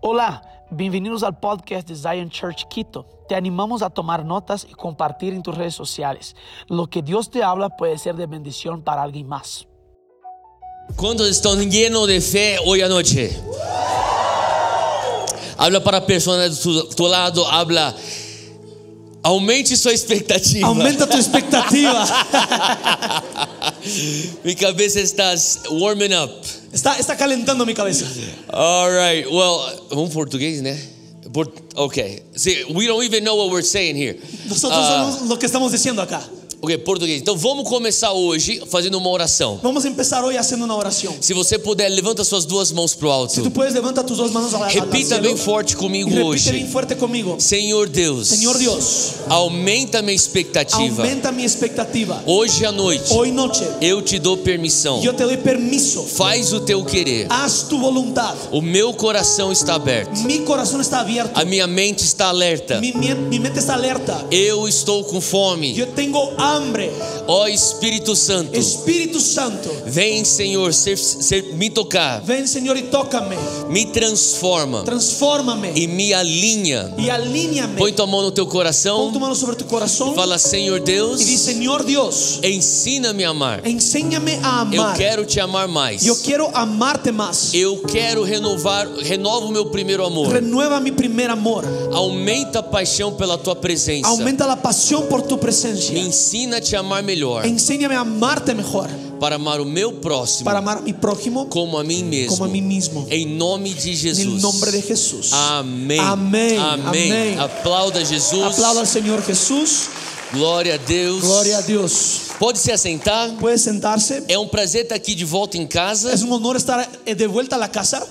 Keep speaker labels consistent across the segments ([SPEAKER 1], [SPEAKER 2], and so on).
[SPEAKER 1] Olá, bienvenidos al podcast de Zion Church Quito. Te animamos a tomar notas y compartir en tus redes sociales. Lo que Dios te habla puede ser de bendición para alguien más.
[SPEAKER 2] ¿Cuántos están llenos de fe hoy anoche? Habla para personas de tu, tu lado, habla. Aumente sua expectativa.
[SPEAKER 3] Aumenta tu expectativa.
[SPEAKER 2] Minha cabeça está warming up.
[SPEAKER 3] Está, está calentando mi cabeza.
[SPEAKER 2] All right. Well, vamos em português, né? Por- ok. See, we don't even know what we're saying here.
[SPEAKER 3] Nosotros
[SPEAKER 2] Ah.
[SPEAKER 3] somos lo que estamos diciendo acá.
[SPEAKER 2] Ok, português. Então vamos começar hoje fazendo uma oração.
[SPEAKER 3] Vamos a empezar hoy haciendo una oración.
[SPEAKER 2] Se você puder, levanta suas duas mãos pro
[SPEAKER 3] Si tú
[SPEAKER 2] alto.
[SPEAKER 3] puedes, levanta tus dos manos a la
[SPEAKER 2] Repita bem forte
[SPEAKER 3] y
[SPEAKER 2] comigo
[SPEAKER 3] repite bien
[SPEAKER 2] hoje.
[SPEAKER 3] fuerte conmigo.
[SPEAKER 2] Senhor Deus,
[SPEAKER 3] Señor Dios,
[SPEAKER 2] aumenta minha expectativa.
[SPEAKER 3] aumenta mi expectativa.
[SPEAKER 2] Hoje à noite,
[SPEAKER 3] Hoy noche,
[SPEAKER 2] eu te dou permissão.
[SPEAKER 3] yo te doy permiso.
[SPEAKER 2] Faz o teu querer.
[SPEAKER 3] Haz tu voluntad.
[SPEAKER 2] O meu coração está aberto.
[SPEAKER 3] Mi corazón está abierto.
[SPEAKER 2] A minha mente está alerta.
[SPEAKER 3] Mi, mi- mi mente está alerta.
[SPEAKER 2] Eu estou com fome.
[SPEAKER 3] Yo tengo hambre.
[SPEAKER 2] Ó Espírito Santo,
[SPEAKER 3] Espíritu Santo,
[SPEAKER 2] vem, Senhor, ser- ser- me tocar,
[SPEAKER 3] ven Señor y tócame.
[SPEAKER 2] me transforma
[SPEAKER 3] Transfórmame
[SPEAKER 2] e me alinha.
[SPEAKER 3] y alíñame.
[SPEAKER 2] Põe tua mão no teu
[SPEAKER 3] Pon tu
[SPEAKER 2] coração.
[SPEAKER 3] mano sobre tu corazón.
[SPEAKER 2] Fala, Senhor Deus,
[SPEAKER 3] y di Señor Dios,
[SPEAKER 2] ensina-me a amar.
[SPEAKER 3] enséñame a
[SPEAKER 2] Eu
[SPEAKER 3] amar.
[SPEAKER 2] quero te amar mais.
[SPEAKER 3] Yo quiero amarte más.
[SPEAKER 2] Eu quero renovar, renova o meu primeiro amor.
[SPEAKER 3] Renueva mi primer amor.
[SPEAKER 2] Aumenta a paixão pela tua presença.
[SPEAKER 3] Aumenta la pasión por tu
[SPEAKER 2] Me
[SPEAKER 3] presencia.
[SPEAKER 2] ensina a te amar melhor.
[SPEAKER 3] Enséñame a amarte mejor
[SPEAKER 2] Para amar o meu próximo
[SPEAKER 3] para amar a mi prójimo
[SPEAKER 2] como a mim mesmo.
[SPEAKER 3] como a mí mismo.
[SPEAKER 2] Em nome de
[SPEAKER 3] En
[SPEAKER 2] Jesus.
[SPEAKER 3] el nombre de Jesús.
[SPEAKER 2] Amém.
[SPEAKER 3] Amém.
[SPEAKER 2] Amém.
[SPEAKER 3] Amém.
[SPEAKER 2] Aplauda Jesus.
[SPEAKER 3] Aplauda al Señor Jesús.
[SPEAKER 2] Glória a Deus.
[SPEAKER 3] Gloria a Dios.
[SPEAKER 2] Pode se assentar.
[SPEAKER 3] Puede sentarse.
[SPEAKER 2] É um prazer estar aqui de volta em casa.
[SPEAKER 3] Es un honor estar eh, de vuelta a la casa.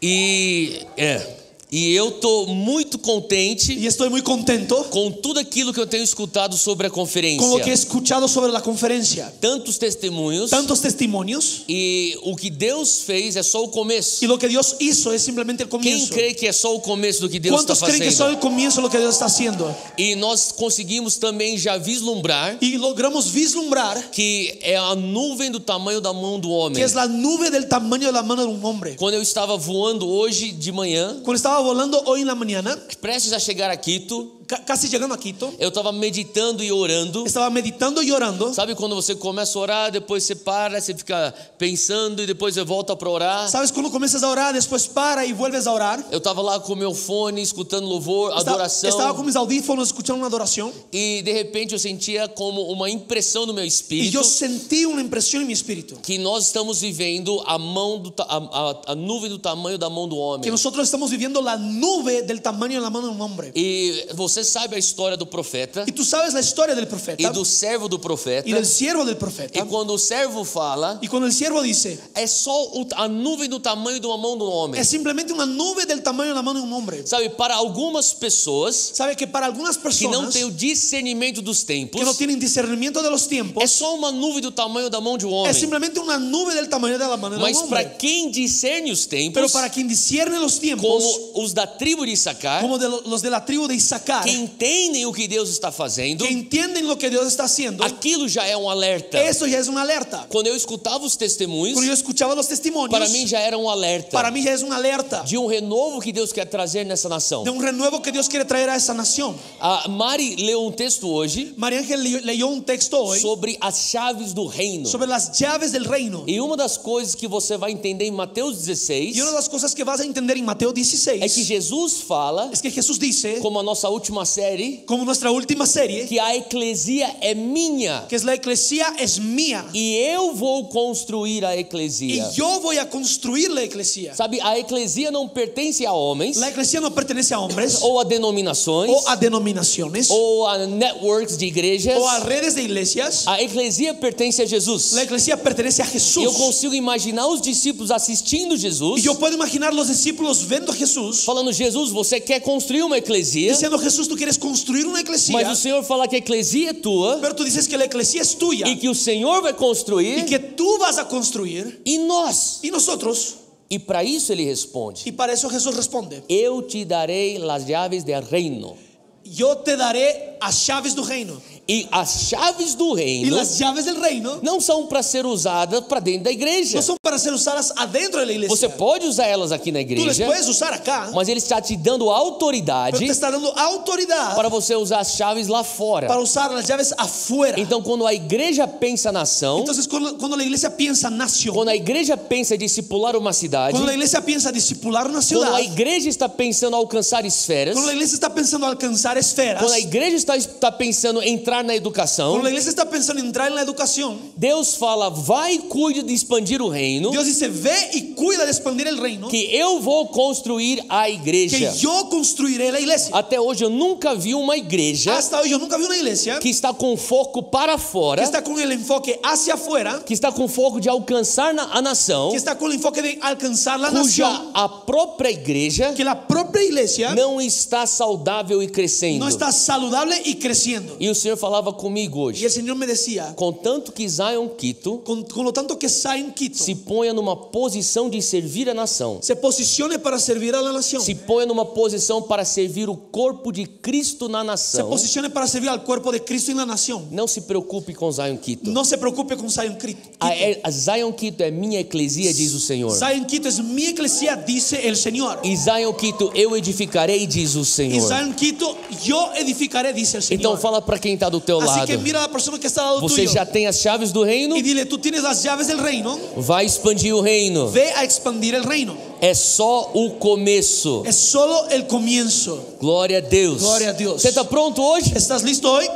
[SPEAKER 2] E é. E eu tô muito contente
[SPEAKER 3] Y estoy muy contento
[SPEAKER 2] com tudo aquilo que eu tenho escutado sobre a
[SPEAKER 3] con lo que he
[SPEAKER 2] conferência.
[SPEAKER 3] escuchado sobre la conferencia.
[SPEAKER 2] Tantos testemunhos.
[SPEAKER 3] Tantos testimonios.
[SPEAKER 2] E o que Deus fez é só o começo.
[SPEAKER 3] Y lo que Dios hizo es simplemente el
[SPEAKER 2] Quem
[SPEAKER 3] comienzo.
[SPEAKER 2] crê que é só o começo do que Deus está
[SPEAKER 3] ¿Cuántos
[SPEAKER 2] fazendo?
[SPEAKER 3] creen que é solo el comienzo es lo que Dios está haciendo?
[SPEAKER 2] E nós conseguimos também já vislumbrar
[SPEAKER 3] Y logramos vislumbrar
[SPEAKER 2] que é a nuvem do tamanho da mão do homem.
[SPEAKER 3] que es la nube del tamaño de la mano de un hombre.
[SPEAKER 2] Quando eu estava voando hoje de manhã,
[SPEAKER 3] Cuando estaba volando hoy en la mañana,
[SPEAKER 2] prestes a chegar a Quito,
[SPEAKER 3] ca- casi llegando a Quito,
[SPEAKER 2] eu estava meditando e orando.
[SPEAKER 3] estaba meditando y orando.
[SPEAKER 2] Sabe quando você começa a orar, depois você para, você fica pensando e depois você volta para orar?
[SPEAKER 3] ¿Sabes cuando comienzas a orar, después para y vuelves a orar?
[SPEAKER 2] Eu estava lá com meu fone, escutando louvor,
[SPEAKER 3] Esta- Estaba
[SPEAKER 2] adoração,
[SPEAKER 3] con mis audífonos escuchando una adoración
[SPEAKER 2] e de repente eu sentia como uma impressão no meu
[SPEAKER 3] y
[SPEAKER 2] espírito
[SPEAKER 3] yo sentí una impresión en mi espíritu.
[SPEAKER 2] que nós estamos vivendo a mão do ta- a, a- a nuvem do tamanho da mão do
[SPEAKER 3] Que
[SPEAKER 2] homem.
[SPEAKER 3] nosotros estamos viviendo la nube del tamaño de la mano de un hombre.
[SPEAKER 2] E você sabe a história do profeta
[SPEAKER 3] Y tú sabes la historia del
[SPEAKER 2] e
[SPEAKER 3] profeta
[SPEAKER 2] do servo do profeta.
[SPEAKER 3] y del siervo del
[SPEAKER 2] E
[SPEAKER 3] profeta.
[SPEAKER 2] quando o servo fala,
[SPEAKER 3] Y cuando el siervo dice,
[SPEAKER 2] é só o- a nuvem do tamanho de uma mão do homem.
[SPEAKER 3] es simplemente una nube del tamaño de la mano de un hombre.
[SPEAKER 2] Sabe, para algumas pessoas
[SPEAKER 3] Sabe que para algunas
[SPEAKER 2] que não
[SPEAKER 3] personas
[SPEAKER 2] têm o discernimento dos tempos,
[SPEAKER 3] que no tienen discernimiento de los
[SPEAKER 2] é
[SPEAKER 3] tiempos,
[SPEAKER 2] só uma nuvem do tamanho da mão de um
[SPEAKER 3] es
[SPEAKER 2] homem.
[SPEAKER 3] simplemente una nube del tamaño de la mano de
[SPEAKER 2] Mas
[SPEAKER 3] un
[SPEAKER 2] para
[SPEAKER 3] hombre.
[SPEAKER 2] quem discerne os
[SPEAKER 3] Pero
[SPEAKER 2] tempos,
[SPEAKER 3] para quien discierne los tiempos,
[SPEAKER 2] como os da tribo de Issacar,
[SPEAKER 3] como de lo- los de la tribu de Isaacar,
[SPEAKER 2] que
[SPEAKER 3] que
[SPEAKER 2] entendem o que Deus está fazendo,
[SPEAKER 3] entienden lo que Dios está haciendo,
[SPEAKER 2] aquilo já é um alerta.
[SPEAKER 3] eso ya es una alerta.
[SPEAKER 2] Quando eu escutava os
[SPEAKER 3] Cuando yo
[SPEAKER 2] testemunhos,
[SPEAKER 3] escuchaba los
[SPEAKER 2] para mim
[SPEAKER 3] testimonios,
[SPEAKER 2] já era um alerta
[SPEAKER 3] para mí ya es una alerta
[SPEAKER 2] de um renovo que Deus quer trazer nessa nação.
[SPEAKER 3] de un renuevo que Dios quiere traer a esa nación.
[SPEAKER 2] A Mari leu um texto hoje
[SPEAKER 3] María Ángel le- leyó un texto hoy
[SPEAKER 2] sobre as chaves do reino.
[SPEAKER 3] sobre las llaves del reino.
[SPEAKER 2] E uma das coisas que você vai entender em Mateus 16
[SPEAKER 3] Y una de las cosas que vas a entender en Mateo
[SPEAKER 2] é que
[SPEAKER 3] 16
[SPEAKER 2] Jesus fala,
[SPEAKER 3] es que Jesús dice,
[SPEAKER 2] como a nossa última série,
[SPEAKER 3] como nuestra última serie,
[SPEAKER 2] que a eclesia é minha
[SPEAKER 3] que es la eclesía es mía
[SPEAKER 2] e eu vou construir a eclesia.
[SPEAKER 3] y yo voy a construir la eclesía.
[SPEAKER 2] Sabe, a eclesia não pertence a homens
[SPEAKER 3] La eclesía no pertenece a hombres
[SPEAKER 2] ou a denominações
[SPEAKER 3] o a denominaciones
[SPEAKER 2] ou a networks de igrejas.
[SPEAKER 3] o a redes de iglesias.
[SPEAKER 2] A eclesia pertence a Jesus.
[SPEAKER 3] La eclesía pertenece a
[SPEAKER 2] E eu
[SPEAKER 3] Jesús.
[SPEAKER 2] consigo imaginar os discípulos assistindo
[SPEAKER 3] Y
[SPEAKER 2] Jesus,
[SPEAKER 3] yo puedo imaginar los discípulos viendo a Jesús
[SPEAKER 2] falando: Jesus, você quer construir uma eclesia?
[SPEAKER 3] diciendo, Jesús, tú quieres construir una
[SPEAKER 2] Mas
[SPEAKER 3] eclesía,
[SPEAKER 2] o Senhor fala que a eclesia é tua
[SPEAKER 3] pero tú dices que la eclesía es tuya
[SPEAKER 2] e que o Senhor vai
[SPEAKER 3] y
[SPEAKER 2] construir
[SPEAKER 3] que tú vas a construir
[SPEAKER 2] e nós.
[SPEAKER 3] y nosotros.
[SPEAKER 2] E para isso ele responde:
[SPEAKER 3] Y para eso Jesús responde,
[SPEAKER 2] Eu te darei as chaves do reino.
[SPEAKER 3] yo te daré las llaves del reino.
[SPEAKER 2] E as chaves do
[SPEAKER 3] Y
[SPEAKER 2] reino
[SPEAKER 3] las llaves del reino
[SPEAKER 2] não são para ser usadas para dentro da igreja.
[SPEAKER 3] no son para ser usadas adentro de la
[SPEAKER 2] Você
[SPEAKER 3] iglesia.
[SPEAKER 2] pode usar elas aqui na
[SPEAKER 3] Tú las
[SPEAKER 2] igreja,
[SPEAKER 3] puedes usar acá,
[SPEAKER 2] mas ele está te dando
[SPEAKER 3] pero
[SPEAKER 2] autoridade
[SPEAKER 3] te está dando autoridad
[SPEAKER 2] para você usar as chaves lá fora.
[SPEAKER 3] para usar las llaves afuera.
[SPEAKER 2] Então, quando a igreja pensa na ação,
[SPEAKER 3] Entonces, cuando, cuando la iglesia piensa nación,
[SPEAKER 2] quando a igreja pensa em discipular uma cidade,
[SPEAKER 3] cuando la iglesia piensa discipular una ciudad,
[SPEAKER 2] quando a igreja está pensando em alcançar esferas,
[SPEAKER 3] cuando la iglesia está pensando alcanzar esferas,
[SPEAKER 2] quando a igreja está, está pensando em entrar na educação,
[SPEAKER 3] cuando la iglesia está pensando entrar en la educación,
[SPEAKER 2] Deus fala: vai e cuide de expandir o reino,
[SPEAKER 3] Dios dice, ve y cuida de expandir el reino,
[SPEAKER 2] que eu vou construir a igreja.
[SPEAKER 3] que yo construiré la iglesia.
[SPEAKER 2] Até hoje eu nunca vi uma igreja
[SPEAKER 3] Hasta hoy yo nunca vi una iglesia
[SPEAKER 2] que está com foco para
[SPEAKER 3] que
[SPEAKER 2] fora,
[SPEAKER 3] está con el enfoque hacia afuera,
[SPEAKER 2] que está com foco de alcançar na- a nação,
[SPEAKER 3] que está con el enfoque de alcanzar la
[SPEAKER 2] cuja
[SPEAKER 3] nación,
[SPEAKER 2] a própria igreja
[SPEAKER 3] que la propia iglesia
[SPEAKER 2] não está saudável e crescendo.
[SPEAKER 3] no está saludable y creciendo.
[SPEAKER 2] E o Senhor falava comigo
[SPEAKER 3] Y
[SPEAKER 2] hoje,
[SPEAKER 3] el Señor me decía,
[SPEAKER 2] contanto que Zion Quito
[SPEAKER 3] con, con lo tanto que Zion Quito
[SPEAKER 2] se ponha numa posição de servir a nação,
[SPEAKER 3] se posicione para servir a la nación,
[SPEAKER 2] se ponha numa posição para servir o corpo de Cristo na
[SPEAKER 3] se
[SPEAKER 2] nação,
[SPEAKER 3] posicione para servir al cuerpo de Cristo en la nación.
[SPEAKER 2] não se preocupe com Zion Quito.
[SPEAKER 3] No se preocupe con Zion Quito.
[SPEAKER 2] A, é- a Zion Quito é minha eclesia, diz o Senhor.
[SPEAKER 3] Zion Quito es mi iglesia, dice el Señor.
[SPEAKER 2] E Zion Quito eu edificarei, diz o
[SPEAKER 3] Y
[SPEAKER 2] Senhor.
[SPEAKER 3] Zion Quito yo edificaré, dice el
[SPEAKER 2] Então
[SPEAKER 3] Señor.
[SPEAKER 2] fala para quem está do teu
[SPEAKER 3] Así
[SPEAKER 2] lado.
[SPEAKER 3] assim que é mira a la persona que está al lado
[SPEAKER 2] Você
[SPEAKER 3] tuyo
[SPEAKER 2] já tem as chaves do reino?
[SPEAKER 3] y dile, tú tienes las llaves del reino,
[SPEAKER 2] Vai expandir o reino.
[SPEAKER 3] ve a expandir el reino.
[SPEAKER 2] É só o começo.
[SPEAKER 3] Es solo el comienzo.
[SPEAKER 2] Glória a Deus.
[SPEAKER 3] Glória a Deus.
[SPEAKER 2] Você está pronto hoje?
[SPEAKER 3] ¿Estás listo hoy?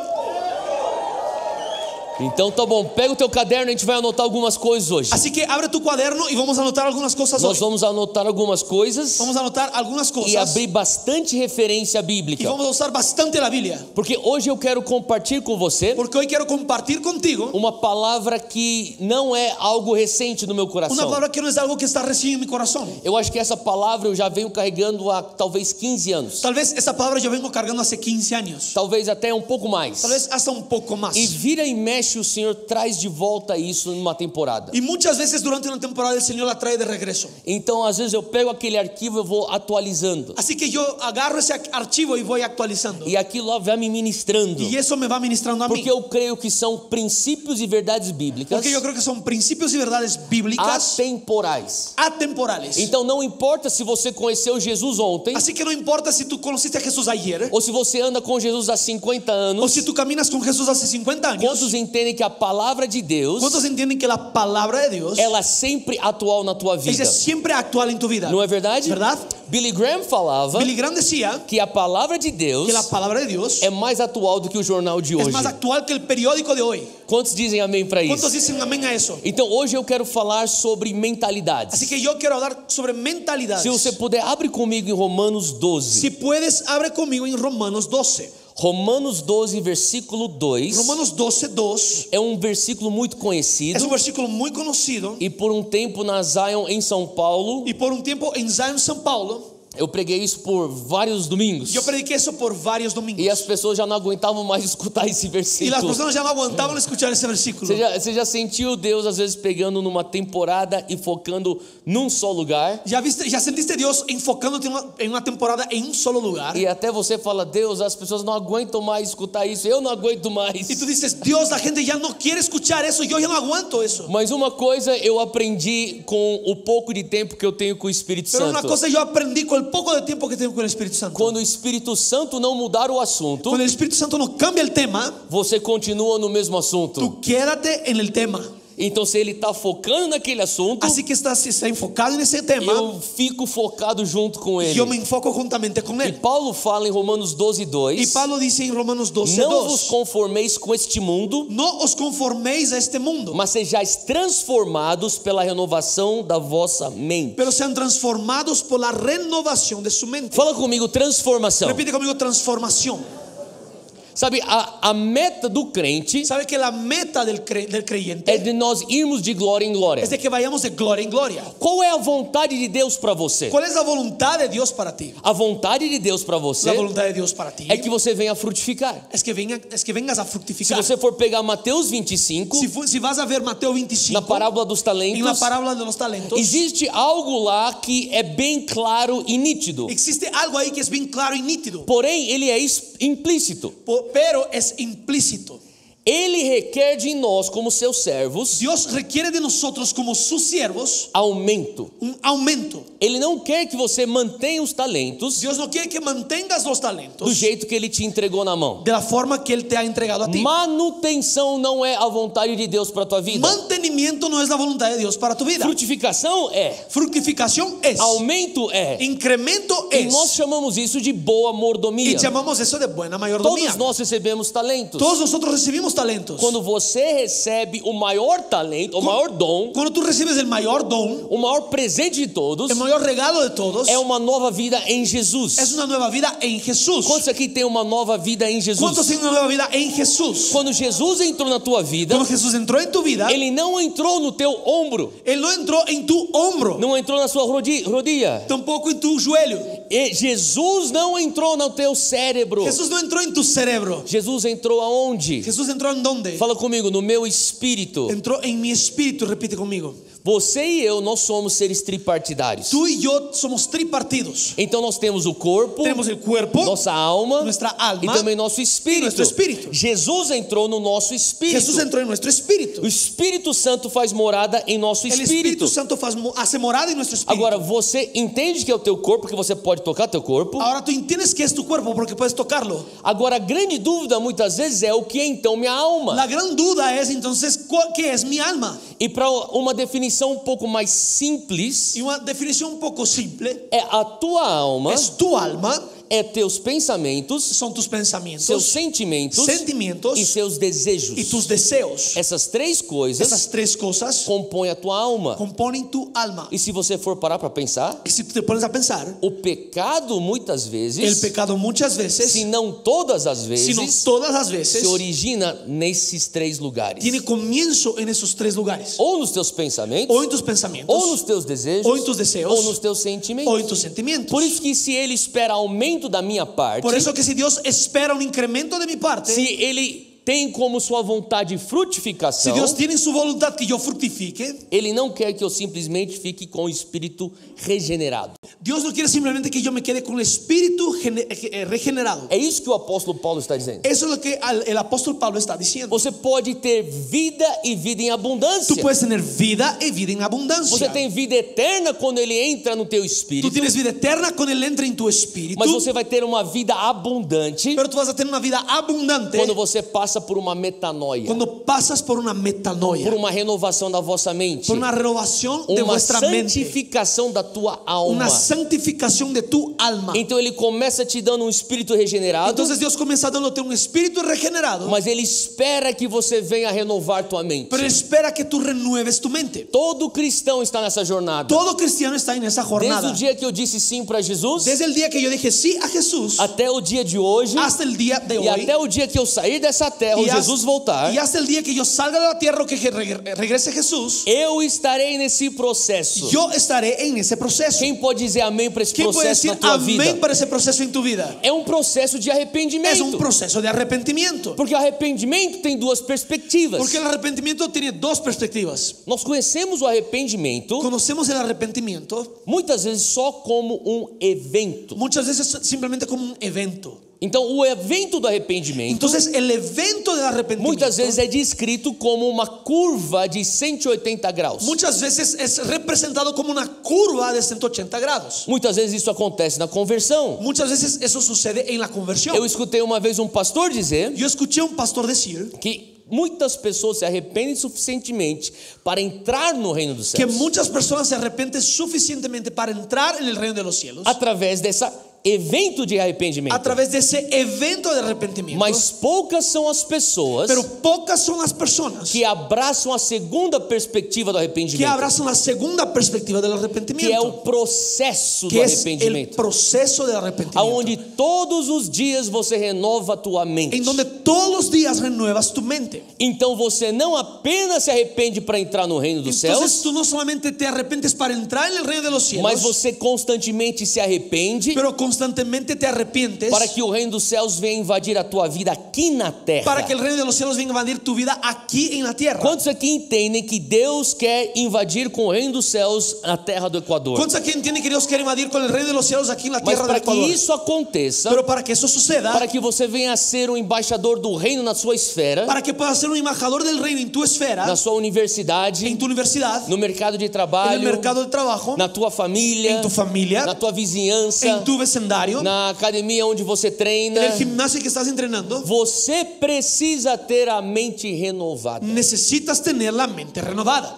[SPEAKER 2] Então tá bom. Pega o teu caderno, a gente vai anotar algumas coisas hoje.
[SPEAKER 3] Así que abre tu cuaderno y vamos a anotar algunas cosas
[SPEAKER 2] Nós
[SPEAKER 3] hoy.
[SPEAKER 2] vamos anotar algumas coisas
[SPEAKER 3] Vamos a anotar algunas
[SPEAKER 2] e
[SPEAKER 3] cosas
[SPEAKER 2] abrir bastante referência
[SPEAKER 3] y
[SPEAKER 2] bíblica.
[SPEAKER 3] vamos a usar bastante la Biblia.
[SPEAKER 2] Porque hoje eu quero compartilhar com você
[SPEAKER 3] Porque hoy quiero compartir contigo
[SPEAKER 2] uma palavra que não é algo recente no meu
[SPEAKER 3] una
[SPEAKER 2] coração.
[SPEAKER 3] palabra que no es algo que está recién en mi corazón.
[SPEAKER 2] Eu acho que essa palavra eu já venho carregando há talvez 15 anos.
[SPEAKER 3] Tal vez esta palabra yo vengo cargando hace 15 años.
[SPEAKER 2] Talvez até um pouco mais.
[SPEAKER 3] Tal vez hasta un poco más.
[SPEAKER 2] E vira e mexe, o Senhor traz de volta isso numa temporada.
[SPEAKER 3] Y muchas veces durante una temporada el Señor la trae de regreso.
[SPEAKER 2] Então, às vezes, eu pego aquele arquivo e vou atualizando.
[SPEAKER 3] Así que yo agarro ese archivo y voy actualizando.
[SPEAKER 2] E aquilo lá vai me ministrando.
[SPEAKER 3] Y eso me va ministrando a mí.
[SPEAKER 2] Porque eu creio que são princípios e verdades bíblicas
[SPEAKER 3] Porque yo creo que son principios y verdades bíblicas
[SPEAKER 2] atemporais.
[SPEAKER 3] atemporales.
[SPEAKER 2] Então, não importa se você conheceu Jesus ontem,
[SPEAKER 3] Así que no importa si tú conociste a Jesús ayer
[SPEAKER 2] ou se você anda com Jesus há 50
[SPEAKER 3] o
[SPEAKER 2] anos,
[SPEAKER 3] si tú caminas con Jesús hace 50 años.
[SPEAKER 2] quantos entendem que a palavra de Deus,
[SPEAKER 3] ¿Cuántos entienden que é la palabra de Dios
[SPEAKER 2] ela é sempre atual na tua vida?
[SPEAKER 3] ella es siempre actual en tu vida?
[SPEAKER 2] Não é verdade?
[SPEAKER 3] ¿Verdad?
[SPEAKER 2] Billy Graham falava
[SPEAKER 3] Billy Graham decía
[SPEAKER 2] que a palavra de Deus
[SPEAKER 3] que É la palabra de Dios
[SPEAKER 2] é mais atual do que o jornal de
[SPEAKER 3] es
[SPEAKER 2] hoje.
[SPEAKER 3] más actual que el periódico de hoy.
[SPEAKER 2] Quantos dizem amém para isso?
[SPEAKER 3] ¿Cuántos dicen amén a eso?
[SPEAKER 2] Então hoje eu quero falar sobre mentalidades.
[SPEAKER 3] Así que yo quiero hablar sobre mentalidades.
[SPEAKER 2] Se você puder, abre comigo em Romanos 12.
[SPEAKER 3] Si puedes, abre conmigo en Romanos 12.
[SPEAKER 2] Romanos 12, versículo 2.
[SPEAKER 3] Romanos 12, 2
[SPEAKER 2] É um versículo muito
[SPEAKER 3] es
[SPEAKER 2] conhecido.
[SPEAKER 3] un versículo muy conocido.
[SPEAKER 2] E por um tempo na Zion, em São Paulo,
[SPEAKER 3] Y por un tiempo en Zion, San Paulo,
[SPEAKER 2] eu preguei isso por vários domingos.
[SPEAKER 3] yo prediqué eso por
[SPEAKER 2] E as
[SPEAKER 3] varios domingos.
[SPEAKER 2] pessoas já não aguentavam mais escutar esse
[SPEAKER 3] Y las
[SPEAKER 2] versículo.
[SPEAKER 3] personas ya no aguantaban escuchar ese versículo.
[SPEAKER 2] Você já, você já sentiu Deus às vezes pegando numa temporada e focando num só lugar?
[SPEAKER 3] Ya viste, ya sentiste Dios enfocándote en una, en una temporada en un solo lugar.
[SPEAKER 2] E até você fala, Deus, as pessoas não aguentam mais escutar isso, eu não aguento mais.
[SPEAKER 3] Y tú dices, Dios, la gente ya no quiere escuchar eso, yo ya no aguanto eso.
[SPEAKER 2] Mas uma coisa eu aprendi com o pouco de tempo que eu tenho com o Espírito
[SPEAKER 3] Pero una
[SPEAKER 2] Santo.
[SPEAKER 3] cosa yo aprendí con el poco de tiempo que tengo con el Espíritu Santo.
[SPEAKER 2] Quando o Espírito Santo não mudar o assunto,
[SPEAKER 3] Cuando el Espíritu Santo no cambia el tema,
[SPEAKER 2] você continua no mesmo assunto.
[SPEAKER 3] tú quédate en el tema.
[SPEAKER 2] Então, se ele está focando naquele assunto,
[SPEAKER 3] Así que estás si está enfocado en ese tema.
[SPEAKER 2] eu fico focado junto com ele.
[SPEAKER 3] Yo me enfoco juntamente con
[SPEAKER 2] E
[SPEAKER 3] él.
[SPEAKER 2] Paulo fala em Romanos 12,
[SPEAKER 3] Y
[SPEAKER 2] 2.
[SPEAKER 3] Pablo dice en Romanos 12,
[SPEAKER 2] Não vos
[SPEAKER 3] 2,
[SPEAKER 2] conformeis com este mundo,
[SPEAKER 3] no os conforméis a este mundo,
[SPEAKER 2] mas sejais transformados pela renovação da vossa mente.
[SPEAKER 3] pero sean transformados por la renovación de su mente.
[SPEAKER 2] Fala comigo, transformação.
[SPEAKER 3] Repite conmigo transformación.
[SPEAKER 2] Sabe, a, a meta do crente
[SPEAKER 3] ¿Sabe que la meta del, cre- del
[SPEAKER 2] é
[SPEAKER 3] creyente
[SPEAKER 2] de nós irmos de glória em glória.
[SPEAKER 3] es de que vayamos de gloria en gloria?
[SPEAKER 2] Qual é a vontade de Deus para você?
[SPEAKER 3] ¿Cuál es la voluntad de Dios para ti?
[SPEAKER 2] A vontade de Deus para
[SPEAKER 3] La
[SPEAKER 2] você
[SPEAKER 3] voluntad de Dios para ti
[SPEAKER 2] é que você venha frutificar.
[SPEAKER 3] es que, venga- es que vengas a
[SPEAKER 2] Se
[SPEAKER 3] fructificar.
[SPEAKER 2] você for pegar Mateus 25,
[SPEAKER 3] Si, fu- si vas a ver Mateo 25,
[SPEAKER 2] na parábola dos
[SPEAKER 3] en la
[SPEAKER 2] talentos,
[SPEAKER 3] parábola de los talentos,
[SPEAKER 2] existe algo lá que é bem claro e nítido.
[SPEAKER 3] existe algo ahí que es bien claro y nítido,
[SPEAKER 2] Porém, ele é is- implícito.
[SPEAKER 3] po- O pero es implícito.
[SPEAKER 2] Ele requer de nós, como seus servos,
[SPEAKER 3] Dios requiere de nosotros como sus siervos
[SPEAKER 2] aumento.
[SPEAKER 3] un aumento.
[SPEAKER 2] Ele não quer que você mantenha os talentos
[SPEAKER 3] Dios no quiere que mantengas los
[SPEAKER 2] do
[SPEAKER 3] talentos
[SPEAKER 2] jeito que ele te entregou na mão.
[SPEAKER 3] de la forma que Él te ha entregado a ti.
[SPEAKER 2] Manutenção não é a vontade de Deus para a tua vida.
[SPEAKER 3] Mantenimiento no es la voluntad de Dios para tu vida.
[SPEAKER 2] Frutificação é.
[SPEAKER 3] Fructificación es.
[SPEAKER 2] Aumento é.
[SPEAKER 3] Incremento
[SPEAKER 2] E nós
[SPEAKER 3] es.
[SPEAKER 2] chamamos isso de boa mordomia.
[SPEAKER 3] Y llamamos eso de buena mayordomía.
[SPEAKER 2] Todos nós recebemos talentos.
[SPEAKER 3] Todos nosotros recibimos talentos.
[SPEAKER 2] Quando você recebe o maior talento, o
[SPEAKER 3] Quando-
[SPEAKER 2] maior dom,
[SPEAKER 3] Cuando tú recibes el mayor don,
[SPEAKER 2] o maior presente de todos,
[SPEAKER 3] el mayor regalo de todos,
[SPEAKER 2] é uma nova vida em Jesus.
[SPEAKER 3] es una nueva vida en Jesús.
[SPEAKER 2] Quantos aqui tem uma nova vida em
[SPEAKER 3] ¿Cuántos
[SPEAKER 2] Jesus?
[SPEAKER 3] tienen una nueva vida en Jesús?
[SPEAKER 2] Quando Jesus entrou na tua vida,
[SPEAKER 3] Cuando Jesús entró en tu vida,
[SPEAKER 2] ele não entrou no teu ombro,
[SPEAKER 3] Él no entró en tu hombro,
[SPEAKER 2] não entrou na sua rodi- rodilha.
[SPEAKER 3] tampoco en tu joelho.
[SPEAKER 2] E Jesus não entrou no teu cérebro.
[SPEAKER 3] Jesús no entró en tu cerebro.
[SPEAKER 2] Jesus entrou aonde?
[SPEAKER 3] Jesús entró en dónde?
[SPEAKER 2] Fala comigo, no meu espírito.
[SPEAKER 3] Entró en mi espíritu, repite conmigo.
[SPEAKER 2] Você e eu, nós somos seres tripartidários.
[SPEAKER 3] Tú y yo somos tripartidos.
[SPEAKER 2] Então nós temos o corpo,
[SPEAKER 3] Tenemos el cuerpo,
[SPEAKER 2] nossa alma,
[SPEAKER 3] Nuestra alma
[SPEAKER 2] e também nosso espírito.
[SPEAKER 3] nosso espírito.
[SPEAKER 2] Jesus entrou no nosso espírito.
[SPEAKER 3] Jesús entró en nuestro espíritu.
[SPEAKER 2] O Espírito Santo faz morada em nosso
[SPEAKER 3] El
[SPEAKER 2] espírito.
[SPEAKER 3] Espíritu Santo faz- hace morada en nuestro espíritu.
[SPEAKER 2] Agora você entende que é o teu corpo, que você pode tocar teu corpo.
[SPEAKER 3] Ahora tú entiendes que es tu cuerpo porque puedes tocarlo.
[SPEAKER 2] Agora a grande dúvida muitas vezes é o que é então minha alma.
[SPEAKER 3] La gran duda es entonces ¿cuál- qué es mi alma.
[SPEAKER 2] E para uma definição um pouco mais simples,
[SPEAKER 3] Y una definición un poco simple
[SPEAKER 2] é a tua alma,
[SPEAKER 3] es tu alma,
[SPEAKER 2] é teus pensamentos,
[SPEAKER 3] son tus
[SPEAKER 2] seus
[SPEAKER 3] pensamientos,
[SPEAKER 2] sentimentos
[SPEAKER 3] sentimientos
[SPEAKER 2] e seus desejos.
[SPEAKER 3] y tus deseos.
[SPEAKER 2] Essas três coisas
[SPEAKER 3] Esas tres cosas
[SPEAKER 2] compõem a tua alma.
[SPEAKER 3] componen tu alma.
[SPEAKER 2] E se você for parar para pensar,
[SPEAKER 3] Y si tú te pones a pensar,
[SPEAKER 2] o pecado muitas
[SPEAKER 3] el
[SPEAKER 2] vezes,
[SPEAKER 3] pecado muchas
[SPEAKER 2] se
[SPEAKER 3] veces,
[SPEAKER 2] não todas as
[SPEAKER 3] sino
[SPEAKER 2] vezes,
[SPEAKER 3] todas las veces,
[SPEAKER 2] se origina nesses três lugares.
[SPEAKER 3] tiene comienzo en esos tres lugares.
[SPEAKER 2] Ou nos teus pensamentos,
[SPEAKER 3] O en tus
[SPEAKER 2] ou
[SPEAKER 3] pensamientos,
[SPEAKER 2] nos teus desejos,
[SPEAKER 3] ou em teus desejos,
[SPEAKER 2] ou nos teus sentimentos.
[SPEAKER 3] o en tus sentimientos.
[SPEAKER 2] Por isso que se ele espera aumento da minha parte,
[SPEAKER 3] Por eso que si Dios espera un incremento de mi parte,
[SPEAKER 2] se ele tem como sua vontade
[SPEAKER 3] si
[SPEAKER 2] frutificação,
[SPEAKER 3] Dios tiene en su voluntad que yo fructifique,
[SPEAKER 2] ele não quer que eu simplesmente fique com o espírito regenerado.
[SPEAKER 3] Dios no quiere simplemente que yo me quede con el espíritu gene- eh, regenerado.
[SPEAKER 2] É isso que o apóstolo Paulo está dizendo.
[SPEAKER 3] Eso es lo que al- el apóstol Pablo está diciendo.
[SPEAKER 2] Você pode ter vida e vida em abundância.
[SPEAKER 3] Tú puedes tener vida y vida en
[SPEAKER 2] Você
[SPEAKER 3] abundancia.
[SPEAKER 2] tem vida eterna quando ele entra no teu
[SPEAKER 3] Tú
[SPEAKER 2] espírito,
[SPEAKER 3] tienes vida eterna con él entra en tu espíritu,
[SPEAKER 2] mas você vai ter uma vida abundante
[SPEAKER 3] pero tú vas a tener una vida abundante
[SPEAKER 2] quando você passa por uma metanoia,
[SPEAKER 3] cuando pasas por una metanoia,
[SPEAKER 2] por uma renovação da vossa mente,
[SPEAKER 3] por una renovación de
[SPEAKER 2] uma
[SPEAKER 3] vuestra mente,
[SPEAKER 2] santificação da tua alma.
[SPEAKER 3] una santificación de tu alma.
[SPEAKER 2] Então ele começa te dando um espírito regenerado,
[SPEAKER 3] Entonces Dios comienza dándote un espíritu regenerado,
[SPEAKER 2] mas ele espera que você venha renovar tua mente.
[SPEAKER 3] pero espera que tú renueves tu mente.
[SPEAKER 2] Todo cristão está nessa jornada.
[SPEAKER 3] Todo cristiano está en esa
[SPEAKER 2] Desde o
[SPEAKER 3] jornada.
[SPEAKER 2] dia que eu disse sim para Jesus,
[SPEAKER 3] Desde Ah, el día que yo dije sí a Jesús
[SPEAKER 2] até o dia de hoje,
[SPEAKER 3] hasta el día de
[SPEAKER 2] e
[SPEAKER 3] hoy
[SPEAKER 2] até o dia que eu sair dessa terra, ou
[SPEAKER 3] y, hasta,
[SPEAKER 2] Jesus voltar,
[SPEAKER 3] y hasta el día que yo salga de la tierra o que je- regre- regrese Jesús,
[SPEAKER 2] eu estarei nesse processo.
[SPEAKER 3] yo estaré en ese proceso.
[SPEAKER 2] Quem pode dizer amém para esse
[SPEAKER 3] ¿Quién puede
[SPEAKER 2] processo
[SPEAKER 3] decir
[SPEAKER 2] na tua
[SPEAKER 3] amén
[SPEAKER 2] vida?
[SPEAKER 3] para ese proceso en tu vida?
[SPEAKER 2] É um processo de
[SPEAKER 3] Es un
[SPEAKER 2] arrependimento.
[SPEAKER 3] proceso de arrepentimiento.
[SPEAKER 2] Porque o arrependimento tem duas perspectivas.
[SPEAKER 3] Porque el arrepentimiento tiene dos perspectivas.
[SPEAKER 2] Nós conhecemos o arrependimento
[SPEAKER 3] Conocemos el arrepentimiento
[SPEAKER 2] muitas vezes só como um evento.
[SPEAKER 3] muchas veces simplemente como un evento.
[SPEAKER 2] Então, o evento do arrependimento
[SPEAKER 3] Entonces, el evento del arrepentimiento
[SPEAKER 2] muitas vezes é descrito como uma curva de 180 graus.
[SPEAKER 3] muchas veces es representado como una curva de 180 grados.
[SPEAKER 2] Muitas vezes isso acontece na conversão.
[SPEAKER 3] Muchas veces eso sucede en la conversión.
[SPEAKER 2] Eu escutei uma vez um pastor dizer
[SPEAKER 3] Yo escuché a un pastor decir
[SPEAKER 2] que muitas pessoas se arrependem suficientemente para entrar no reino dos
[SPEAKER 3] que
[SPEAKER 2] céus
[SPEAKER 3] muchas personas se arrepienten suficientemente para entrar en el reino de los cielos
[SPEAKER 2] através dessa evento de
[SPEAKER 3] a
[SPEAKER 2] arrependimento.
[SPEAKER 3] través de ese evento de arrepentimiento.
[SPEAKER 2] Mas poucas são as pessoas
[SPEAKER 3] Pero pocas son las personas
[SPEAKER 2] que abraçam a segunda perspectiva do
[SPEAKER 3] que
[SPEAKER 2] arrependimento,
[SPEAKER 3] abrazan la segunda perspectiva del
[SPEAKER 2] que é o
[SPEAKER 3] arrepentimiento,
[SPEAKER 2] processo do
[SPEAKER 3] que é es el
[SPEAKER 2] arrependimento,
[SPEAKER 3] proceso del arrepentimiento,
[SPEAKER 2] aonde todos os dias você renova a tua mente.
[SPEAKER 3] en donde todos los días renuevas tu mente.
[SPEAKER 2] Então você não apenas se arrepende para entrar no reino dos céus,
[SPEAKER 3] Entonces tú no solamente te arrepentes para entrar en el reino de los
[SPEAKER 2] mas
[SPEAKER 3] cielos,
[SPEAKER 2] você constantemente se arrepende
[SPEAKER 3] pero constantemente te arrepientes
[SPEAKER 2] para que o reino dos céus venha invadir a tua vida aqui na terra.
[SPEAKER 3] para que el reino de los cielos venga a invadir tu vida aquí en la tierra.
[SPEAKER 2] Quantos aqui entendem que Deus quer invadir com o reino dos céus a terra do Equador?
[SPEAKER 3] ¿Cuántos aquí entienden que Dios quiere invadir con el reino de los cielos aquí en la
[SPEAKER 2] Mas
[SPEAKER 3] tierra del
[SPEAKER 2] para que
[SPEAKER 3] Ecuador?
[SPEAKER 2] isso aconteça,
[SPEAKER 3] Pero para que eso suceda,
[SPEAKER 2] para que você venha a ser um embaixador do reino na sua esfera,
[SPEAKER 3] para que puedas ser un embajador del reino en tu esfera,
[SPEAKER 2] na sua universidade,
[SPEAKER 3] en tu universidad,
[SPEAKER 2] no mercado de
[SPEAKER 3] en el
[SPEAKER 2] trabalho,
[SPEAKER 3] mercado de trabajo,
[SPEAKER 2] na tua família,
[SPEAKER 3] en tu familia,
[SPEAKER 2] na tua vizinhança,
[SPEAKER 3] en tu vecindario,
[SPEAKER 2] na academia onde você treina.
[SPEAKER 3] en el gimnasio é que estás entrenando.
[SPEAKER 2] Você precisa ter a mente renovada.
[SPEAKER 3] Necesitas tener la mente renovada.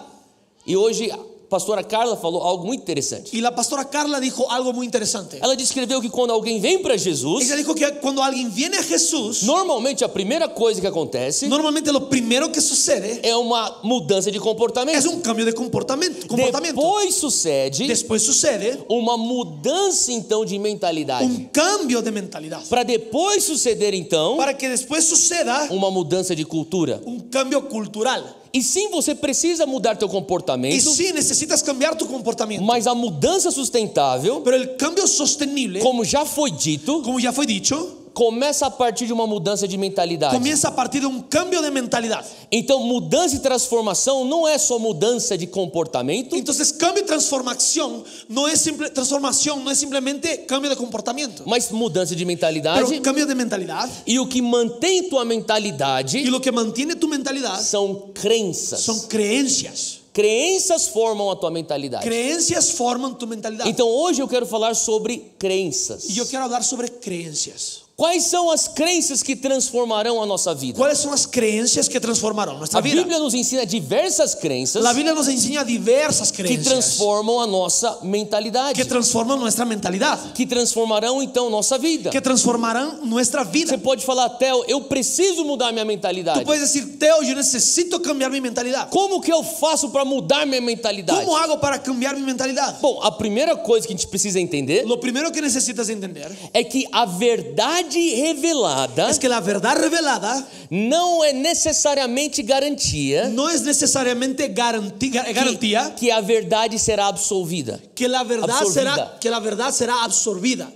[SPEAKER 2] E hoje a pastora Carla falou algo muito interessante.
[SPEAKER 3] Y la pastora Carla dijo algo muy interesante.
[SPEAKER 2] Ela descreveu que quando alguém vem para Jesus,
[SPEAKER 3] Ella dijo que cuando alguien viene a Jesús,
[SPEAKER 2] normalmente a primeira coisa que acontece
[SPEAKER 3] normalmente lo primero que sucede
[SPEAKER 2] é uma mudança de
[SPEAKER 3] es
[SPEAKER 2] comportamento.
[SPEAKER 3] un cambio de comportamiento. comportamiento.
[SPEAKER 2] Depois sucede
[SPEAKER 3] Después sucede
[SPEAKER 2] uma mudança então de mentalidade.
[SPEAKER 3] un cambio de mentalidad.
[SPEAKER 2] Para depois suceder então
[SPEAKER 3] Para que después suceda
[SPEAKER 2] uma mudança de cultura.
[SPEAKER 3] un cambio cultural.
[SPEAKER 2] E sim, você precisa mudar teu
[SPEAKER 3] Y
[SPEAKER 2] comportamento,
[SPEAKER 3] sí, necesitas cambiar tu comportamiento.
[SPEAKER 2] mas a mudança sustentável,
[SPEAKER 3] Pero el cambio sostenible,
[SPEAKER 2] como já foi dito,
[SPEAKER 3] como ya fue dicho,
[SPEAKER 2] começa a partir de uma mudança de mentalidade.
[SPEAKER 3] comienza a partir de un cambio de mentalidad.
[SPEAKER 2] Então, mudança e transformação não é só mudança de comportamento,
[SPEAKER 3] Entonces, cambio y transformación no es simple, transformación no es simplemente cambio de comportamiento,
[SPEAKER 2] mas mudança de
[SPEAKER 3] pero
[SPEAKER 2] mentalidade.
[SPEAKER 3] cambio de mentalidad.
[SPEAKER 2] E o que mantém tua
[SPEAKER 3] Y
[SPEAKER 2] mentalidade
[SPEAKER 3] lo que mantiene tu mentalidad
[SPEAKER 2] são
[SPEAKER 3] son
[SPEAKER 2] crenças.
[SPEAKER 3] creencias.
[SPEAKER 2] Crenças formam a tua mentalidade.
[SPEAKER 3] Creencias forman tu mentalidad.
[SPEAKER 2] Então, hoje eu quero falar sobre crenças.
[SPEAKER 3] Y yo quiero hablar sobre creencias.
[SPEAKER 2] Quais são as crenças que transformarão a nossa vida?
[SPEAKER 3] ¿Cuáles son las creencias que transformaron nuestra
[SPEAKER 2] A
[SPEAKER 3] vida?
[SPEAKER 2] Bíblia nos ensina diversas crenças
[SPEAKER 3] La Biblia nos enseña diversas
[SPEAKER 2] que
[SPEAKER 3] creencias
[SPEAKER 2] transformam a nossa mentalidade,
[SPEAKER 3] que transforman nuestra mentalidad,
[SPEAKER 2] que transformarão então nossa vida.
[SPEAKER 3] que transformarán nuestra vida.
[SPEAKER 2] Você pode falar, Theo, eu preciso mudar minha mentalidade.
[SPEAKER 3] Tú puedes decir, Teo, yo necesito cambiar mi mentalidad.
[SPEAKER 2] Como que eu faço para mudar minha mentalidade?
[SPEAKER 3] ¿Cómo hago para cambiar mi mentalidad?
[SPEAKER 2] Bom, a primeira coisa que a gente precisa entender
[SPEAKER 3] Lo primero que necesitas entender
[SPEAKER 2] é que a verdade revelada
[SPEAKER 3] es que la verdad revelada
[SPEAKER 2] não é necessariamente garantia
[SPEAKER 3] no es necesariamente garanti- gar- garantía
[SPEAKER 2] que a verdade será absolvida.
[SPEAKER 3] que la verdad
[SPEAKER 2] Absorbida.
[SPEAKER 3] será que la verdad será absorbida.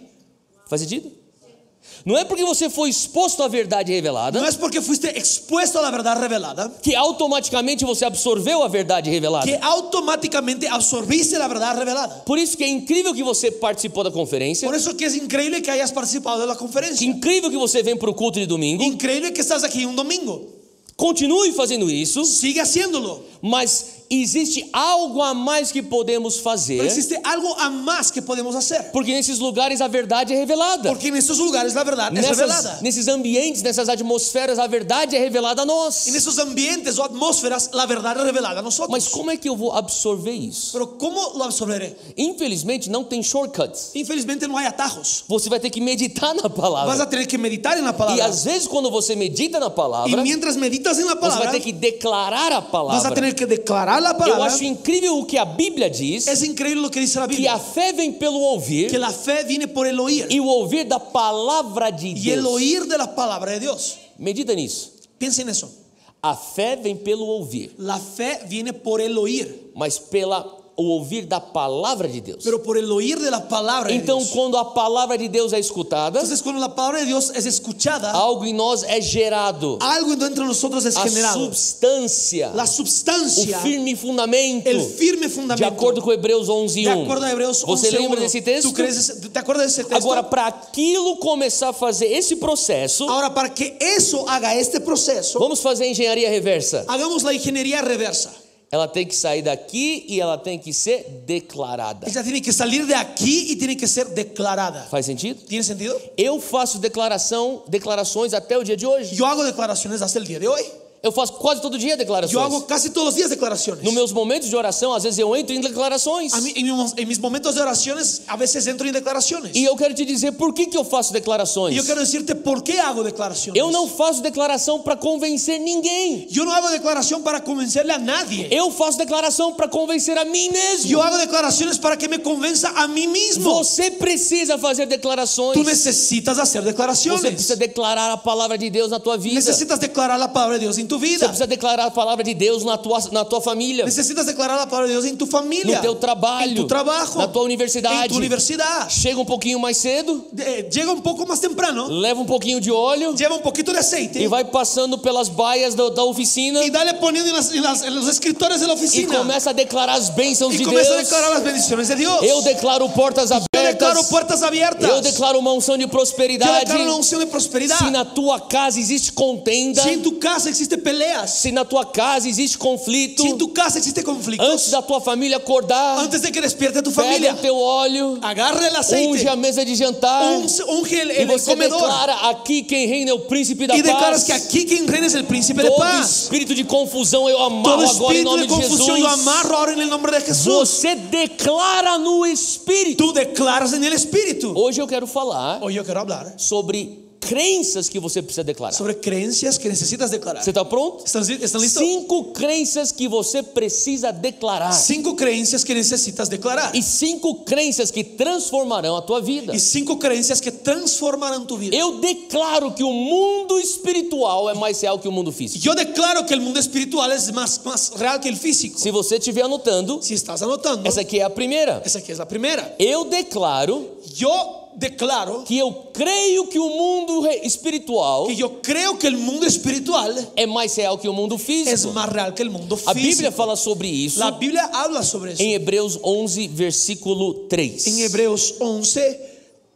[SPEAKER 2] Faz sentido? Não é porque você foi exposto à verdade
[SPEAKER 3] No
[SPEAKER 2] revelada
[SPEAKER 3] es porque fuiste expuesto a la verdad revelada
[SPEAKER 2] que automaticamente você absorveu a verdade
[SPEAKER 3] é- que
[SPEAKER 2] revelada.
[SPEAKER 3] automáticamente absorbiste la verdad revelada.
[SPEAKER 2] Por isso que é incrível que você participou da conferência,
[SPEAKER 3] Por eso que es increíble que hayas participado de la
[SPEAKER 2] que é
[SPEAKER 3] conferencia.
[SPEAKER 2] incrível que você vem para o culto de domingo.
[SPEAKER 3] Increíble que estás aquí un domingo.
[SPEAKER 2] Continue fazendo isso,
[SPEAKER 3] Sigue haciéndolo.
[SPEAKER 2] mas existe algo a mais que podemos
[SPEAKER 3] Pero
[SPEAKER 2] fazer,
[SPEAKER 3] existe algo a más que podemos hacer.
[SPEAKER 2] porque nesses lugares a verdade é revelada.
[SPEAKER 3] Porque en estos lugares la verdad es
[SPEAKER 2] Nessas-
[SPEAKER 3] É revelada.
[SPEAKER 2] nesses ambientes, nessas atmosferas, a verdade é revelada a
[SPEAKER 3] En
[SPEAKER 2] nós.
[SPEAKER 3] esos ambientes o atmósferas la verdad es revelada a nosotros.
[SPEAKER 2] Mas como é que eu vou absorver isso?
[SPEAKER 3] Pero ¿cómo lo absorberé?
[SPEAKER 2] Infelizmente, não tem shortcuts.
[SPEAKER 3] Infelizmente no hay atajos.
[SPEAKER 2] Você vai ter que meditar na
[SPEAKER 3] Vas
[SPEAKER 2] palavra.
[SPEAKER 3] a tener que meditar en la
[SPEAKER 2] E
[SPEAKER 3] palabra.
[SPEAKER 2] às vezes, quando você medita na
[SPEAKER 3] Y
[SPEAKER 2] palavra,
[SPEAKER 3] mientras meditas en la
[SPEAKER 2] você vai
[SPEAKER 3] palabra,
[SPEAKER 2] ter que declarar a
[SPEAKER 3] vas a
[SPEAKER 2] palavra.
[SPEAKER 3] tener que declarar la
[SPEAKER 2] Eu
[SPEAKER 3] palabra.
[SPEAKER 2] acho incrível o que a Bíblia diz:
[SPEAKER 3] Es increíble lo que dice la
[SPEAKER 2] que
[SPEAKER 3] Biblia.
[SPEAKER 2] a fé vem pelo ouvir
[SPEAKER 3] É que la fe viene por el oír
[SPEAKER 2] e o ouvir da palavra de
[SPEAKER 3] y el
[SPEAKER 2] Deus.
[SPEAKER 3] oír de la palabra de Dios.
[SPEAKER 2] Medita nisso.
[SPEAKER 3] Piensa en eso.
[SPEAKER 2] A fé vem pelo ouvir,
[SPEAKER 3] La fe viene por el oír,
[SPEAKER 2] mas pela o ouvir da palavra de Deus.
[SPEAKER 3] pero por el oír de la palabra de
[SPEAKER 2] Então,
[SPEAKER 3] Dios.
[SPEAKER 2] quando a palavra de Deus é escutada,
[SPEAKER 3] Entonces, cuando la palabra de Dios es escuchada,
[SPEAKER 2] algo em nós é gerado,
[SPEAKER 3] algo entre nosotros es
[SPEAKER 2] a
[SPEAKER 3] generado.
[SPEAKER 2] substância,
[SPEAKER 3] La
[SPEAKER 2] o
[SPEAKER 3] substancia,
[SPEAKER 2] firme fundamento,
[SPEAKER 3] el firme
[SPEAKER 2] de acordo
[SPEAKER 3] fundamento.
[SPEAKER 2] com Hebreus 11:1.
[SPEAKER 3] De acuerdo a Hebreos
[SPEAKER 2] Você
[SPEAKER 3] 11:1.
[SPEAKER 2] lembra desse texto?
[SPEAKER 3] ¿Tú crees ese- ¿Te acuerdas de ese texto?
[SPEAKER 2] Agora, para aquilo começar a fazer esse processo,
[SPEAKER 3] Ahora, para que eso haga este proceso,
[SPEAKER 2] vamos fazer a engenharia reversa.
[SPEAKER 3] hagamos la ingeniería reversa.
[SPEAKER 2] Ela tem que sair daqui e ela tem que ser declarada.
[SPEAKER 3] Ella tiene que salir de aquí y tiene que ser declarada.
[SPEAKER 2] Faz sentido?
[SPEAKER 3] ¿Tiene sentido?
[SPEAKER 2] Eu faço declaração, declarações até o dia de hoje.
[SPEAKER 3] Yo hago declaraciones hasta el día de hoy.
[SPEAKER 2] Eu faço quase todo dia
[SPEAKER 3] Yo
[SPEAKER 2] declarações.
[SPEAKER 3] hago casi todos los días declaraciones.
[SPEAKER 2] Nos meus momentos de oração, às vezes eu entro em declarações.
[SPEAKER 3] A mí, en, mis, en mis momentos de oraciones a veces entro en declaraciones.
[SPEAKER 2] E
[SPEAKER 3] Y
[SPEAKER 2] eu quero te dizer por que, que eu faço declarações.
[SPEAKER 3] yo quiero decirte por qué hago declaraciones.
[SPEAKER 2] Eu não faço declaração para convencer ninguém.
[SPEAKER 3] Yo no hago declaración para convencerle a nadie.
[SPEAKER 2] Eu faço declaração para convencer a mim mesmo.
[SPEAKER 3] Yo hago declaraciones para que me convenza a mí mismo.
[SPEAKER 2] Você precisa fazer declarações.
[SPEAKER 3] Tú necesitas hacer
[SPEAKER 2] Você
[SPEAKER 3] declaraciones.
[SPEAKER 2] precisa declarar a palavra de Deus na tua vida.
[SPEAKER 3] Necesitas declarar la palabra de Dios en tu tu
[SPEAKER 2] Você
[SPEAKER 3] vida.
[SPEAKER 2] precisa declarar a palavra de Deus na tua, na tua família,
[SPEAKER 3] Necesitas declarar a palavra de Dios en tu familia,
[SPEAKER 2] no teu trabalho,
[SPEAKER 3] en tu trabajo,
[SPEAKER 2] na tua
[SPEAKER 3] en
[SPEAKER 2] universidade.
[SPEAKER 3] tu universidad.
[SPEAKER 2] Chega um pouquinho mais cedo,
[SPEAKER 3] Eh, Llega un poco más temprano,
[SPEAKER 2] leva um pouquinho de óleo
[SPEAKER 3] lleva un poquito de aceite
[SPEAKER 2] e vai passando pelas baias da, da oficina
[SPEAKER 3] y dale poniendo en, las- en las- en los escritores de la
[SPEAKER 2] e
[SPEAKER 3] oficina
[SPEAKER 2] começa a declarar as bênçãos
[SPEAKER 3] y
[SPEAKER 2] de
[SPEAKER 3] comienza a
[SPEAKER 2] Deus.
[SPEAKER 3] declarar las bendiciones de Dios.
[SPEAKER 2] Eu declaro portas
[SPEAKER 3] Yo declaro
[SPEAKER 2] abertas.
[SPEAKER 3] puertas abiertas.
[SPEAKER 2] Eu declaro uma unção de
[SPEAKER 3] Yo
[SPEAKER 2] prosperidade.
[SPEAKER 3] declaro una unción de prosperidad.
[SPEAKER 2] Se na tua casa existe contenda,
[SPEAKER 3] Si en tu casa existe peleas,
[SPEAKER 2] se na tua casa existe conflito,
[SPEAKER 3] si en tu casa existe conflictos,
[SPEAKER 2] antes da tua família acordar,
[SPEAKER 3] antes de que despierte tu
[SPEAKER 2] pega
[SPEAKER 3] familia,
[SPEAKER 2] o teu óleo,
[SPEAKER 3] agarre el
[SPEAKER 2] unge a
[SPEAKER 3] aceite,
[SPEAKER 2] mesa de jantar
[SPEAKER 3] unge, unge el,
[SPEAKER 2] e
[SPEAKER 3] el
[SPEAKER 2] você
[SPEAKER 3] comedor
[SPEAKER 2] declara aqui quem reina é o príncipe da
[SPEAKER 3] y
[SPEAKER 2] paz.
[SPEAKER 3] declaras que aquí quien reina es el príncipe de
[SPEAKER 2] Todo
[SPEAKER 3] paz.
[SPEAKER 2] espírito de confusão eu
[SPEAKER 3] Todo
[SPEAKER 2] amarro agora em
[SPEAKER 3] espíritu
[SPEAKER 2] nome
[SPEAKER 3] de
[SPEAKER 2] de
[SPEAKER 3] confusión yo
[SPEAKER 2] Jesus.
[SPEAKER 3] amarro ahora en el nombre de Jesús.
[SPEAKER 2] Você declara no espírito.
[SPEAKER 3] Tú declaras en el espíritu.
[SPEAKER 2] Hoje eu quero falar
[SPEAKER 3] Hoy Oh, yo quiero hablar eh,
[SPEAKER 2] sobre crenças que você precisa declarar.
[SPEAKER 3] sobre creencias que necesitas declarar.
[SPEAKER 2] Você está pronto?
[SPEAKER 3] ¿Están, están listos?
[SPEAKER 2] Cinco crenças que você precisa declarar.
[SPEAKER 3] Cinco creencias que necesitas declarar
[SPEAKER 2] E cinco crenças que transformarão a tua vida.
[SPEAKER 3] y cinco creencias que transformarán tu vida.
[SPEAKER 2] Eu declaro que o mundo espiritual é mais real que o mundo físico.
[SPEAKER 3] Yo declaro que el mundo espiritual es más, más real que el físico.
[SPEAKER 2] Se você estiver anotando,
[SPEAKER 3] Si estás anotando,
[SPEAKER 2] essa aqui é a primeira.
[SPEAKER 3] esa aquí es la primera.
[SPEAKER 2] Eu declaro
[SPEAKER 3] Yo declaro
[SPEAKER 2] que eu creio que o mundo re- espiritual
[SPEAKER 3] que yo creo que el mundo espiritual
[SPEAKER 2] é mais real que o mundo
[SPEAKER 3] es
[SPEAKER 2] físico.
[SPEAKER 3] más real que el mundo
[SPEAKER 2] A Bíblia
[SPEAKER 3] físico.
[SPEAKER 2] fala sobre isso
[SPEAKER 3] La Biblia habla sobre eso.
[SPEAKER 2] em Hebreus 11, versículo 3.
[SPEAKER 3] En Hebreos 11,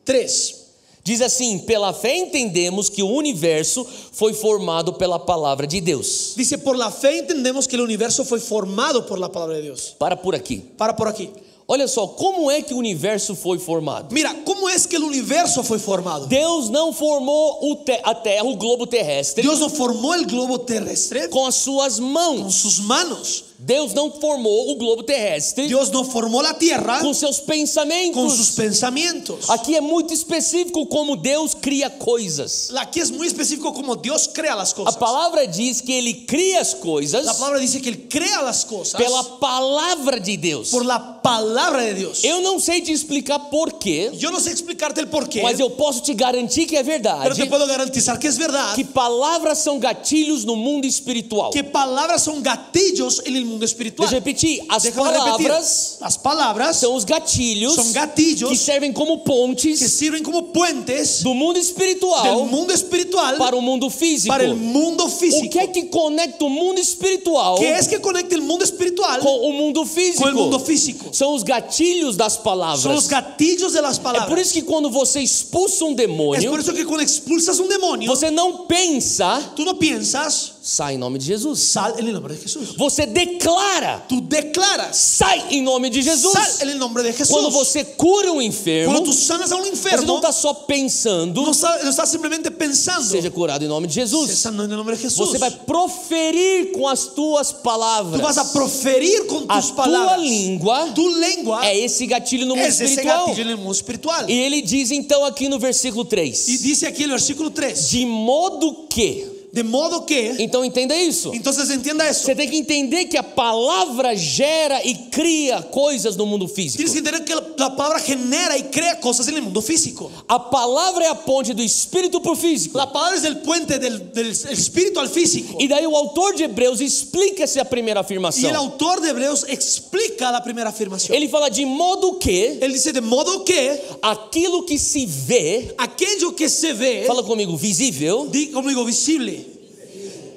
[SPEAKER 3] 3.
[SPEAKER 2] Diz assim: pela fé entendemos que o universo foi formado pela palavra de Deus.
[SPEAKER 3] Dice, por la fe entendemos que el universo fue formado por la palabra de Dios.
[SPEAKER 2] Para por aqui.
[SPEAKER 3] Para por aquí.
[SPEAKER 2] Olha só, como é que o universo foi formado?
[SPEAKER 3] Mira, ¿cómo es que el universo fue formado?
[SPEAKER 2] Deus não formou o te- a terra, o globo terrestre,
[SPEAKER 3] Dios no formó el globo terrestre
[SPEAKER 2] com as suas
[SPEAKER 3] con
[SPEAKER 2] mãos.
[SPEAKER 3] sus manos.
[SPEAKER 2] Deus não formou o globo terrestre
[SPEAKER 3] Dios no formó la tierra
[SPEAKER 2] com seus
[SPEAKER 3] con
[SPEAKER 2] pensamentos.
[SPEAKER 3] sus pensamientos.
[SPEAKER 2] Aqui é muito específico como Deus cria coisas.
[SPEAKER 3] Aquí es muy específico como Dios crea las
[SPEAKER 2] A
[SPEAKER 3] cosas.
[SPEAKER 2] palavra diz que ele cria as coisas
[SPEAKER 3] La palabra dice que Él crea las cosas
[SPEAKER 2] pela palavra de Deus.
[SPEAKER 3] por la palabra de Dios.
[SPEAKER 2] Eu não sei te explicar porquê,
[SPEAKER 3] Yo no sé explicarte el por qué,
[SPEAKER 2] mas eu posso te garantir que é
[SPEAKER 3] pero te
[SPEAKER 2] verdade
[SPEAKER 3] puedo garantizar que es verdad
[SPEAKER 2] que palavras são gatilhos no mundo espiritual.
[SPEAKER 3] que palabras son gatillos en el mundo espiritual.
[SPEAKER 2] Deixa eu repetir, as
[SPEAKER 3] Déjame repetir.
[SPEAKER 2] palavras
[SPEAKER 3] Las palabras
[SPEAKER 2] são os gatilhos
[SPEAKER 3] São
[SPEAKER 2] que
[SPEAKER 3] gatillos
[SPEAKER 2] servem como
[SPEAKER 3] que
[SPEAKER 2] pontes
[SPEAKER 3] sirven como puentes
[SPEAKER 2] do mundo
[SPEAKER 3] del
[SPEAKER 2] espiritual
[SPEAKER 3] mundo espiritual
[SPEAKER 2] para o mundo físico.
[SPEAKER 3] para el mundo
[SPEAKER 2] O que
[SPEAKER 3] físico.
[SPEAKER 2] é que conecta o mundo espiritual
[SPEAKER 3] ¿Qué es que conecta el mundo espiritual
[SPEAKER 2] com o mundo
[SPEAKER 3] con el mundo
[SPEAKER 2] físico?
[SPEAKER 3] físico?
[SPEAKER 2] São os gatilhos das
[SPEAKER 3] Son los
[SPEAKER 2] palavras.
[SPEAKER 3] gatillos de las
[SPEAKER 2] É por
[SPEAKER 3] palabras.
[SPEAKER 2] isso que quando você expulsa um
[SPEAKER 3] Es É por
[SPEAKER 2] demônio,
[SPEAKER 3] eso que cuando expulsas un demonio,
[SPEAKER 2] você não pensa,
[SPEAKER 3] tú no piensas,
[SPEAKER 2] sai em nome de Jesus.
[SPEAKER 3] sal en el nombre de Jesús.
[SPEAKER 2] Você declara
[SPEAKER 3] Tú declaras,
[SPEAKER 2] sai em nome de Jesus.
[SPEAKER 3] sal en el nombre de Jesús.
[SPEAKER 2] Quando você cura um enfermo,
[SPEAKER 3] Cuando tú sanas a un
[SPEAKER 2] você não
[SPEAKER 3] enfermo,
[SPEAKER 2] está só pensando,
[SPEAKER 3] no está- no estás simplemente pensando,
[SPEAKER 2] seja curado em nome de
[SPEAKER 3] se
[SPEAKER 2] Jesus.
[SPEAKER 3] sanó en el nombre de Jesús.
[SPEAKER 2] Você vai proferir com as tuas
[SPEAKER 3] Tú vas
[SPEAKER 2] palavras.
[SPEAKER 3] a proferir con
[SPEAKER 2] A
[SPEAKER 3] tus
[SPEAKER 2] tua
[SPEAKER 3] palabras.
[SPEAKER 2] língua
[SPEAKER 3] tu lengua
[SPEAKER 2] é esse gatilho no mundo
[SPEAKER 3] es ese
[SPEAKER 2] espiritual.
[SPEAKER 3] gatillo en el mundo espiritual.
[SPEAKER 2] E ele diz então aqui no versículo
[SPEAKER 3] Y
[SPEAKER 2] 3:
[SPEAKER 3] dice aquí el versículo 3,
[SPEAKER 2] De modo que.
[SPEAKER 3] de modo que,
[SPEAKER 2] Então entenda isso.
[SPEAKER 3] entonces entienda eso,
[SPEAKER 2] Você tem que entender que a palavra gera e cria coisas no mundo
[SPEAKER 3] tienes que
[SPEAKER 2] físico.
[SPEAKER 3] entender que la, la palabra genera y crea cosas en el mundo físico.
[SPEAKER 2] A palavra é a ponte do espírito para o físico.
[SPEAKER 3] La palabra es el puente del, del espíritu al físico.
[SPEAKER 2] E daí o autor de Hebreus explica essa primeira
[SPEAKER 3] Y el
[SPEAKER 2] afirmação.
[SPEAKER 3] autor de Hebreos explica la primera afirmación.
[SPEAKER 2] Ele fala de modo que
[SPEAKER 3] Él dice, de modo que
[SPEAKER 2] aquilo que se vê,
[SPEAKER 3] aquello que se ve,
[SPEAKER 2] fala comigo, visível,
[SPEAKER 3] di conmigo visible,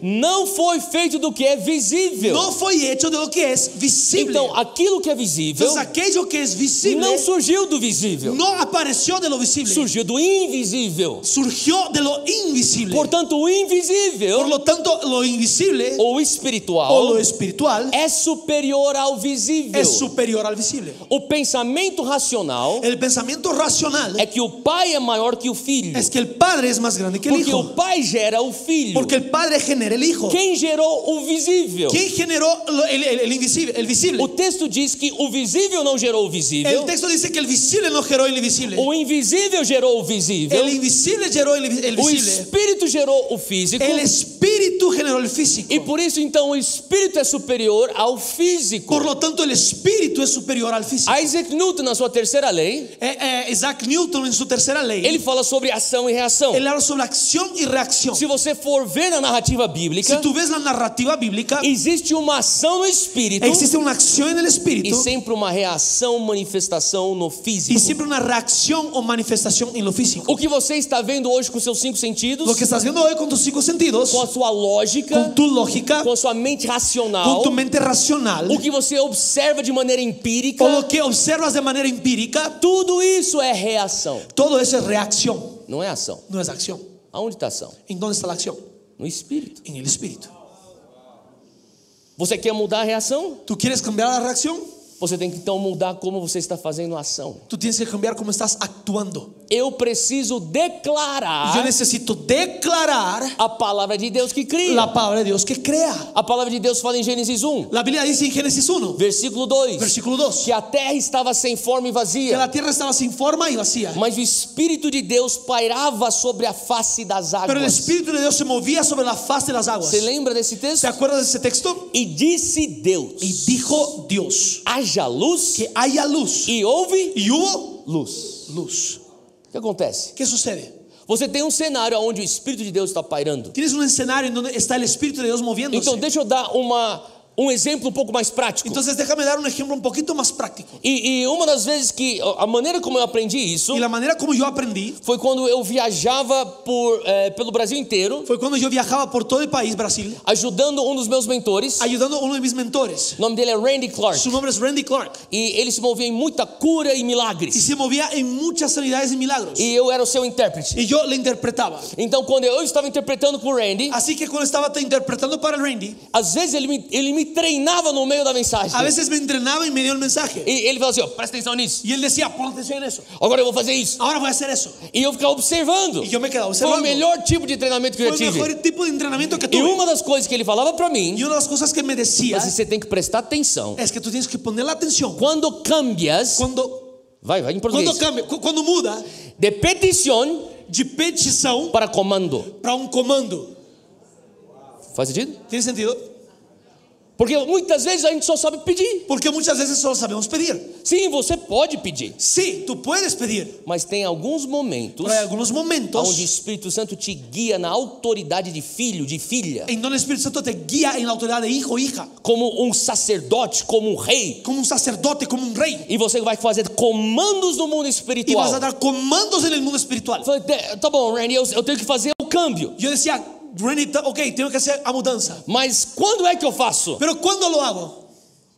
[SPEAKER 2] não foi feito do que é visível.
[SPEAKER 3] no fue hecho de lo que es visible.
[SPEAKER 2] Então, aquilo que é visível
[SPEAKER 3] Entonces aquello que es visible
[SPEAKER 2] não surgiu do visível,
[SPEAKER 3] no apareció de lo visible,
[SPEAKER 2] surgiu do invisível.
[SPEAKER 3] surgió de lo invisible.
[SPEAKER 2] Portanto, o
[SPEAKER 3] Por
[SPEAKER 2] invisível
[SPEAKER 3] lo tanto, lo invisible
[SPEAKER 2] ou
[SPEAKER 3] o
[SPEAKER 2] espiritual
[SPEAKER 3] lo É espiritual
[SPEAKER 2] é superior ao visível.
[SPEAKER 3] es superior al visible.
[SPEAKER 2] O pensamento racional
[SPEAKER 3] El pensamiento racional
[SPEAKER 2] é que o pai é maior que o filho,
[SPEAKER 3] es que el padre es más grande que el
[SPEAKER 2] porque o
[SPEAKER 3] hijo,
[SPEAKER 2] pai gera o filho.
[SPEAKER 3] porque el padre genera el hijo.
[SPEAKER 2] Quem gerou o visível?
[SPEAKER 3] ¿Quién generó lo- el, el- el invisible? El
[SPEAKER 2] O
[SPEAKER 3] visible.
[SPEAKER 2] texto diz que o visível não gerou o visível,
[SPEAKER 3] El texto dice que el visible no generó el invisible.
[SPEAKER 2] o invisível gerou o visível,
[SPEAKER 3] El invisible generó el, el
[SPEAKER 2] o
[SPEAKER 3] visible.
[SPEAKER 2] espírito gerou o físico
[SPEAKER 3] El espíritu generó el
[SPEAKER 2] E
[SPEAKER 3] físico.
[SPEAKER 2] por isso então o espírito é superior ao físico.
[SPEAKER 3] Por lo tanto, el espíritu es superior al físico.
[SPEAKER 2] Isaac Newton, na sua terceira lei,
[SPEAKER 3] Eh, eh, Isaac Newton en su tercera ley,
[SPEAKER 2] ele fala sobre ação e reação.
[SPEAKER 3] él habla sobre acción y reacción.
[SPEAKER 2] Se você for ver a narrativa bíblica,
[SPEAKER 3] Si tú ves la narrativa bíblica,
[SPEAKER 2] existe uma ação no espírito
[SPEAKER 3] existe una acción en el
[SPEAKER 2] e
[SPEAKER 3] espíritu
[SPEAKER 2] sempre uma reação, manifestação no
[SPEAKER 3] y
[SPEAKER 2] físico.
[SPEAKER 3] siempre una reacción o manifestación en lo físico.
[SPEAKER 2] O que você está vendo hoje com seus cinco
[SPEAKER 3] Lo
[SPEAKER 2] sentidos,
[SPEAKER 3] que estás viendo hoy con tus cinco sentidos,
[SPEAKER 2] com a sua lógica,
[SPEAKER 3] con tu lógica,
[SPEAKER 2] com a sua mente racional,
[SPEAKER 3] con tu mente racional,
[SPEAKER 2] o que você observa de maneira empírica,
[SPEAKER 3] o lo que observas de manera empírica,
[SPEAKER 2] tudo isso é reação,
[SPEAKER 3] todo eso es reacción,
[SPEAKER 2] não é ação.
[SPEAKER 3] no es acción.
[SPEAKER 2] Aonde está a ação?
[SPEAKER 3] ¿En dónde está la acción?
[SPEAKER 2] No espírito.
[SPEAKER 3] En el espíritu.
[SPEAKER 2] Você quer mudar a reação?
[SPEAKER 3] ¿Tú quieres cambiar la reacción?
[SPEAKER 2] Você tem que então mudar como você está fazendo a ação.
[SPEAKER 3] Tú tienes que cambiar cómo estás actuando.
[SPEAKER 2] Eu preciso declarar
[SPEAKER 3] Yo necesito declarar
[SPEAKER 2] a palavra de Deus que cria.
[SPEAKER 3] la palabra de Dios que crea.
[SPEAKER 2] A palavra de Deus fala em Gênesis 1,
[SPEAKER 3] La Biblia dice en Génesis 1,
[SPEAKER 2] versículo 2,
[SPEAKER 3] versículo 2,
[SPEAKER 2] que a terra estava sem forma e
[SPEAKER 3] que
[SPEAKER 2] vazia,
[SPEAKER 3] la tierra estaba sin forma y vacía.
[SPEAKER 2] mas o Espírito de Deus pairava sobre a face das
[SPEAKER 3] Pero el
[SPEAKER 2] águas.
[SPEAKER 3] Espíritu de Dios se movía sobre la faz de las aguas.
[SPEAKER 2] Você lembra desse texto?
[SPEAKER 3] ¿Se acuerdan de ese texto?
[SPEAKER 2] E disse Deus:
[SPEAKER 3] Y dijo Dios
[SPEAKER 2] haja luz
[SPEAKER 3] que haya luz.
[SPEAKER 2] e houve
[SPEAKER 3] Y hubo
[SPEAKER 2] luz.
[SPEAKER 3] luz.
[SPEAKER 2] O que acontece?
[SPEAKER 3] ¿Quê sucede?
[SPEAKER 2] Você tem um cenário onde o Espírito de Deus está pairando.
[SPEAKER 3] Tienes un escenario en donde está el Espíritu de Dios moviéndose.
[SPEAKER 2] Então, deixa eu dar uma, um exemplo um pouco mais prático.
[SPEAKER 3] Entonces déjame dar un ejemplo un poquito más práctico.
[SPEAKER 2] E, e uma das vezes que a maneira como eu aprendi isso
[SPEAKER 3] Y la manera como yo aprendí
[SPEAKER 2] foi quando eu viajava por, eh, pelo Brasil inteiro,
[SPEAKER 3] fue cuando yo viajaba por todo el país, Brasil,
[SPEAKER 2] ajudando um dos meus mentores.
[SPEAKER 3] ayudando a uno de mis mentores.
[SPEAKER 2] O nome dele é Randy Clark.
[SPEAKER 3] Su nombre es Randy Clark.
[SPEAKER 2] E ele se movia em muita cura e
[SPEAKER 3] Y
[SPEAKER 2] milagres.
[SPEAKER 3] se movía en muchas sanidades y milagros.
[SPEAKER 2] E eu era o seu intérprete.
[SPEAKER 3] Y yo le interpretaba.
[SPEAKER 2] Então, quando eu estava interpretando com o Randy,
[SPEAKER 3] Así que cuando estaba interpretando para Randy,
[SPEAKER 2] às vezes ele me, ele me treinava no meio da mensagem.
[SPEAKER 3] a veces me entrenaba y me dio el mensaje.
[SPEAKER 2] E ele falava assim: ó, presta atenção nisso.
[SPEAKER 3] Y él decía, pon atención en eso.
[SPEAKER 2] Agora eu vou fazer isso.
[SPEAKER 3] Ahora voy a hacer eso.
[SPEAKER 2] E eu ficava observando.
[SPEAKER 3] Y yo me quedaba
[SPEAKER 2] Foi o
[SPEAKER 3] é observando.
[SPEAKER 2] melhor tipo de treinamento que eu já
[SPEAKER 3] Fue el
[SPEAKER 2] tive.
[SPEAKER 3] mejor tipo de entrenamiento que
[SPEAKER 2] E
[SPEAKER 3] tuve.
[SPEAKER 2] uma das coisas que ele falava pra
[SPEAKER 3] Y
[SPEAKER 2] mim,
[SPEAKER 3] una de las cosas que me decía
[SPEAKER 2] mas você tem que prestar atenção.
[SPEAKER 3] es que tú tienes que poner la atención.
[SPEAKER 2] Quando cambias,
[SPEAKER 3] Cuando,
[SPEAKER 2] vai, vai em
[SPEAKER 3] cuando
[SPEAKER 2] português.
[SPEAKER 3] cambia, cu- cuando muda
[SPEAKER 2] De petição
[SPEAKER 3] de petición
[SPEAKER 2] para comando.
[SPEAKER 3] para un comando.
[SPEAKER 2] Faz sentido?
[SPEAKER 3] ¿Tiene sentido?
[SPEAKER 2] Porque muitas vezes a gente só sabe pedir.
[SPEAKER 3] Porque muchas veces solo sabemos pedir.
[SPEAKER 2] Sim, você pode pedir,
[SPEAKER 3] Sí, tú puedes pedir,
[SPEAKER 2] mas tem alguns momentos
[SPEAKER 3] pero hay algunos
[SPEAKER 2] onde o
[SPEAKER 3] momentos
[SPEAKER 2] Espírito Santo te guia na autoridade de filho, de filha,
[SPEAKER 3] en donde el Espíritu Santo te guía en la autoridad de hijo o hija,
[SPEAKER 2] como um sacerdote, como um rei,
[SPEAKER 3] como un sacerdote, como un rey.
[SPEAKER 2] e você vai fazer comandos no mundo
[SPEAKER 3] Y vas a
[SPEAKER 2] espiritual.
[SPEAKER 3] dar comandos en el mundo espiritual.
[SPEAKER 2] Falei, "Te- tá bom, Randy, eu, eu tenho que fazer o câmbio,
[SPEAKER 3] Yo decía, Renny, ta- ok, tengo que hacer a mudanza.
[SPEAKER 2] mas quando é que eu faço?
[SPEAKER 3] Pero ¿cuándo lo hago?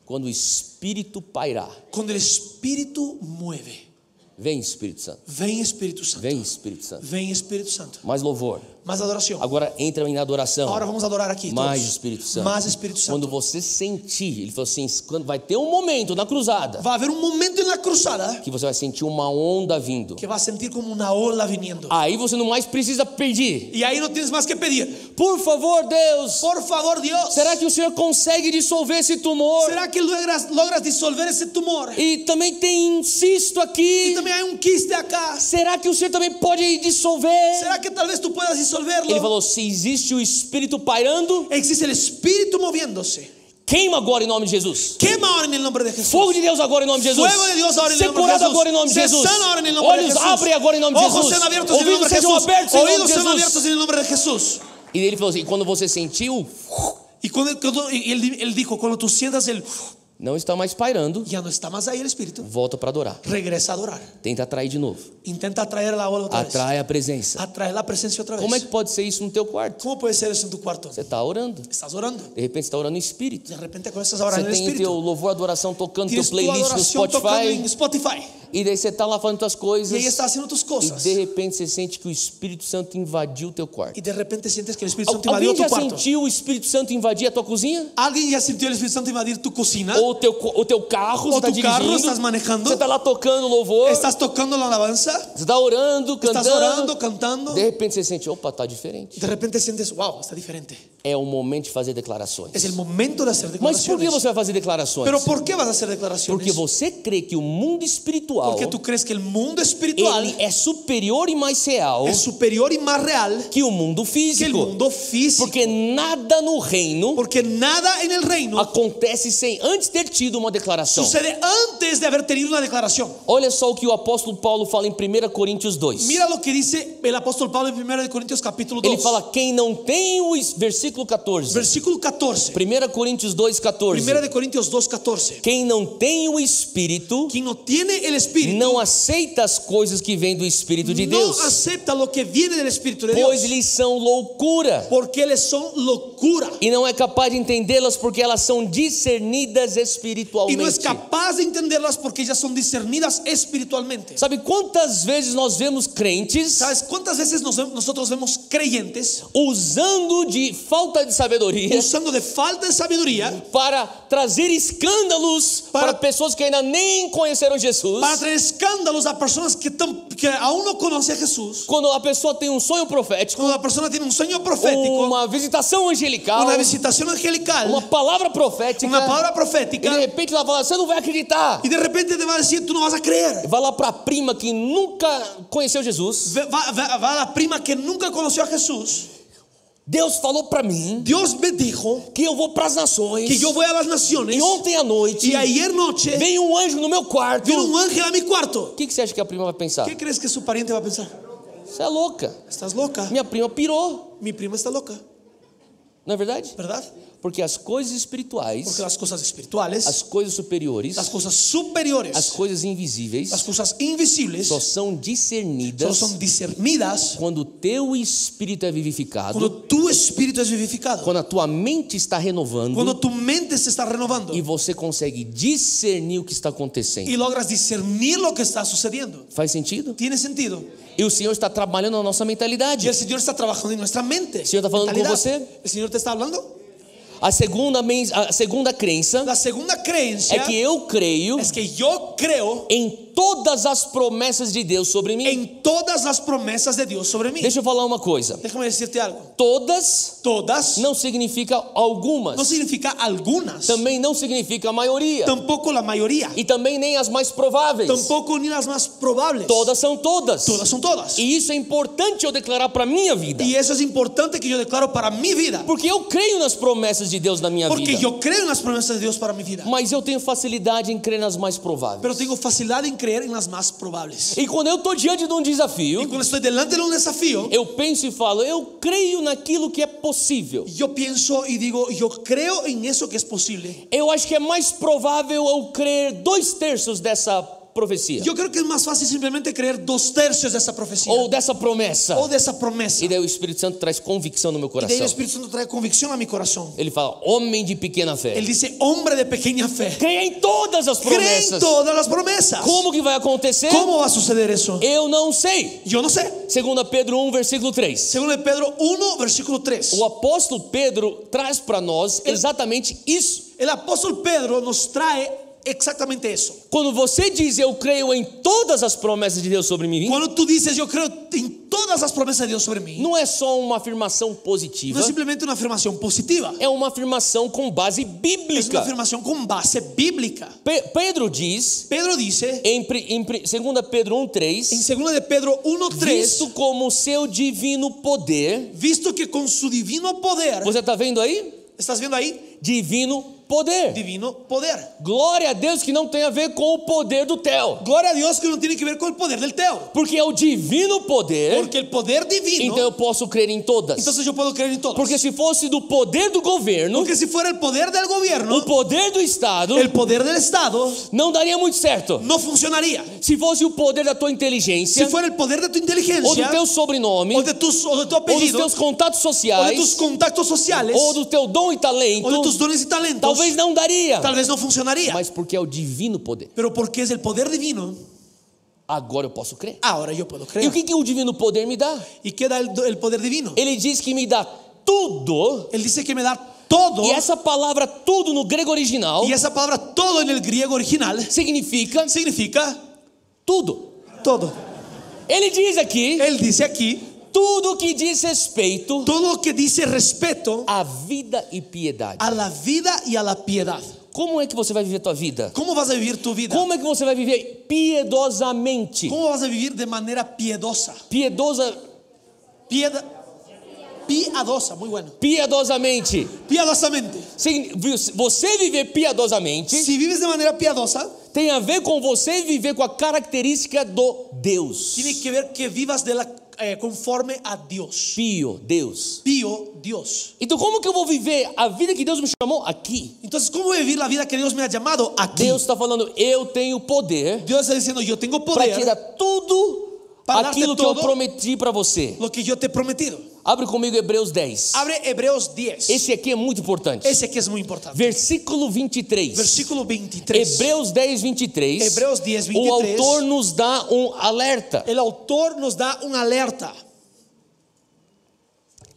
[SPEAKER 2] Quando o Espírito pairar.
[SPEAKER 3] Cuando el Espíritu mueve.
[SPEAKER 2] Vem, Espírito Santo.
[SPEAKER 3] Ven Espíritu Santo.
[SPEAKER 2] Vem, Espírito Santo.
[SPEAKER 3] Ven Espíritu Santo.
[SPEAKER 2] Mais louvor.
[SPEAKER 3] Más adoración.
[SPEAKER 2] Agora entra em adoração.
[SPEAKER 3] Ahora vamos a adorar aquí. todos.
[SPEAKER 2] Mais Espírito Santo.
[SPEAKER 3] Más Espíritu Santo.
[SPEAKER 2] Quando você sentir, ele falou assim, quando vai ter um momento na cruzada
[SPEAKER 3] Va a haber un momento en la cruzada
[SPEAKER 2] que você vai sentir uma onda vindo.
[SPEAKER 3] que vas a sentir como una ola viniendo.
[SPEAKER 2] Aí você não mais precisa pedir.
[SPEAKER 3] Y ahí no tienes más que pedir.
[SPEAKER 2] Por favor, Deus,
[SPEAKER 3] Por favor, Dios.
[SPEAKER 2] será que o Senhor consegue dissolver esse tumor?
[SPEAKER 3] ¿Será que logras, logras disolver ese tumor?
[SPEAKER 2] E também tem um cisto
[SPEAKER 3] Y
[SPEAKER 2] aqui.
[SPEAKER 3] también hay un quiste acá.
[SPEAKER 2] Será que o Senhor também pode dissolver?
[SPEAKER 3] ¿Será que tal vez tú puedas
[SPEAKER 2] Ele
[SPEAKER 3] disolverlo?
[SPEAKER 2] falou: se existe o Espírito pairando,
[SPEAKER 3] Existe el Espíritu moviéndose.
[SPEAKER 2] queima agora em nome de Jesus.
[SPEAKER 3] Quema ahora en el nombre de Jesús.
[SPEAKER 2] Fogo de Deus agora em nome de Jesus.
[SPEAKER 3] Fuego de Dios ahora en el
[SPEAKER 2] Ser
[SPEAKER 3] nombre de
[SPEAKER 2] curado
[SPEAKER 3] Jesús.
[SPEAKER 2] agora em nome de
[SPEAKER 3] Ser
[SPEAKER 2] Jesus.
[SPEAKER 3] sano ahora en el nombre de
[SPEAKER 2] Olhos
[SPEAKER 3] Jesús.
[SPEAKER 2] abrem agora em nome de
[SPEAKER 3] Ojos
[SPEAKER 2] Jesus.
[SPEAKER 3] sean abiertos en el
[SPEAKER 2] Ouvidos
[SPEAKER 3] nombre de
[SPEAKER 2] sejam
[SPEAKER 3] Jesús.
[SPEAKER 2] abertos em nome
[SPEAKER 3] Oídos
[SPEAKER 2] de
[SPEAKER 3] sean abiertos
[SPEAKER 2] Jesus.
[SPEAKER 3] en el nombre de Jesús.
[SPEAKER 2] E ele falou assim: quando você sentiu,
[SPEAKER 3] Y, cuando, cuando- y él, él dijo, cuando tú sientas el...
[SPEAKER 2] não está mais pairando,
[SPEAKER 3] Ya no está más ahí el Espíritu.
[SPEAKER 2] volta para adorar.
[SPEAKER 3] Regresa a adorar.
[SPEAKER 2] Tenta atrair de novo.
[SPEAKER 3] Intenta atraer la ola otra
[SPEAKER 2] Atrai a presença.
[SPEAKER 3] vez. Atrae la presencia otra vez.
[SPEAKER 2] Como é que pode ser isso no teu quarto?
[SPEAKER 3] ¿Cómo puede ser eso en tu cuarto?
[SPEAKER 2] Você está orando.
[SPEAKER 3] Estás orando.
[SPEAKER 2] De repente você está orando em espírito.
[SPEAKER 3] De repente comienzas a orar
[SPEAKER 2] Você
[SPEAKER 3] en el
[SPEAKER 2] tem teu
[SPEAKER 3] Espíritu.
[SPEAKER 2] louvor, adoração tocando, teu
[SPEAKER 3] Tienes tu
[SPEAKER 2] playlist no
[SPEAKER 3] adoración tocando en
[SPEAKER 2] Spotify.
[SPEAKER 3] Spotify.
[SPEAKER 2] E daí você está lá falando tuas
[SPEAKER 3] Y ahí
[SPEAKER 2] coisas.
[SPEAKER 3] estás haciendo tus
[SPEAKER 2] E
[SPEAKER 3] cosas.
[SPEAKER 2] de repente você sente que o Espírito Santo invadiu o teu quarto.
[SPEAKER 3] Y de repente sientes que el Espíritu
[SPEAKER 2] Al-
[SPEAKER 3] Santo invadió
[SPEAKER 2] Alguém
[SPEAKER 3] tu
[SPEAKER 2] já
[SPEAKER 3] cuarto.
[SPEAKER 2] sentiu o Espírito Santo invadir a tua cozinha?
[SPEAKER 3] ¿Alguien ya sintió el Espíritu Santo invadir tu cocina?
[SPEAKER 2] Ou o teu, co- o teu carro?
[SPEAKER 3] Ou
[SPEAKER 2] você tá
[SPEAKER 3] tu carro,
[SPEAKER 2] dirigindo,
[SPEAKER 3] estás manejando?
[SPEAKER 2] Você está lá tocando louvor,
[SPEAKER 3] ¿Estás tocando la alabanza?
[SPEAKER 2] você está orando, Oh.
[SPEAKER 3] ¿Estás
[SPEAKER 2] cantando.
[SPEAKER 3] orando, cantando?
[SPEAKER 2] De repente você sente, opa, tá diferente.
[SPEAKER 3] De repente sientes, wow, está diferente.
[SPEAKER 2] É o momento de fazer declarações.
[SPEAKER 3] Es el é momento de hacer
[SPEAKER 2] Mas por que
[SPEAKER 3] declaraciones.
[SPEAKER 2] você vai fazer declarações?
[SPEAKER 3] Pero ¿por qué vas a hacer declaraciones?
[SPEAKER 2] Porque você crê que o mundo espiritual,
[SPEAKER 3] Porque tú crees que el mundo
[SPEAKER 2] ele
[SPEAKER 3] espiritual né?
[SPEAKER 2] é superior e mais real
[SPEAKER 3] es superior y más real
[SPEAKER 2] que o mundo
[SPEAKER 3] que el
[SPEAKER 2] físico.
[SPEAKER 3] mundo físico.
[SPEAKER 2] Porque nada no reino
[SPEAKER 3] Porque nada en el reino
[SPEAKER 2] acontece sem antes ter tido uma declaração.
[SPEAKER 3] sucede antes de haber tenido una declaración.
[SPEAKER 2] Olha só o que o apóstolo Paulo fala em 1 Coríntios 2.
[SPEAKER 3] Mira lo que dice el apóstol Pablo en 1 de Corintios capítulo
[SPEAKER 2] Ele
[SPEAKER 3] 2,
[SPEAKER 2] fala: quem não tem o es- versículo 14.
[SPEAKER 3] versículo 14.
[SPEAKER 2] 1 Coríntios 2, 14.
[SPEAKER 3] 1 de Corintios 2, 14.
[SPEAKER 2] Quem não tem o espírito
[SPEAKER 3] Quien no tiene el espíritu
[SPEAKER 2] não aceita as coisas que vêm do espírito de
[SPEAKER 3] no
[SPEAKER 2] Deus,
[SPEAKER 3] acepta lo que viene del espíritu de
[SPEAKER 2] pois
[SPEAKER 3] Dios
[SPEAKER 2] lhes são loucura
[SPEAKER 3] porque les son locura
[SPEAKER 2] e não é capaz de entendê-las porque elas são discernidas
[SPEAKER 3] y no es
[SPEAKER 2] espiritualmente.
[SPEAKER 3] é capaz de entenderlas porque ellas son discernidas espiritualmente.
[SPEAKER 2] Sabe quantas vezes nós vemos crentes
[SPEAKER 3] ¿Sabes cuántas veces nos- nosotros vemos creyentes
[SPEAKER 2] usando de falta de sabedoria
[SPEAKER 3] usando de falta de sabiduría
[SPEAKER 2] para trazer escândalos para,
[SPEAKER 3] Para-
[SPEAKER 2] pessoas que ainda nem conheceram Jesus?
[SPEAKER 3] para traer escándalos a personas que, tam- que aún no conocen a Jesús?
[SPEAKER 2] Quando a pessoa tem um sonho profético,
[SPEAKER 3] Cuando la persona tiene un sueño profético,
[SPEAKER 2] uma visitação angelical,
[SPEAKER 3] una visitación angelical,
[SPEAKER 2] uma palavra profética,
[SPEAKER 3] una palabra
[SPEAKER 2] e de
[SPEAKER 3] profética
[SPEAKER 2] repente ela fala: você não vai acreditar.
[SPEAKER 3] y de repente te va a decir, tú no vas a creer.
[SPEAKER 2] Vai lá para a prima que nunca conheceu Jesus.
[SPEAKER 3] Ve- Va, va- va la prima que nunca conoció a Jesús.
[SPEAKER 2] Deus falou para mim
[SPEAKER 3] Dios me dijo
[SPEAKER 2] que eu vou para as nações.
[SPEAKER 3] que yo voy a las
[SPEAKER 2] E
[SPEAKER 3] naciones
[SPEAKER 2] ontem à noite
[SPEAKER 3] y ayer noche
[SPEAKER 2] veio um anjo no meu quarto.
[SPEAKER 3] vino un ángel a mi cuarto.
[SPEAKER 2] O que, que você acha que a prima vai pensar?
[SPEAKER 3] ¿Qué crees um que su pariente va a pensar?
[SPEAKER 2] Você é louca.
[SPEAKER 3] Estás loca.
[SPEAKER 2] Minha prima pirou,
[SPEAKER 3] Mi prima está loca,
[SPEAKER 2] não é verdade?
[SPEAKER 3] ¿verdad?
[SPEAKER 2] Porque as coisas espirituais,
[SPEAKER 3] Porque las cosas espirituales,
[SPEAKER 2] as coisas superiores,
[SPEAKER 3] las cosas
[SPEAKER 2] as
[SPEAKER 3] superiores,
[SPEAKER 2] coisas
[SPEAKER 3] las
[SPEAKER 2] invisíveis
[SPEAKER 3] cosas invisibles
[SPEAKER 2] só são
[SPEAKER 3] solo
[SPEAKER 2] discernidas
[SPEAKER 3] son discernidas
[SPEAKER 2] quando o teu espírito é vivificado,
[SPEAKER 3] cuando tu espíritu es vivificado,
[SPEAKER 2] quando a tua mente está renovando
[SPEAKER 3] cuando tu mente se está renovando
[SPEAKER 2] e você consegue discernir o que está acontecendo.
[SPEAKER 3] y logras discernir lo que está sucediendo.
[SPEAKER 2] Faz sentido?
[SPEAKER 3] Tiene sentido.
[SPEAKER 2] E o Senhor está trabalhando na nossa
[SPEAKER 3] Y
[SPEAKER 2] mentalidade.
[SPEAKER 3] el Señor está trabajando en nuestra mente. El
[SPEAKER 2] Señor está hablando con usted.
[SPEAKER 3] El Señor te está hablando.
[SPEAKER 2] A segunda, men- a segunda crença
[SPEAKER 3] La segunda
[SPEAKER 2] é
[SPEAKER 3] creencia
[SPEAKER 2] que eu creio
[SPEAKER 3] es que yo creo
[SPEAKER 2] em todas as promessas de Deus sobre mim.
[SPEAKER 3] en todas las promesas de Dios sobre mí.
[SPEAKER 2] Deixa eu falar uma coisa.
[SPEAKER 3] Déjame decirte algo.
[SPEAKER 2] Todas
[SPEAKER 3] Todas no,
[SPEAKER 2] não significa algumas.
[SPEAKER 3] significa algunas.
[SPEAKER 2] Também não significa a maioria.
[SPEAKER 3] Tampoco la mayoría.
[SPEAKER 2] E também nem as mais prováveis.
[SPEAKER 3] Tampoco ni las más probables.
[SPEAKER 2] Todas são todas.
[SPEAKER 3] Todas son todas.
[SPEAKER 2] E isso é importante eu declarar para minha vida.
[SPEAKER 3] Y eso es importante que yo declaro para mi vida.
[SPEAKER 2] Porque eu creio nas promessas de Deus na minha
[SPEAKER 3] Porque
[SPEAKER 2] vida.
[SPEAKER 3] yo creo en las promesas de Dios para mi vida.
[SPEAKER 2] Mas eu tenho facilidade em crer nas mais prováveis.
[SPEAKER 3] Pero tengo facilidad en creer en las más probables.
[SPEAKER 2] E quando eu estou diante de um
[SPEAKER 3] Y
[SPEAKER 2] desafio,
[SPEAKER 3] cuando estoy delante de un desafío,
[SPEAKER 2] eu penso e falo, eu creio naquilo que é possível.
[SPEAKER 3] yo pienso y digo, yo creo en eso que es posible.
[SPEAKER 2] Eu acho que é mais provável eu crer dois terços dessa profecia.
[SPEAKER 3] Yo creo que es más fácil simplemente creer dos tercios de esa profecía
[SPEAKER 2] Ou dessa promessa.
[SPEAKER 3] o de esa promesa.
[SPEAKER 2] E
[SPEAKER 3] Oh, Y
[SPEAKER 2] daí o Espírito Santo traz convicção no meu
[SPEAKER 3] de ahí el
[SPEAKER 2] coração.
[SPEAKER 3] Espíritu Santo trae convicción a mi corazón.
[SPEAKER 2] Ele fala, homem de pequena fé.
[SPEAKER 3] Él dice, hombre de pequeña fe,
[SPEAKER 2] Creia em todas as
[SPEAKER 3] cree en
[SPEAKER 2] promessas.
[SPEAKER 3] todas las promesas.
[SPEAKER 2] Como que vai acontecer?
[SPEAKER 3] ¿Cómo va a suceder eso?
[SPEAKER 2] Eu não sei.
[SPEAKER 3] Yo no sé.
[SPEAKER 2] Segundo Pedro 1, versículo 3.
[SPEAKER 3] Según el Pedro 1, versículo 3.
[SPEAKER 2] O apóstolo Pedro traz para nós exatamente isso.
[SPEAKER 3] El apóstol Pedro nos trae exactamente eso.
[SPEAKER 2] Quando você diz eu creio em todas as promessas de Deus sobre mim,
[SPEAKER 3] Cuando tú dices, yo creo en todas las promesas de Dios sobre mí,
[SPEAKER 2] não é só uma afirmação
[SPEAKER 3] no
[SPEAKER 2] positiva,
[SPEAKER 3] es simplemente una afirmación positiva,
[SPEAKER 2] é uma afirmação com base
[SPEAKER 3] es una
[SPEAKER 2] bíblica.
[SPEAKER 3] afirmação con base bíblica.
[SPEAKER 2] Pe- Pedro diz
[SPEAKER 3] Pedro dice
[SPEAKER 2] em, pri- em pri- 2 Pedro 1:3,
[SPEAKER 3] en 2 de Pedro 1:3,
[SPEAKER 2] visto como seu divino poder,
[SPEAKER 3] visto que con su divino poder,
[SPEAKER 2] você está vendo aí?
[SPEAKER 3] ¿estás viendo ahí?
[SPEAKER 2] Divino poder.
[SPEAKER 3] Divino poder.
[SPEAKER 2] Glória a Deus que não tem a ver com o poder do Theo,
[SPEAKER 3] Gloria a Dios que no tiene que ver con el poder del Teo,
[SPEAKER 2] porque é o divino poder,
[SPEAKER 3] porque el poder divino,
[SPEAKER 2] então eu posso crer em todas.
[SPEAKER 3] entonces yo puedo creer en todo.
[SPEAKER 2] Porque se fosse do poder do governo,
[SPEAKER 3] Porque si fuera el poder del
[SPEAKER 2] o
[SPEAKER 3] gobierno,
[SPEAKER 2] poder do Estado,
[SPEAKER 3] el poder del Estado
[SPEAKER 2] não daria muito certo.
[SPEAKER 3] no funcionaría.
[SPEAKER 2] Se fosse o poder da tua inteligência,
[SPEAKER 3] Si fuera el poder de tu
[SPEAKER 2] ou do
[SPEAKER 3] inteligencia,
[SPEAKER 2] teu sobrenome,
[SPEAKER 3] o de tus- o de tu
[SPEAKER 2] ou dos
[SPEAKER 3] apellido,
[SPEAKER 2] teus contatos
[SPEAKER 3] o de tus
[SPEAKER 2] sociais,
[SPEAKER 3] contactos sociales
[SPEAKER 2] ou do teu dom e
[SPEAKER 3] o de tus
[SPEAKER 2] talento,
[SPEAKER 3] dones y talentos,
[SPEAKER 2] talvez não daria.
[SPEAKER 3] tal vez no funcionaría.
[SPEAKER 2] Mas porque é o divino poder.
[SPEAKER 3] Pero porque es el poder divino,
[SPEAKER 2] Agora eu posso crer.
[SPEAKER 3] ahora yo puedo
[SPEAKER 2] E o
[SPEAKER 3] creer.
[SPEAKER 2] que, que o divino poder me dá?
[SPEAKER 3] ¿Y qué da el, el poder divino?
[SPEAKER 2] Ele diz que me dá tudo.
[SPEAKER 3] Él dice que me da todo.
[SPEAKER 2] E essa palavra tudo no grego original
[SPEAKER 3] Y esa palabra todo en el griego original
[SPEAKER 2] significa
[SPEAKER 3] significa
[SPEAKER 2] tudo.
[SPEAKER 3] todo.
[SPEAKER 2] Ele diz aqui
[SPEAKER 3] Él dice aquí,
[SPEAKER 2] tudo que diz respeito
[SPEAKER 3] todo lo que dice respeto
[SPEAKER 2] à vida e piedade.
[SPEAKER 3] a la vida y a la piedad.
[SPEAKER 2] Como é que você vai viver a tua vida?
[SPEAKER 3] ¿Cómo vas a vivir tu vida?
[SPEAKER 2] Como é que você vai viver piedosamente?
[SPEAKER 3] ¿Cómo vas a vivir de manera piedosa?
[SPEAKER 2] Piedosa,
[SPEAKER 3] Pieda, piadosa, muy bueno.
[SPEAKER 2] piedosamente.
[SPEAKER 3] Piadosamente.
[SPEAKER 2] Signi- vi- Você viver piedosamente
[SPEAKER 3] Si vives de manera piadosa,
[SPEAKER 2] tem a ver com você viver com a característica do Deus.
[SPEAKER 3] tiene que ver que vivas de la, eh, conforme a Dios.
[SPEAKER 2] Pio, Deus.
[SPEAKER 3] Pío Dios.
[SPEAKER 2] Então como que eu vou viver a vida que Deus me chamou aqui?
[SPEAKER 3] Entonces, ¿cómo vivir la vida que Dios me ha llamado aquí?
[SPEAKER 2] Deus está falando, eu tenho poder
[SPEAKER 3] Dios está diciendo, yo tengo
[SPEAKER 2] para
[SPEAKER 3] poder,
[SPEAKER 2] tirar tudo
[SPEAKER 3] Para dar-te
[SPEAKER 2] aquilo que eu
[SPEAKER 3] todo.
[SPEAKER 2] prometi para você.
[SPEAKER 3] lo que yo te he prometido.
[SPEAKER 2] Abre comigo Hebreus 10.
[SPEAKER 3] Abre Hebreos 10.
[SPEAKER 2] Esse aqui é muito importante.
[SPEAKER 3] Ese que es muy importante.
[SPEAKER 2] Versículo 23.
[SPEAKER 3] Versículo 23.
[SPEAKER 2] Hebreus 10, 23.
[SPEAKER 3] Hebreus 10,
[SPEAKER 2] O
[SPEAKER 3] 23.
[SPEAKER 2] autor nos dá um alerta.
[SPEAKER 3] El autor nos da una alerta.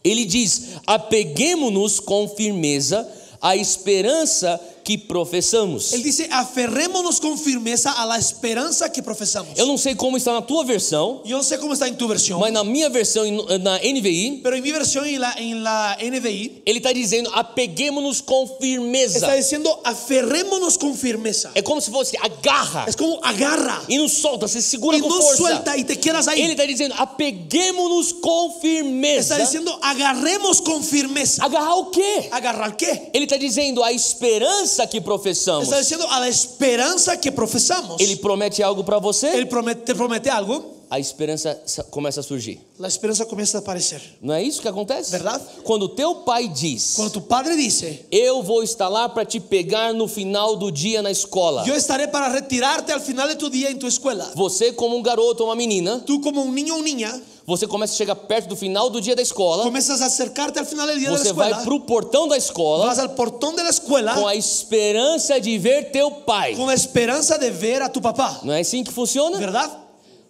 [SPEAKER 2] Ele diz: apeguemos-nos com firmeza à esperança que professamos.
[SPEAKER 3] Él dice, aferrémonos con firmeza a la esperanza que profesamos.
[SPEAKER 2] Eu não sei como está na tua versão,
[SPEAKER 3] Yo no sé cómo está en tu versión,
[SPEAKER 2] mas na minha versão, e na NVI,
[SPEAKER 3] pero en mi versión y la, en la NVI
[SPEAKER 2] ele está dizendo: apeguemos-nos com
[SPEAKER 3] está
[SPEAKER 2] firmeza.
[SPEAKER 3] diciendo, aferrémonos con firmeza.
[SPEAKER 2] É como se fosse agarra
[SPEAKER 3] Es como agarra
[SPEAKER 2] e não solta, você segura
[SPEAKER 3] y
[SPEAKER 2] com
[SPEAKER 3] no
[SPEAKER 2] força.
[SPEAKER 3] suelta y te quedas
[SPEAKER 2] Ele
[SPEAKER 3] ahí.
[SPEAKER 2] está dizendo: apeguemos-nos com firmeza.
[SPEAKER 3] Está diciendo, agarremos con firmeza.
[SPEAKER 2] Agarrar o quê?
[SPEAKER 3] ¿Agarrar qué?
[SPEAKER 2] Ele está dizendo a esperança que professamos.
[SPEAKER 3] Está diciendo, a la esperanza que profesamos.
[SPEAKER 2] Ele promete algo para você,
[SPEAKER 3] Él promete- te promete algo,
[SPEAKER 2] a esperança sa- começa a surgir.
[SPEAKER 3] la esperanza comienza a aparecer.
[SPEAKER 2] Não é isso que acontece?
[SPEAKER 3] Verdade.
[SPEAKER 2] Quando teu pai diz,
[SPEAKER 3] Cuando tu padre dice,
[SPEAKER 2] eu vou estar lá para te pegar no final do dia na escola.
[SPEAKER 3] yo estaré para retirarte al final de tu día en tu escuela.
[SPEAKER 2] Você, como um garoto ou uma menina,
[SPEAKER 3] Tú como un niño o niña,
[SPEAKER 2] você começa a chegar perto do final do dia da escola.
[SPEAKER 3] comienzas a acercarte al final del día de la
[SPEAKER 2] Você
[SPEAKER 3] escuela.
[SPEAKER 2] vai pro portão da escola
[SPEAKER 3] vas al portón de la escuela
[SPEAKER 2] com a esperança de ver teu pai.
[SPEAKER 3] con la esperanza de ver a tu papá,
[SPEAKER 2] Não é assim que funciona?
[SPEAKER 3] ¿verdad?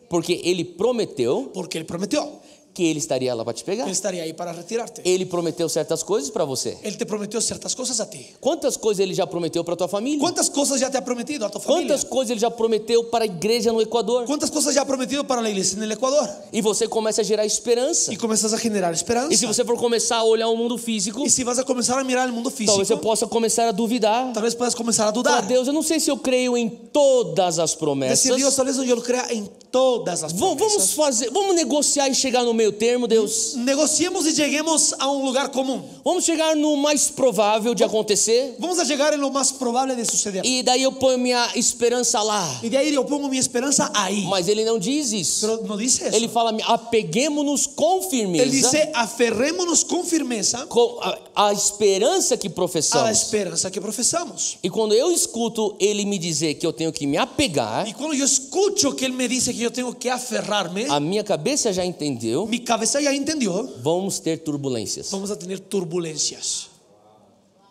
[SPEAKER 2] Porque ele prometeu
[SPEAKER 3] Porque él prometió
[SPEAKER 2] que ele estaria lá para te
[SPEAKER 3] que
[SPEAKER 2] pegar.
[SPEAKER 3] él estaría ahí para retirarte.
[SPEAKER 2] Ele prometeu certas coisas para você.
[SPEAKER 3] Él te prometió ciertas cosas a ti.
[SPEAKER 2] Quantas coisas ele já prometeu para tua família?
[SPEAKER 3] ¿Cuántas cosas ya te ha prometido a tu familia?
[SPEAKER 2] Quantas coisas ele já prometeu para a igreja no Equador?
[SPEAKER 3] ¿Cuántas cosas ya ha prometido para la iglesia en el Ecuador?
[SPEAKER 2] E você começa a gerar esperança.
[SPEAKER 3] Y comienzas a generar esperanza.
[SPEAKER 2] E se você for começar a olhar o mundo físico,
[SPEAKER 3] Y si vas a comenzar a mirar el mundo
[SPEAKER 2] talvez você
[SPEAKER 3] físico,
[SPEAKER 2] possa começar a duvidar.
[SPEAKER 3] tal vez puedas comenzar a
[SPEAKER 2] Falar,
[SPEAKER 3] dudar.
[SPEAKER 2] Deus, eu não sei se eu creio em todas as
[SPEAKER 3] Decir, Dios,
[SPEAKER 2] promessas.
[SPEAKER 3] tal vez yo lo crea en todas las
[SPEAKER 2] Vamos, vamos
[SPEAKER 3] promesas.
[SPEAKER 2] fazer, vamos negociar e chegar no meio termo, Deus.
[SPEAKER 3] Negociemos y lleguemos a un lugar común.
[SPEAKER 2] Vamos chegar no mais provável de acontecer.
[SPEAKER 3] Vamos a llegar en lo más probable de suceder.
[SPEAKER 2] E daí eu ponho minha esperança lá.
[SPEAKER 3] Y de ahí yo pongo mi esperanza ahí.
[SPEAKER 2] Mas ele não diz isso.
[SPEAKER 3] Pero no dice eso.
[SPEAKER 2] Ele fala, apeguemos-nos com
[SPEAKER 3] Él
[SPEAKER 2] firmeza
[SPEAKER 3] dice, aferrémonos con firmeza
[SPEAKER 2] com a, a esperança que
[SPEAKER 3] a la
[SPEAKER 2] professamos.
[SPEAKER 3] esperanza que profesamos.
[SPEAKER 2] E quando eu escuto ele me dizer que eu tenho que me apegar,
[SPEAKER 3] Y cuando yo escucho que él me dice que yo tengo que aferrarme,
[SPEAKER 2] a minha cabeça já entendeu.
[SPEAKER 3] mi cabeza ya entendió,
[SPEAKER 2] Vamos ter turbulências.
[SPEAKER 3] vamos a tener turbulencias,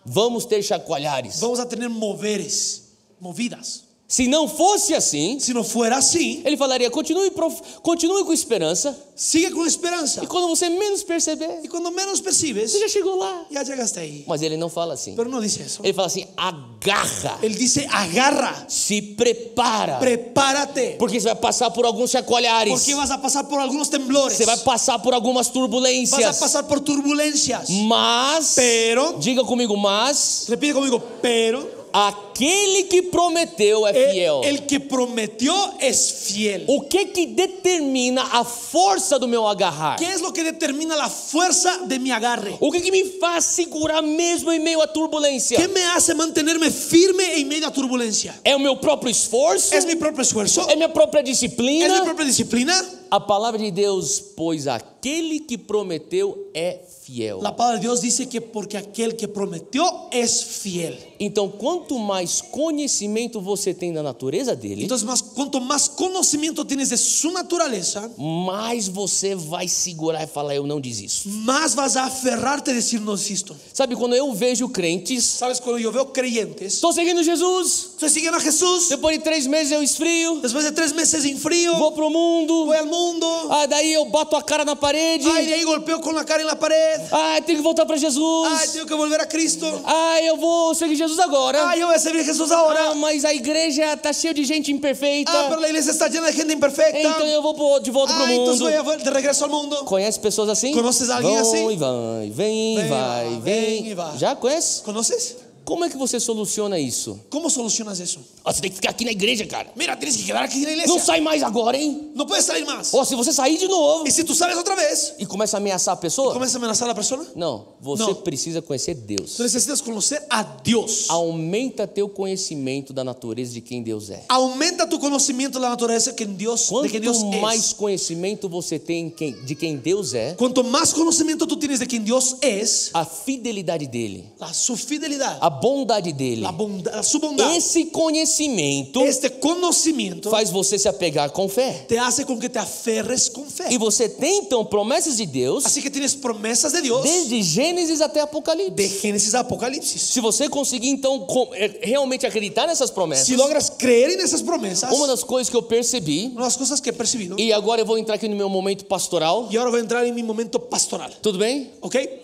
[SPEAKER 2] Vamos ter chacoalhares.
[SPEAKER 3] vamos a tener moveres, movidas.
[SPEAKER 2] Se não fosse assim,
[SPEAKER 3] Si no fuera así,
[SPEAKER 2] ele falaria: continue, prof- continue com esperança.
[SPEAKER 3] sigue con esperanza.
[SPEAKER 2] E quando você menos perceber,
[SPEAKER 3] Y cuando menos
[SPEAKER 2] você
[SPEAKER 3] percibes,
[SPEAKER 2] já chegou lá.
[SPEAKER 3] ya llegaste ahí.
[SPEAKER 2] Mas ele não fala assim.
[SPEAKER 3] Pero no dice eso.
[SPEAKER 2] Ele fala assim: agarra,
[SPEAKER 3] Él dice, agarra,
[SPEAKER 2] se prepara.
[SPEAKER 3] prepárate,
[SPEAKER 2] Porque você vai passar por alguns chacoalhares.
[SPEAKER 3] porque vas a pasar por algunos temblores,
[SPEAKER 2] Você vai passar por algumas
[SPEAKER 3] vas a
[SPEAKER 2] turbulências.
[SPEAKER 3] pasar por turbulencias.
[SPEAKER 2] Mas,
[SPEAKER 3] Pero-
[SPEAKER 2] diga comigo, mas
[SPEAKER 3] Repite conmigo, pero... e-,
[SPEAKER 2] aquele que prometeu é fiel.
[SPEAKER 3] El, el que prometió es fiel.
[SPEAKER 2] O que que determina a força do meu agarrar?
[SPEAKER 3] ¿Qué es lo que determina la fuerza de mi agarre?
[SPEAKER 2] O que, que me faz segurar mesmo em meio à turbulência?
[SPEAKER 3] ¿Qué me hace mantenerme firme en medio a turbulencia?
[SPEAKER 2] É o meu próprio esforço?
[SPEAKER 3] ¿Es mi propio esfuerzo?
[SPEAKER 2] É minha própria
[SPEAKER 3] ¿Es mi
[SPEAKER 2] disciplina?
[SPEAKER 3] propia disciplina?
[SPEAKER 2] A palavra de Deus, pois aquele que prometeu é fiel.
[SPEAKER 3] La palabra de Dios dice que porque aquel que prometió es fiel.
[SPEAKER 2] Então, quanto mais conhecimento você tem da natureza dele,
[SPEAKER 3] Entonces, más, cuanto más conocimiento tienes de su naturaleza,
[SPEAKER 2] mais você vai segurar e falar: Eu não desisto.
[SPEAKER 3] más vas a aferrarte a decir, no insisto.
[SPEAKER 2] Sabe, quando eu vejo crentes,
[SPEAKER 3] ¿Sabes? Cuando yo veo creyentes,
[SPEAKER 2] estou seguindo Jesus,
[SPEAKER 3] se siguen a Jesús,
[SPEAKER 2] depois de três meses eu esfrio,
[SPEAKER 3] después de tres meses en frío,
[SPEAKER 2] vou pro mundo,
[SPEAKER 3] voy al mundo,
[SPEAKER 2] ah, daí eu bato a cara na parede,
[SPEAKER 3] ay, de ahí golpeo con la cara en la pared.
[SPEAKER 2] ah, tenho que voltar para
[SPEAKER 3] Ay,
[SPEAKER 2] Jesus.
[SPEAKER 3] tengo que volver a Cristo.
[SPEAKER 2] Ah, eu vou seguir Jesus agora.
[SPEAKER 3] Ay, Ah, yo voy a servir a Jesús ahora.
[SPEAKER 2] Ah, mas a igreja tá cheia de gente imperfeita.
[SPEAKER 3] Ah, pero la iglesia está llena de gente imperfecta.
[SPEAKER 2] então eu vou pro- de volta pro
[SPEAKER 3] Ah, entonces
[SPEAKER 2] mundo.
[SPEAKER 3] voy a vol- de regreso al mundo.
[SPEAKER 2] Conhece pessoas assim?
[SPEAKER 3] Conheces alguém
[SPEAKER 2] Vão
[SPEAKER 3] assim?
[SPEAKER 2] e vai, vem, e vai,
[SPEAKER 3] Vem, vai,
[SPEAKER 2] vem.
[SPEAKER 3] vem e vai.
[SPEAKER 2] Já conhece?
[SPEAKER 3] ¿Conoces?
[SPEAKER 2] Como é que você soluciona isso?
[SPEAKER 3] ¿Cómo solucionas eso?
[SPEAKER 2] Ah, você tem que ficar aqui na igreja, cara.
[SPEAKER 3] Mira, tienes que quedar aquí en la
[SPEAKER 2] Não
[SPEAKER 3] iglesia.
[SPEAKER 2] sai mais agora, hein?
[SPEAKER 3] No puedes salir más.
[SPEAKER 2] Ó, é- se você sair de novo
[SPEAKER 3] Y si tú sales otra vez,
[SPEAKER 2] e começa a ameaçar a pessoa,
[SPEAKER 3] comienzas a amenazar a la persona.
[SPEAKER 2] não, você
[SPEAKER 3] Não.
[SPEAKER 2] precisa conhecer Deus.
[SPEAKER 3] Tú necesitas conocer a Dios.
[SPEAKER 2] Aumenta teu conhecimento da natureza de quem Deus é.
[SPEAKER 3] Aumenta tu conocimiento de la naturaleza que en Dios, de que Dios
[SPEAKER 2] Quanto mais
[SPEAKER 3] es.
[SPEAKER 2] conhecimento você tem quem- de quem Deus é,
[SPEAKER 3] Cuanto más conocimiento tú tienes de quien Dios es,
[SPEAKER 2] a fidelidade dele,
[SPEAKER 3] la, su fidelidad,
[SPEAKER 2] a bondade dele,
[SPEAKER 3] la bondad, su bondad,
[SPEAKER 2] esse conhecimento
[SPEAKER 3] este conocimiento
[SPEAKER 2] faz você se apegar com fé.
[SPEAKER 3] te hace con que te aferres con
[SPEAKER 2] E
[SPEAKER 3] fe.
[SPEAKER 2] você tem então promessas de Deus
[SPEAKER 3] Así que tienes promesas de Dios
[SPEAKER 2] desde Gênesis até
[SPEAKER 3] de
[SPEAKER 2] Apocalipse.
[SPEAKER 3] Génesis a Apocalipsis.
[SPEAKER 2] Se você conseguir então com- é, realmente acreditar nessas
[SPEAKER 3] Si
[SPEAKER 2] promessas,
[SPEAKER 3] logras creer en esas promesas,
[SPEAKER 2] uma
[SPEAKER 3] una
[SPEAKER 2] das coisas que eu percebi,
[SPEAKER 3] de las cosas que he percibido,
[SPEAKER 2] e agora eu vou entrar aqui no meu momento pastoral,
[SPEAKER 3] y ahora voy a entrar en mi momento pastoral,
[SPEAKER 2] tudo bem?
[SPEAKER 3] ¿ok?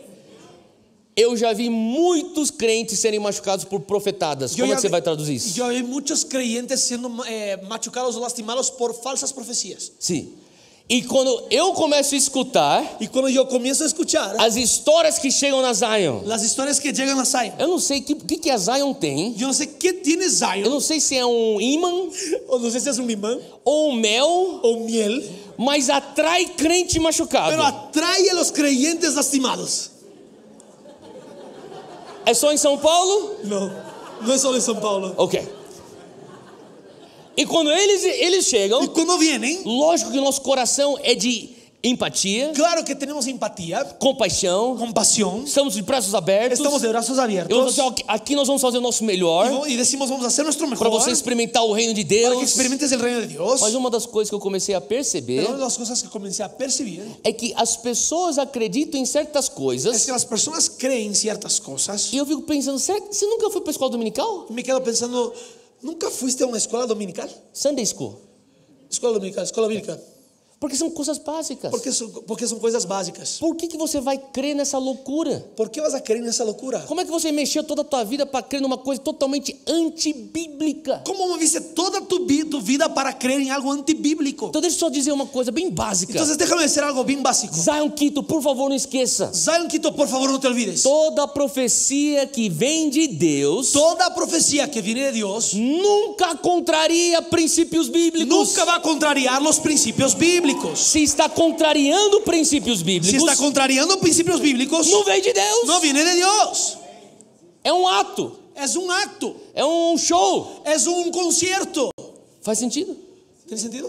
[SPEAKER 2] Eu já vi muitos crentes serem machucados por profetadas. Como é
[SPEAKER 3] ya
[SPEAKER 2] que você
[SPEAKER 3] vi-
[SPEAKER 2] vai traduzir isso?
[SPEAKER 3] Yo vi muchos creyentes siendo eh, machucados o lastimados por falsas profecías.
[SPEAKER 2] Sim. E quando eu começo a escutar
[SPEAKER 3] Y cuando yo comienzo a escuchar
[SPEAKER 2] as histórias que chegam na Zion,
[SPEAKER 3] las historias que llegan a Zion,
[SPEAKER 2] eu não sei o que, que, que a Zion tem.
[SPEAKER 3] yo no sé qué tiene
[SPEAKER 2] Eu
[SPEAKER 3] Zion,
[SPEAKER 2] não sei se é um imã
[SPEAKER 3] o no sé si es un imán
[SPEAKER 2] ou um mel,
[SPEAKER 3] o miel,
[SPEAKER 2] mas atrai crente
[SPEAKER 3] pero
[SPEAKER 2] machucado.
[SPEAKER 3] atrae a los creyentes lastimados.
[SPEAKER 2] É só em São Paulo?
[SPEAKER 3] No, no es solo en São Paulo.
[SPEAKER 2] Ok. E quando eles, eles
[SPEAKER 3] Y
[SPEAKER 2] chegam,
[SPEAKER 3] cuando vienen,
[SPEAKER 2] lógico que o nosso coração é de empatia,
[SPEAKER 3] claro que tenemos empatía,
[SPEAKER 2] compaixão,
[SPEAKER 3] compasión,
[SPEAKER 2] estamos de braços abertos.
[SPEAKER 3] estamos de brazos
[SPEAKER 2] Eu vou
[SPEAKER 3] abiertos
[SPEAKER 2] dizer, "Ok, aqui nós vamos fazer o nosso
[SPEAKER 3] y
[SPEAKER 2] melhor
[SPEAKER 3] vo- y decimos vamos a hacer nuestro mejor
[SPEAKER 2] para você
[SPEAKER 3] para
[SPEAKER 2] experimentar o reino de
[SPEAKER 3] que
[SPEAKER 2] Deus.
[SPEAKER 3] experimentes el reino de Dios.
[SPEAKER 2] Mas uma das coisas que eu comecei a perceber
[SPEAKER 3] Pero una de las cosas que comencé a percibir
[SPEAKER 2] é que as pessoas acreditam em certas
[SPEAKER 3] es
[SPEAKER 2] coisas
[SPEAKER 3] que las personas creen ciertas cosas.
[SPEAKER 2] e eu fico pensando, "Será que você nunca foi para escola dominical?
[SPEAKER 3] Y me quedo pensando, ¿nunca fuiste a una escuela dominical?
[SPEAKER 2] Sunday school.
[SPEAKER 3] Escuela dominical, escuela bíblica.
[SPEAKER 2] Porque são coisas básicas.
[SPEAKER 3] Porque son, porque son cosas básicas.
[SPEAKER 2] Por que, que você vai crer nessa loucura?
[SPEAKER 3] ¿Por qué vas a creer en esa locura?
[SPEAKER 2] Como é que você mexeu toda a tua vida para crer numa coisa totalmente antibíblica?
[SPEAKER 3] ¿Cómo moviste toda tu, vi- tu vida para creer en algo antibíblico?
[SPEAKER 2] Então deixa eu só dizer uma coisa bem básica.
[SPEAKER 3] Entonces déjame decir algo bien básico.
[SPEAKER 2] Zion Quito, por favor, não esqueça.
[SPEAKER 3] Zion Quito, por favor, no te olvides.
[SPEAKER 2] Toda profecia que vem de Deus
[SPEAKER 3] Toda profecía que viene de Dios
[SPEAKER 2] nunca contraria princípios bíblicos.
[SPEAKER 3] nunca va a contrariar los principios bíblicos.
[SPEAKER 2] Se está contrariando princípios
[SPEAKER 3] Si
[SPEAKER 2] bíblicos,
[SPEAKER 3] está contrariando principios bíblicos,
[SPEAKER 2] não vem de Deus.
[SPEAKER 3] no viene de Dios.
[SPEAKER 2] É um ato,
[SPEAKER 3] Es un acto,
[SPEAKER 2] é um show.
[SPEAKER 3] es un concierto.
[SPEAKER 2] Faz sentido?
[SPEAKER 3] ¿Tiene sentido?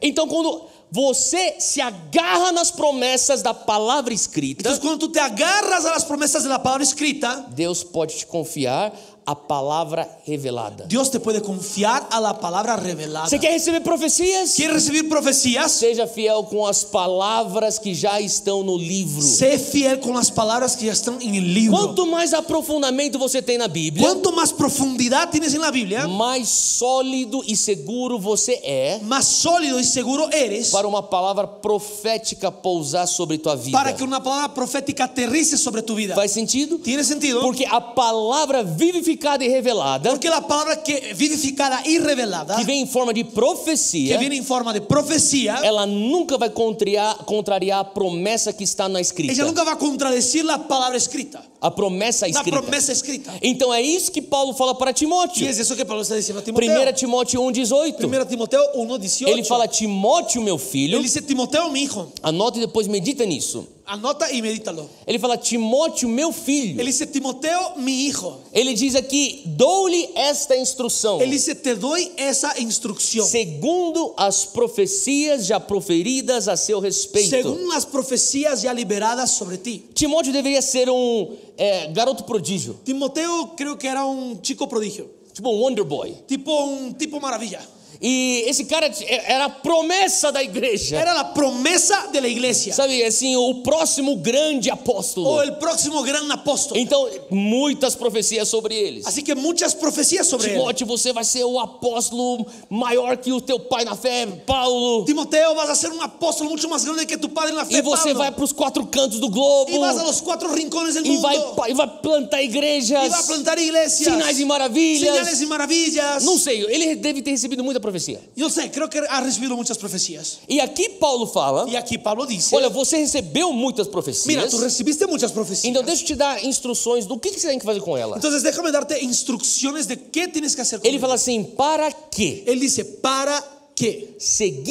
[SPEAKER 2] Então, quando você se agarra nas promessas da palavra escrita,
[SPEAKER 3] Entonces, cuando tú te agarras a las promesas de la palabra escrita,
[SPEAKER 2] Deus pode te confiar a palavra revelada.
[SPEAKER 3] Dios te puede confiar a la palabra revelada.
[SPEAKER 2] Você quer receber profecias?
[SPEAKER 3] ¿Quieres recibir profecías?
[SPEAKER 2] Seja fiel com as palavras que já estão no livro.
[SPEAKER 3] Sé fiel con las palabras que ya están en el libro.
[SPEAKER 2] Quanto mais aprofundamento você tem na Bíblia,
[SPEAKER 3] Cuanto más profundidad tienes en la Biblia,
[SPEAKER 2] mais sólido e seguro você é
[SPEAKER 3] más sólido y seguro eres
[SPEAKER 2] para uma palavra profética pousar sobre tua vida.
[SPEAKER 3] para que una palabra profética aterrice sobre tu vida.
[SPEAKER 2] Faz sentido?
[SPEAKER 3] ¿Tiene sentido?
[SPEAKER 2] Porque a palavra vivificada e revelada,
[SPEAKER 3] Porque la palabra que vivificada y revelada,
[SPEAKER 2] que vem em forma de
[SPEAKER 3] que
[SPEAKER 2] profecia,
[SPEAKER 3] viene en forma de profecía,
[SPEAKER 2] ela nunca vai contrariar, contrariar a promessa que está na
[SPEAKER 3] ella
[SPEAKER 2] escrita.
[SPEAKER 3] nunca va a contradecir la palabra escrita,
[SPEAKER 2] A promessa
[SPEAKER 3] la
[SPEAKER 2] escrita.
[SPEAKER 3] promesa escrita.
[SPEAKER 2] Então é isso que Paulo fala para
[SPEAKER 3] Y
[SPEAKER 2] Timóteo.
[SPEAKER 3] es eso que Pablo está diciendo a
[SPEAKER 2] 1
[SPEAKER 3] Timoteo.
[SPEAKER 2] Timóteo 1,18.
[SPEAKER 3] 1 Timoteo 1, 18.
[SPEAKER 2] Ele fala: Timóteo, meu filho,
[SPEAKER 3] Él dice, Timoteo, mi hijo,
[SPEAKER 2] anota e depois medita nisso.
[SPEAKER 3] anota y medítalo.
[SPEAKER 2] Ele fala: Timóteo, meu filho.
[SPEAKER 3] Él dice, Timoteo, mi hijo.
[SPEAKER 2] Ele diz aqui: dou-lhe esta instrução,
[SPEAKER 3] Él dice, te doy esa instrucción.
[SPEAKER 2] segundo as profecias já proferidas a seu respeito.
[SPEAKER 3] Según las profecías ya liberadas sobre ti.
[SPEAKER 2] Timóteo deveria ser um é, garoto prodígio,
[SPEAKER 3] Timoteo creo que era un chico prodigio,
[SPEAKER 2] tipo um Wonder Boy.
[SPEAKER 3] tipo un tipo maravilla.
[SPEAKER 2] E esse cara t- é- era a promessa da igreja.
[SPEAKER 3] Era la promesa de la iglesia
[SPEAKER 2] Sabe, assim, o próximo grande
[SPEAKER 3] o
[SPEAKER 2] apóstolo.
[SPEAKER 3] el próximo gran apóstol.
[SPEAKER 2] Então, muitas profecias sobre eles.
[SPEAKER 3] Así que muchas profecías Assim, sobre él.
[SPEAKER 2] Timóteo, você vai ser o apóstolo maior que o teu pai na fé, Paulo.
[SPEAKER 3] Timoteo, vas a ser un apóstol mucho más grande que tu padre en la
[SPEAKER 2] E
[SPEAKER 3] fe.
[SPEAKER 2] você
[SPEAKER 3] Pablo.
[SPEAKER 2] vai para os quatro cantos do globo.
[SPEAKER 3] Y vas a los cuatro rincones del
[SPEAKER 2] e
[SPEAKER 3] mundo.
[SPEAKER 2] vai, pa- e vai plantar igrejas,
[SPEAKER 3] Y va a plantar iglesias.
[SPEAKER 2] sinais e maravilhas.
[SPEAKER 3] Señales y maravillas.
[SPEAKER 2] Não sei, ele deve ter recebido muita profecia.
[SPEAKER 3] Yo sé, creo que ha recibido muchas profecías.
[SPEAKER 2] E aqui Paulo fala:
[SPEAKER 3] Y aquí Pablo dice,
[SPEAKER 2] olha, você recebeu muitas
[SPEAKER 3] mira, tú
[SPEAKER 2] profecias,
[SPEAKER 3] recibiste muchas profecías.
[SPEAKER 2] então deixa eu te dar instruções do que que você tem que fazer com elas.
[SPEAKER 3] Entonces déjame darte instrucciones de qué tienes que hacer con
[SPEAKER 2] Ele fala assim: para que,
[SPEAKER 3] Él dice, ¿para qué?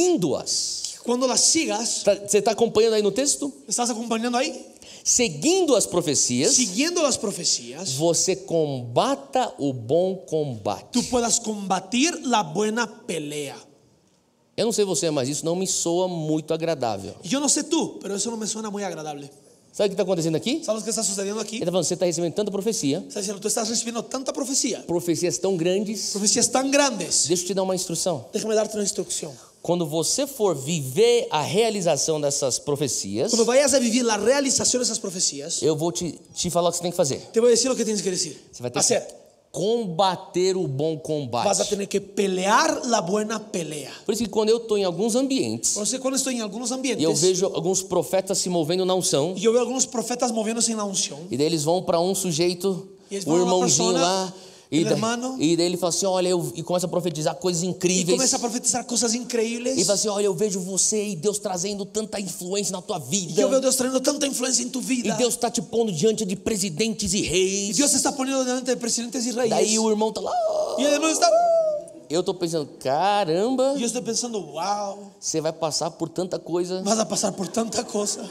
[SPEAKER 2] seguindo-as,
[SPEAKER 3] Cuando las sigas,
[SPEAKER 2] Tá- você está acompanhando aí no texto?
[SPEAKER 3] ¿me estás acompañando ahí?
[SPEAKER 2] Seguindo as profecias,
[SPEAKER 3] Siguiendo las profecías,
[SPEAKER 2] você combata o bom combate.
[SPEAKER 3] tú puedas combatir la buena pelea.
[SPEAKER 2] Eu não sei você, mas isso não me soa muito agradável.
[SPEAKER 3] Y Yo no sé tú, pero eso no me suena muy agradable.
[SPEAKER 2] Sabe o que está acontecendo aqui?
[SPEAKER 3] ¿Sabes qué está sucediendo aquí?
[SPEAKER 2] Ele está falando, você está recebendo tanta profecia,
[SPEAKER 3] Está diciendo, tú estás recibiendo tanta profecía,
[SPEAKER 2] profecias tão grandes.
[SPEAKER 3] profecías tan grandes.
[SPEAKER 2] Deixa eu te dar uma instrução.
[SPEAKER 3] Déjame darte una instrucción.
[SPEAKER 2] Quando você for viver a realização dessas profecias,
[SPEAKER 3] Cuando vayas a vivir la realización de esas profecías,
[SPEAKER 2] eu vou te, te falar o que você tem que fazer.
[SPEAKER 3] te voy a decir lo que tienes que decir.
[SPEAKER 2] Você vai ter
[SPEAKER 3] Hacer.
[SPEAKER 2] que combater o bom
[SPEAKER 3] Vas Tá a
[SPEAKER 2] combate.
[SPEAKER 3] tener que pelear la buena pelea.
[SPEAKER 2] Por isso que quando eu estou em alguns ambientes
[SPEAKER 3] Por eso cuando estoy en algunos
[SPEAKER 2] e eu
[SPEAKER 3] ambientes,
[SPEAKER 2] vejo alguns profetas se movendo na unção,
[SPEAKER 3] y yo veo algunos profetas moviéndose en la unción,
[SPEAKER 2] E daí eles vão para um sujeito,
[SPEAKER 3] E eles
[SPEAKER 2] o
[SPEAKER 3] vão numa
[SPEAKER 2] irmãozinho
[SPEAKER 3] persona,
[SPEAKER 2] lá. E,
[SPEAKER 3] ele
[SPEAKER 2] da-
[SPEAKER 3] hermano.
[SPEAKER 2] e daí ele fala assim: olha, eu, e começa a profetizar coisas
[SPEAKER 3] y
[SPEAKER 2] incríveis.
[SPEAKER 3] comienza a profetizar cosas
[SPEAKER 2] E fala
[SPEAKER 3] increíbles.
[SPEAKER 2] assim: olha, eu vejo você e Deus trazendo tanta influência na tua
[SPEAKER 3] Y
[SPEAKER 2] vida.
[SPEAKER 3] yo veo a Dios trayendo tanta influencia en tu
[SPEAKER 2] E
[SPEAKER 3] vida.
[SPEAKER 2] Deus está te pondo diante de presidentes e
[SPEAKER 3] Y
[SPEAKER 2] reis.
[SPEAKER 3] Dios se está poniendo delante de presidentes y
[SPEAKER 2] Daí
[SPEAKER 3] reyes.
[SPEAKER 2] o irmão tá lá. "Ah".
[SPEAKER 3] Y además está.
[SPEAKER 2] Eu tô pensando: caramba,
[SPEAKER 3] y Yo estoy pensando, wow,
[SPEAKER 2] você vai passar por tanta coisa.
[SPEAKER 3] vas a pasar por tanta cosa.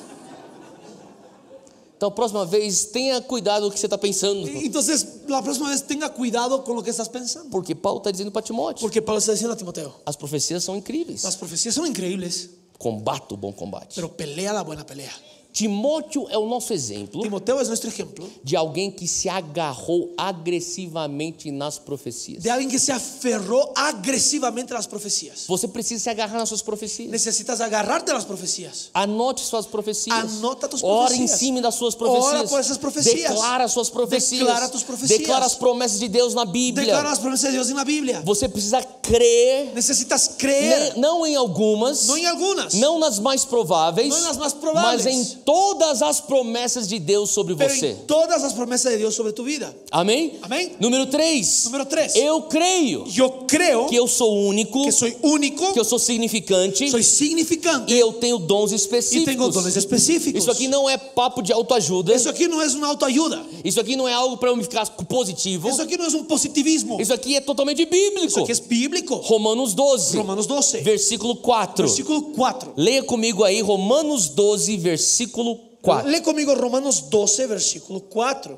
[SPEAKER 2] Então, próxima vez, tenha cuidado com o que você está pensando.
[SPEAKER 3] Y- Entonces, la próxima vez tenga cuidado con lo que estás pensando.
[SPEAKER 2] Porque Paulo está dizendo para Timóteo:
[SPEAKER 3] Porque Pablo está diciendo a Timoteo,
[SPEAKER 2] as profecias são incríveis.
[SPEAKER 3] las profecías son increíbles,
[SPEAKER 2] Combata o bom combate.
[SPEAKER 3] pero pelea la buena pelea.
[SPEAKER 2] Timóteo é o nosso exemplo
[SPEAKER 3] Timoteo es nuestro ejemplo
[SPEAKER 2] de alguém que se agarrou agressivamente nas profecias.
[SPEAKER 3] de alguien que se aferró agresivamente a las profecías.
[SPEAKER 2] Você precisa se agarrar nas suas profecias.
[SPEAKER 3] Necesitas agarrarte a las profecías.
[SPEAKER 2] Anote suas profecias.
[SPEAKER 3] Anota tus
[SPEAKER 2] Ora em
[SPEAKER 3] profecias.
[SPEAKER 2] cima das suas
[SPEAKER 3] Ora
[SPEAKER 2] profecias.
[SPEAKER 3] por essas profecias.
[SPEAKER 2] Declara suas profecias.
[SPEAKER 3] Declara tus profecias.
[SPEAKER 2] Declara as promessas de Deus na Bíblia.
[SPEAKER 3] Declara las promesas de Dios en la Biblia.
[SPEAKER 2] Você precisa crer,
[SPEAKER 3] Necesitas creer,
[SPEAKER 2] ne- não em algumas,
[SPEAKER 3] no en algunas,
[SPEAKER 2] não nas mais prováveis,
[SPEAKER 3] Não nas mais prováveis.
[SPEAKER 2] mas em todas as promessas de Deus sobre
[SPEAKER 3] pero
[SPEAKER 2] você.
[SPEAKER 3] en todas las promesas de Dios sobre tu vida.
[SPEAKER 2] Amém?
[SPEAKER 3] Amém.
[SPEAKER 2] Número 3.
[SPEAKER 3] Número três.
[SPEAKER 2] Eu creio
[SPEAKER 3] Yo creo
[SPEAKER 2] que eu sou único,
[SPEAKER 3] que soy único,
[SPEAKER 2] que eu sou significante
[SPEAKER 3] soy significante
[SPEAKER 2] e eu tenho dons
[SPEAKER 3] y tengo
[SPEAKER 2] específicos.
[SPEAKER 3] dones específicos.
[SPEAKER 2] Isso aqui não é papo de autoajuda.
[SPEAKER 3] Eso aquí no es una autoayuda.
[SPEAKER 2] Isso aqui não é algo para eu me ficar positivo.
[SPEAKER 3] Eso aquí no es un positivismo.
[SPEAKER 2] Isso aqui é totalmente bíblico.
[SPEAKER 3] Eso aquí es bíblico.
[SPEAKER 2] Romanos 12,
[SPEAKER 3] é Romanos 12,
[SPEAKER 2] versículo 4.
[SPEAKER 3] versículo 4.
[SPEAKER 2] Leia comigo aí Romanos 12, versículo 4.
[SPEAKER 3] Lee conmigo Romanos 12, versículo 4.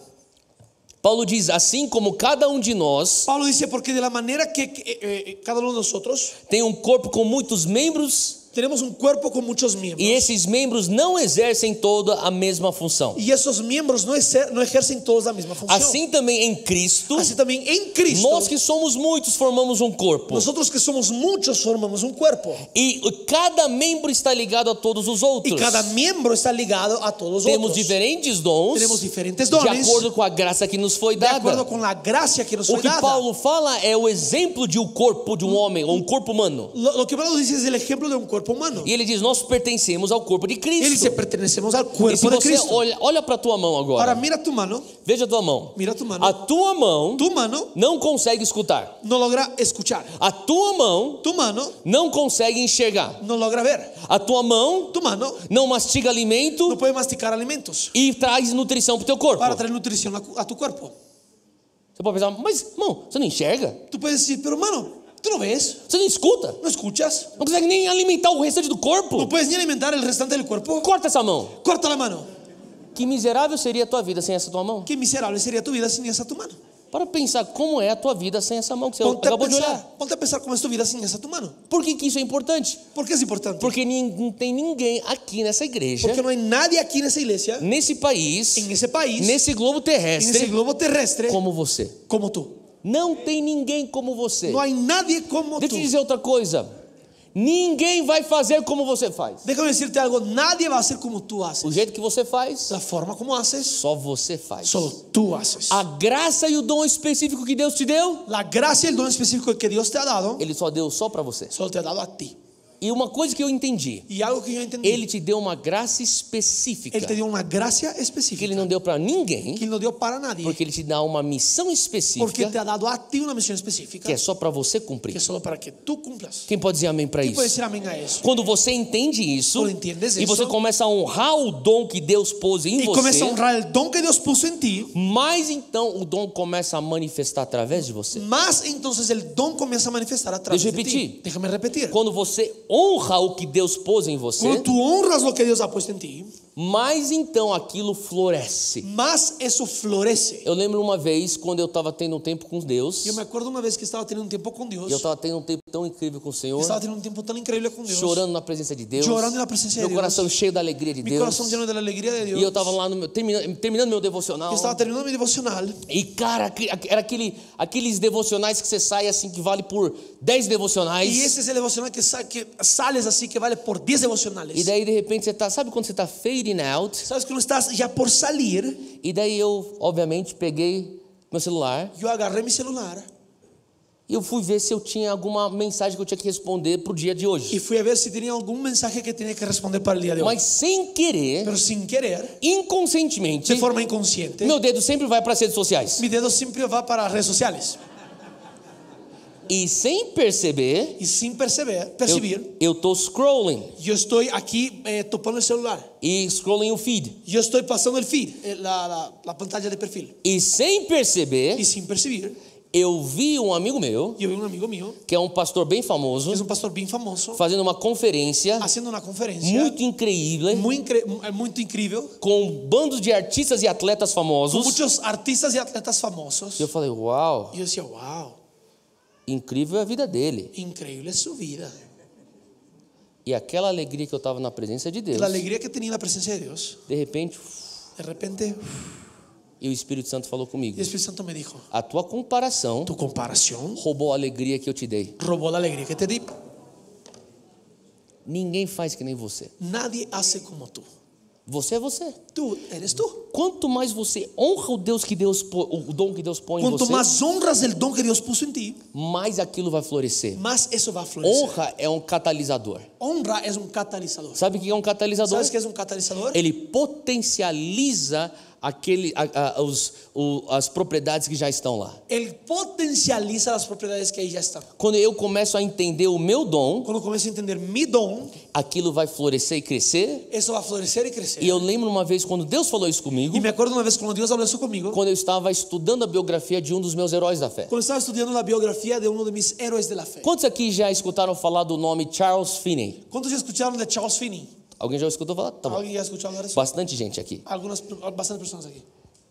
[SPEAKER 2] Paulo diz: Assim como cada um de nós
[SPEAKER 3] Pablo dice, porque de la manera que que, eh, eh, cada uno de nosotros
[SPEAKER 2] tem um corpo com muitos membros
[SPEAKER 3] tenemos un cuerpo con muchos miembros
[SPEAKER 2] e esses membros não exercem toda a mesma função.
[SPEAKER 3] y esos miembros no, ejer- no ejercen todos la misma función.
[SPEAKER 2] Assim também em Cristo,
[SPEAKER 3] Así también en Assim Cristo,
[SPEAKER 2] Nós que somos muitos formamos um corpo.
[SPEAKER 3] nosotros que somos muchos formamos un cuerpo
[SPEAKER 2] E cada membro está ligado a todos os outros.
[SPEAKER 3] y cada miembro está ligado a todos los
[SPEAKER 2] Temos
[SPEAKER 3] otros.
[SPEAKER 2] diferentes dons.
[SPEAKER 3] Tenemos
[SPEAKER 2] De
[SPEAKER 3] diferentes dones
[SPEAKER 2] acordo com a graça que nos foi
[SPEAKER 3] de
[SPEAKER 2] dada.
[SPEAKER 3] acuerdo con la gracia que nos
[SPEAKER 2] O
[SPEAKER 3] fue
[SPEAKER 2] que
[SPEAKER 3] dada.
[SPEAKER 2] Paulo fala é o exemplo de um corpo de um homem, ou um corpo humano.
[SPEAKER 3] Lo, lo que Pablo dice es el ejemplo de un cuerpo humano.
[SPEAKER 2] E ele diz: Nós pertencemos ao corpo de
[SPEAKER 3] Él dice,
[SPEAKER 2] Cristo.
[SPEAKER 3] pertenecemos
[SPEAKER 2] E
[SPEAKER 3] al
[SPEAKER 2] se
[SPEAKER 3] cuerpo de
[SPEAKER 2] você
[SPEAKER 3] Cristo.
[SPEAKER 2] olha, olha para tua mão
[SPEAKER 3] Ahora
[SPEAKER 2] agora.
[SPEAKER 3] mira tu mano,
[SPEAKER 2] Veja a tua mão.
[SPEAKER 3] mira tu mano.
[SPEAKER 2] A tua mão
[SPEAKER 3] Tu mano
[SPEAKER 2] não consegue escutar.
[SPEAKER 3] no logra escuchar.
[SPEAKER 2] A tua mão
[SPEAKER 3] Tu mano
[SPEAKER 2] não consegue enxergar.
[SPEAKER 3] no logra ver.
[SPEAKER 2] A tua mão
[SPEAKER 3] Tu mano
[SPEAKER 2] não mastiga alimento.
[SPEAKER 3] no puede masticar alimentos
[SPEAKER 2] e traz nutrição pro teu corpo.
[SPEAKER 3] para traer nutrición a, cu- a tu cuerpo.
[SPEAKER 2] Você pode pensar, mas, irmão, você não enxerga?
[SPEAKER 3] Tú puedes decir, pero mano, tú no ves,
[SPEAKER 2] Você não escuta?
[SPEAKER 3] no escuchas,
[SPEAKER 2] Não consegue nem alimentar o restante do corpo?
[SPEAKER 3] no puedes ni alimentar el restante del cuerpo.
[SPEAKER 2] Corta essa mão.
[SPEAKER 3] Corta la mano.
[SPEAKER 2] Que miserável seria a tua vida sem essa tua mão?
[SPEAKER 3] Qué miserable sería tu vida sin esa tu mano.
[SPEAKER 2] Para pensar como é a tua vida sem essa mão que você
[SPEAKER 3] Ponte a
[SPEAKER 2] acabou de olhar.
[SPEAKER 3] pensar, ponte a pensar cómo es tu vida sin esa tu mano.
[SPEAKER 2] Por que, que isso é importante?
[SPEAKER 3] ¿Por qué es importante?
[SPEAKER 2] Porque nin- não tem ninguém aqui nessa igreja,
[SPEAKER 3] Porque no hay nadie aquí en esa iglesia,
[SPEAKER 2] nesse país,
[SPEAKER 3] en ese país,
[SPEAKER 2] nesse globo
[SPEAKER 3] en ese
[SPEAKER 2] terrestre,
[SPEAKER 3] globo terrestre,
[SPEAKER 2] como você.
[SPEAKER 3] como tú.
[SPEAKER 2] Não tem ninguém como você.
[SPEAKER 3] No hay nadie como
[SPEAKER 2] Deixa eu te
[SPEAKER 3] tú.
[SPEAKER 2] dizer outra coisa. Ninguém vai fazer como você faz.
[SPEAKER 3] Déjame decirte algo, nadie va a ser como tú haces.
[SPEAKER 2] O jeito que você faz,
[SPEAKER 3] La forma como haces,
[SPEAKER 2] só você faz.
[SPEAKER 3] solo tú haces.
[SPEAKER 2] A graça e o dom específico que Deus te deu,
[SPEAKER 3] La gracia, el don específico que Dios te ha dado,
[SPEAKER 2] Ele só deu só para você.
[SPEAKER 3] solo te ha dado a ti.
[SPEAKER 2] E uma coisa que eu entendi:
[SPEAKER 3] E algo que eu entendi.
[SPEAKER 2] Ele te deu uma graça específica
[SPEAKER 3] Ele te dio una gracia
[SPEAKER 2] que
[SPEAKER 3] específica
[SPEAKER 2] Ele não deu para ninguém,
[SPEAKER 3] que Él no dio para nadie.
[SPEAKER 2] porque Ele te dá uma missão
[SPEAKER 3] porque te
[SPEAKER 2] específica
[SPEAKER 3] ha dado a ti una misión específica
[SPEAKER 2] que é só para você
[SPEAKER 3] que
[SPEAKER 2] cumprir.
[SPEAKER 3] es solo para que tú cumplas.
[SPEAKER 2] Quem pode dizer amém para
[SPEAKER 3] ¿Quién puede
[SPEAKER 2] isso?
[SPEAKER 3] decir amén a eso?
[SPEAKER 2] Quando você entende isso
[SPEAKER 3] Quando entendes
[SPEAKER 2] e você
[SPEAKER 3] isso,
[SPEAKER 2] começa a honrar o dom que Deus pôs em
[SPEAKER 3] Y comienza a
[SPEAKER 2] você,
[SPEAKER 3] honrar el don que Dios puso en ti.
[SPEAKER 2] mas então o dom começa a manifestar através de você.
[SPEAKER 3] Más entonces el don comienza a manifestar a través
[SPEAKER 2] Deixa eu
[SPEAKER 3] de ti.
[SPEAKER 2] repetir.
[SPEAKER 3] Déjame repetir.
[SPEAKER 2] Quando você honra o que Deus pôs em você,
[SPEAKER 3] Cuando tú honras lo que Dios ha puesto en ti,
[SPEAKER 2] mas então aquilo floresce.
[SPEAKER 3] más eso florece.
[SPEAKER 2] Eu lembro uma vez quando eu estava tendo um tempo com Deus,
[SPEAKER 3] Yo me acuerdo una vez que estaba teniendo un tiempo con Dios.
[SPEAKER 2] e eu estava tendo um tempo tão incrível com o Senhor,
[SPEAKER 3] Estaba teniendo un tiempo tan increíble con Dios.
[SPEAKER 2] chorando na presença de Deus,
[SPEAKER 3] Chorando na presença de
[SPEAKER 2] meu
[SPEAKER 3] Deus.
[SPEAKER 2] coração cheio da alegria de
[SPEAKER 3] Mi
[SPEAKER 2] Deus,
[SPEAKER 3] corazón lleno de la alegría de Dios.
[SPEAKER 2] e eu estava lá no meu, terminando, terminando meu devocional.
[SPEAKER 3] Yo estaba terminando mi devocional.
[SPEAKER 2] E cara, aqui- aqui- era aquele, aqueles devocionais que você sai assim que vale por 10 devocionais.
[SPEAKER 3] Y ese es el devocional que, sa- que sales así que vale por 10
[SPEAKER 2] E
[SPEAKER 3] devocionales.
[SPEAKER 2] daí de repente você tá, sabe quando você tá fading out?
[SPEAKER 3] Sabes que no estás ya por salir.
[SPEAKER 2] E daí eu, obviamente, peguei meu celular
[SPEAKER 3] Yo agarré mi celular
[SPEAKER 2] e eu fui ver se eu tinha alguma mensagem que eu tinha que responder pro dia de hoje.
[SPEAKER 3] y fui a ver si tenía algún mensaje que tenía que responder para el día de hoy.
[SPEAKER 2] Mas sem querer,
[SPEAKER 3] Pero sin querer,
[SPEAKER 2] inconscientemente,
[SPEAKER 3] de forma inconsciente,
[SPEAKER 2] meu dedo sempre vai para redes sociais.
[SPEAKER 3] mi dedo siempre va para las redes sociales.
[SPEAKER 2] E sem perceber,
[SPEAKER 3] Y sin perceber,
[SPEAKER 2] eu,
[SPEAKER 3] percibir,
[SPEAKER 2] eu tô scrolling
[SPEAKER 3] yo estoy aquí eh, topando el celular.
[SPEAKER 2] e scrolling o feed.
[SPEAKER 3] Yo estoy pasando el feed, eh, la, la- la pantalla de perfil.
[SPEAKER 2] E sem perceber,
[SPEAKER 3] Y sin percibir,
[SPEAKER 2] eu vi um amigo meu,
[SPEAKER 3] yo vi a un amigo mío,
[SPEAKER 2] que é um pastor bem
[SPEAKER 3] que
[SPEAKER 2] famoso,
[SPEAKER 3] es un pastor bien famoso,
[SPEAKER 2] fazendo uma conferência
[SPEAKER 3] haciendo una conferencia
[SPEAKER 2] muito incrível
[SPEAKER 3] muy, incre- eh, muy increíble.
[SPEAKER 2] com bandos de artistas e atletas
[SPEAKER 3] con
[SPEAKER 2] famosos.
[SPEAKER 3] muchos artistas y atletas famosos.
[SPEAKER 2] E eu falei, uau,
[SPEAKER 3] Y yo decía, wow,
[SPEAKER 2] incrível é a vida dele.
[SPEAKER 3] increíble es su vida.
[SPEAKER 2] E aquela alegria que eu tava na presença de Deus,
[SPEAKER 3] La alegría que tenía en la presencia de Dios.
[SPEAKER 2] de repente, uf,
[SPEAKER 3] De repente,
[SPEAKER 2] e o Espírito Santo falou
[SPEAKER 3] y el
[SPEAKER 2] comigo:
[SPEAKER 3] Espíritu Santo me dijo,
[SPEAKER 2] a tua comparação
[SPEAKER 3] tu comparación
[SPEAKER 2] roubou a alegria que eu te dei.
[SPEAKER 3] robó la alegría que te di.
[SPEAKER 2] Ninguém faz que nem você.
[SPEAKER 3] Nadie hace como tú.
[SPEAKER 2] Você é você.
[SPEAKER 3] Tú eres tú.
[SPEAKER 2] Quanto mais você honra o Deus que Deus pô- o dom que Deus põe em
[SPEAKER 3] Cuanto
[SPEAKER 2] você,
[SPEAKER 3] más honras el don que Dios puso en ti,
[SPEAKER 2] mais aquilo vai florescer.
[SPEAKER 3] más eso va a florecer.
[SPEAKER 2] Honra é um catalisador.
[SPEAKER 3] Honra es un catalizador.
[SPEAKER 2] Sabe o que é um catalisador?
[SPEAKER 3] ¿Sabes qué es un catalizador?
[SPEAKER 2] ele potencializa aquele, a- a- os- o- as propriedades que já estão lá.
[SPEAKER 3] Él potencializa las propiedades que ahí ya están.
[SPEAKER 2] Quando eu começo a entender o meu dom,
[SPEAKER 3] Cuando comienzo a entender mi don,
[SPEAKER 2] aquilo vai florescer e crescer.
[SPEAKER 3] eso va a florecer y crecer.
[SPEAKER 2] E eu lembro uma vez quando Deus falou isso comigo,
[SPEAKER 3] Y me acuerdo una vez cuando Dios habló eso conmigo,
[SPEAKER 2] quando eu estava estudando a biografia de um dos meus heróis da fé.
[SPEAKER 3] cuando estaba estudiando la biografía de uno de mis héroes de la fe.
[SPEAKER 2] Quantos aqui já escutaram falar do nome Charles Finney?
[SPEAKER 3] ¿Cuántos ya escucharon de Charles Finney?
[SPEAKER 2] Alguém já escutou falar? Tá bom.
[SPEAKER 3] ¿Alguien ya ha escuchado hablar de eso?
[SPEAKER 2] Bastante gente aqui.
[SPEAKER 3] Algunas, bastantes personas aquí.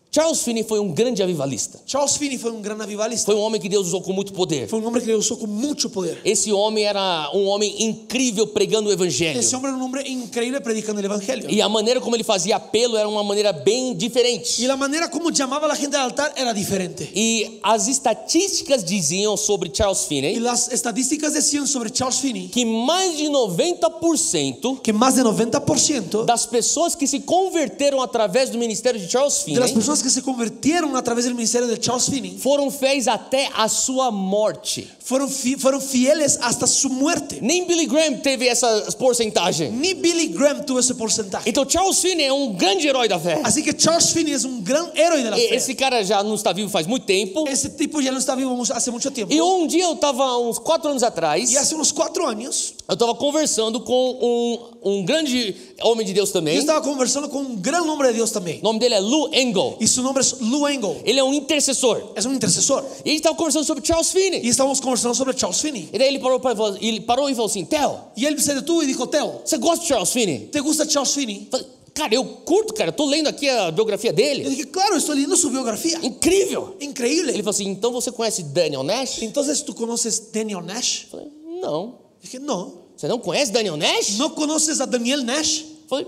[SPEAKER 2] Charles Finney foi um grande avivalista.
[SPEAKER 3] Charles Finney fue un gran avivalista.
[SPEAKER 2] Foi um homem que Deus usou com muito poder.
[SPEAKER 3] Fue un hombre que le usó con mucho poder.
[SPEAKER 2] Esse homem era um homem incrível pregando o evangelho.
[SPEAKER 3] Ese hombre era un hombre increíble predicando el evangelio.
[SPEAKER 2] E a maneira como ele fazia apelo era uma maneira bem
[SPEAKER 3] Y
[SPEAKER 2] diferente.
[SPEAKER 3] la manera como llamaba a la gente al altar era diferente.
[SPEAKER 2] E as estatísticas diziam sobre Charles
[SPEAKER 3] Y
[SPEAKER 2] Finney
[SPEAKER 3] las estadísticas decían sobre Charles Finney
[SPEAKER 2] que mais de 90%
[SPEAKER 3] que más del 90%
[SPEAKER 2] das pessoas que se converteram através do ministério de Charles
[SPEAKER 3] de las
[SPEAKER 2] Finney
[SPEAKER 3] personas que se convirtieron a través del ministerio de Charles Finney
[SPEAKER 2] foram fiéis até a sua morte.
[SPEAKER 3] fueron, fi- fueron fieles hasta su muerte.
[SPEAKER 2] Nem Billy Graham teve essa porcentagem.
[SPEAKER 3] Ni Billy Graham tuvo ese porcentaje.
[SPEAKER 2] Então Charles Finney é um grande herói da fé.
[SPEAKER 3] Así que Charles Finney es un gran héroe de la
[SPEAKER 2] E-
[SPEAKER 3] fe.
[SPEAKER 2] Esse cara já não está vivo faz muito tempo.
[SPEAKER 3] Ese tipo ya no está vivo mu- hace mucho tiempo.
[SPEAKER 2] E um dia eu estava uns quatro anos atrás.
[SPEAKER 3] Y hace unos cuatro años,
[SPEAKER 2] Eu estava conversando com um, um grande homem de Deus
[SPEAKER 3] yo
[SPEAKER 2] também.
[SPEAKER 3] estaba conversando con un gran hombre de Dios también.
[SPEAKER 2] O nome dele é Lou Engel.
[SPEAKER 3] Y su nombre es Lou Engel.
[SPEAKER 2] Ele é um intercessor.
[SPEAKER 3] Es un intercesor.
[SPEAKER 2] E a gente estava conversando sobre Charles
[SPEAKER 3] Y
[SPEAKER 2] Finney.
[SPEAKER 3] estábamos conversando sobre Charles Finney.
[SPEAKER 2] E daí ele parou, pra- falou- ele parou e falou assim: Theo,
[SPEAKER 3] Y él se detuvo y dijo, Teo,
[SPEAKER 2] você gosta de Charles Finney?
[SPEAKER 3] ¿te gusta Charles Finney?
[SPEAKER 2] Eu falei, Cara, eu curto, cara. Eu tô lendo aqui a biografia
[SPEAKER 3] Yo
[SPEAKER 2] dele.
[SPEAKER 3] dije, claro, estoy leyendo su biografía.
[SPEAKER 2] Incrível. Ele
[SPEAKER 3] Increíble.
[SPEAKER 2] falou assim: então você conhece Daniel Nash? Eu
[SPEAKER 3] Entonces, ¿tú conoces Daniel Nash?
[SPEAKER 2] falei, não.
[SPEAKER 3] Dije, no.
[SPEAKER 2] Você não conhece Daniel Nash?
[SPEAKER 3] ¿No conoces a Daniel Nash?
[SPEAKER 2] Eu falei,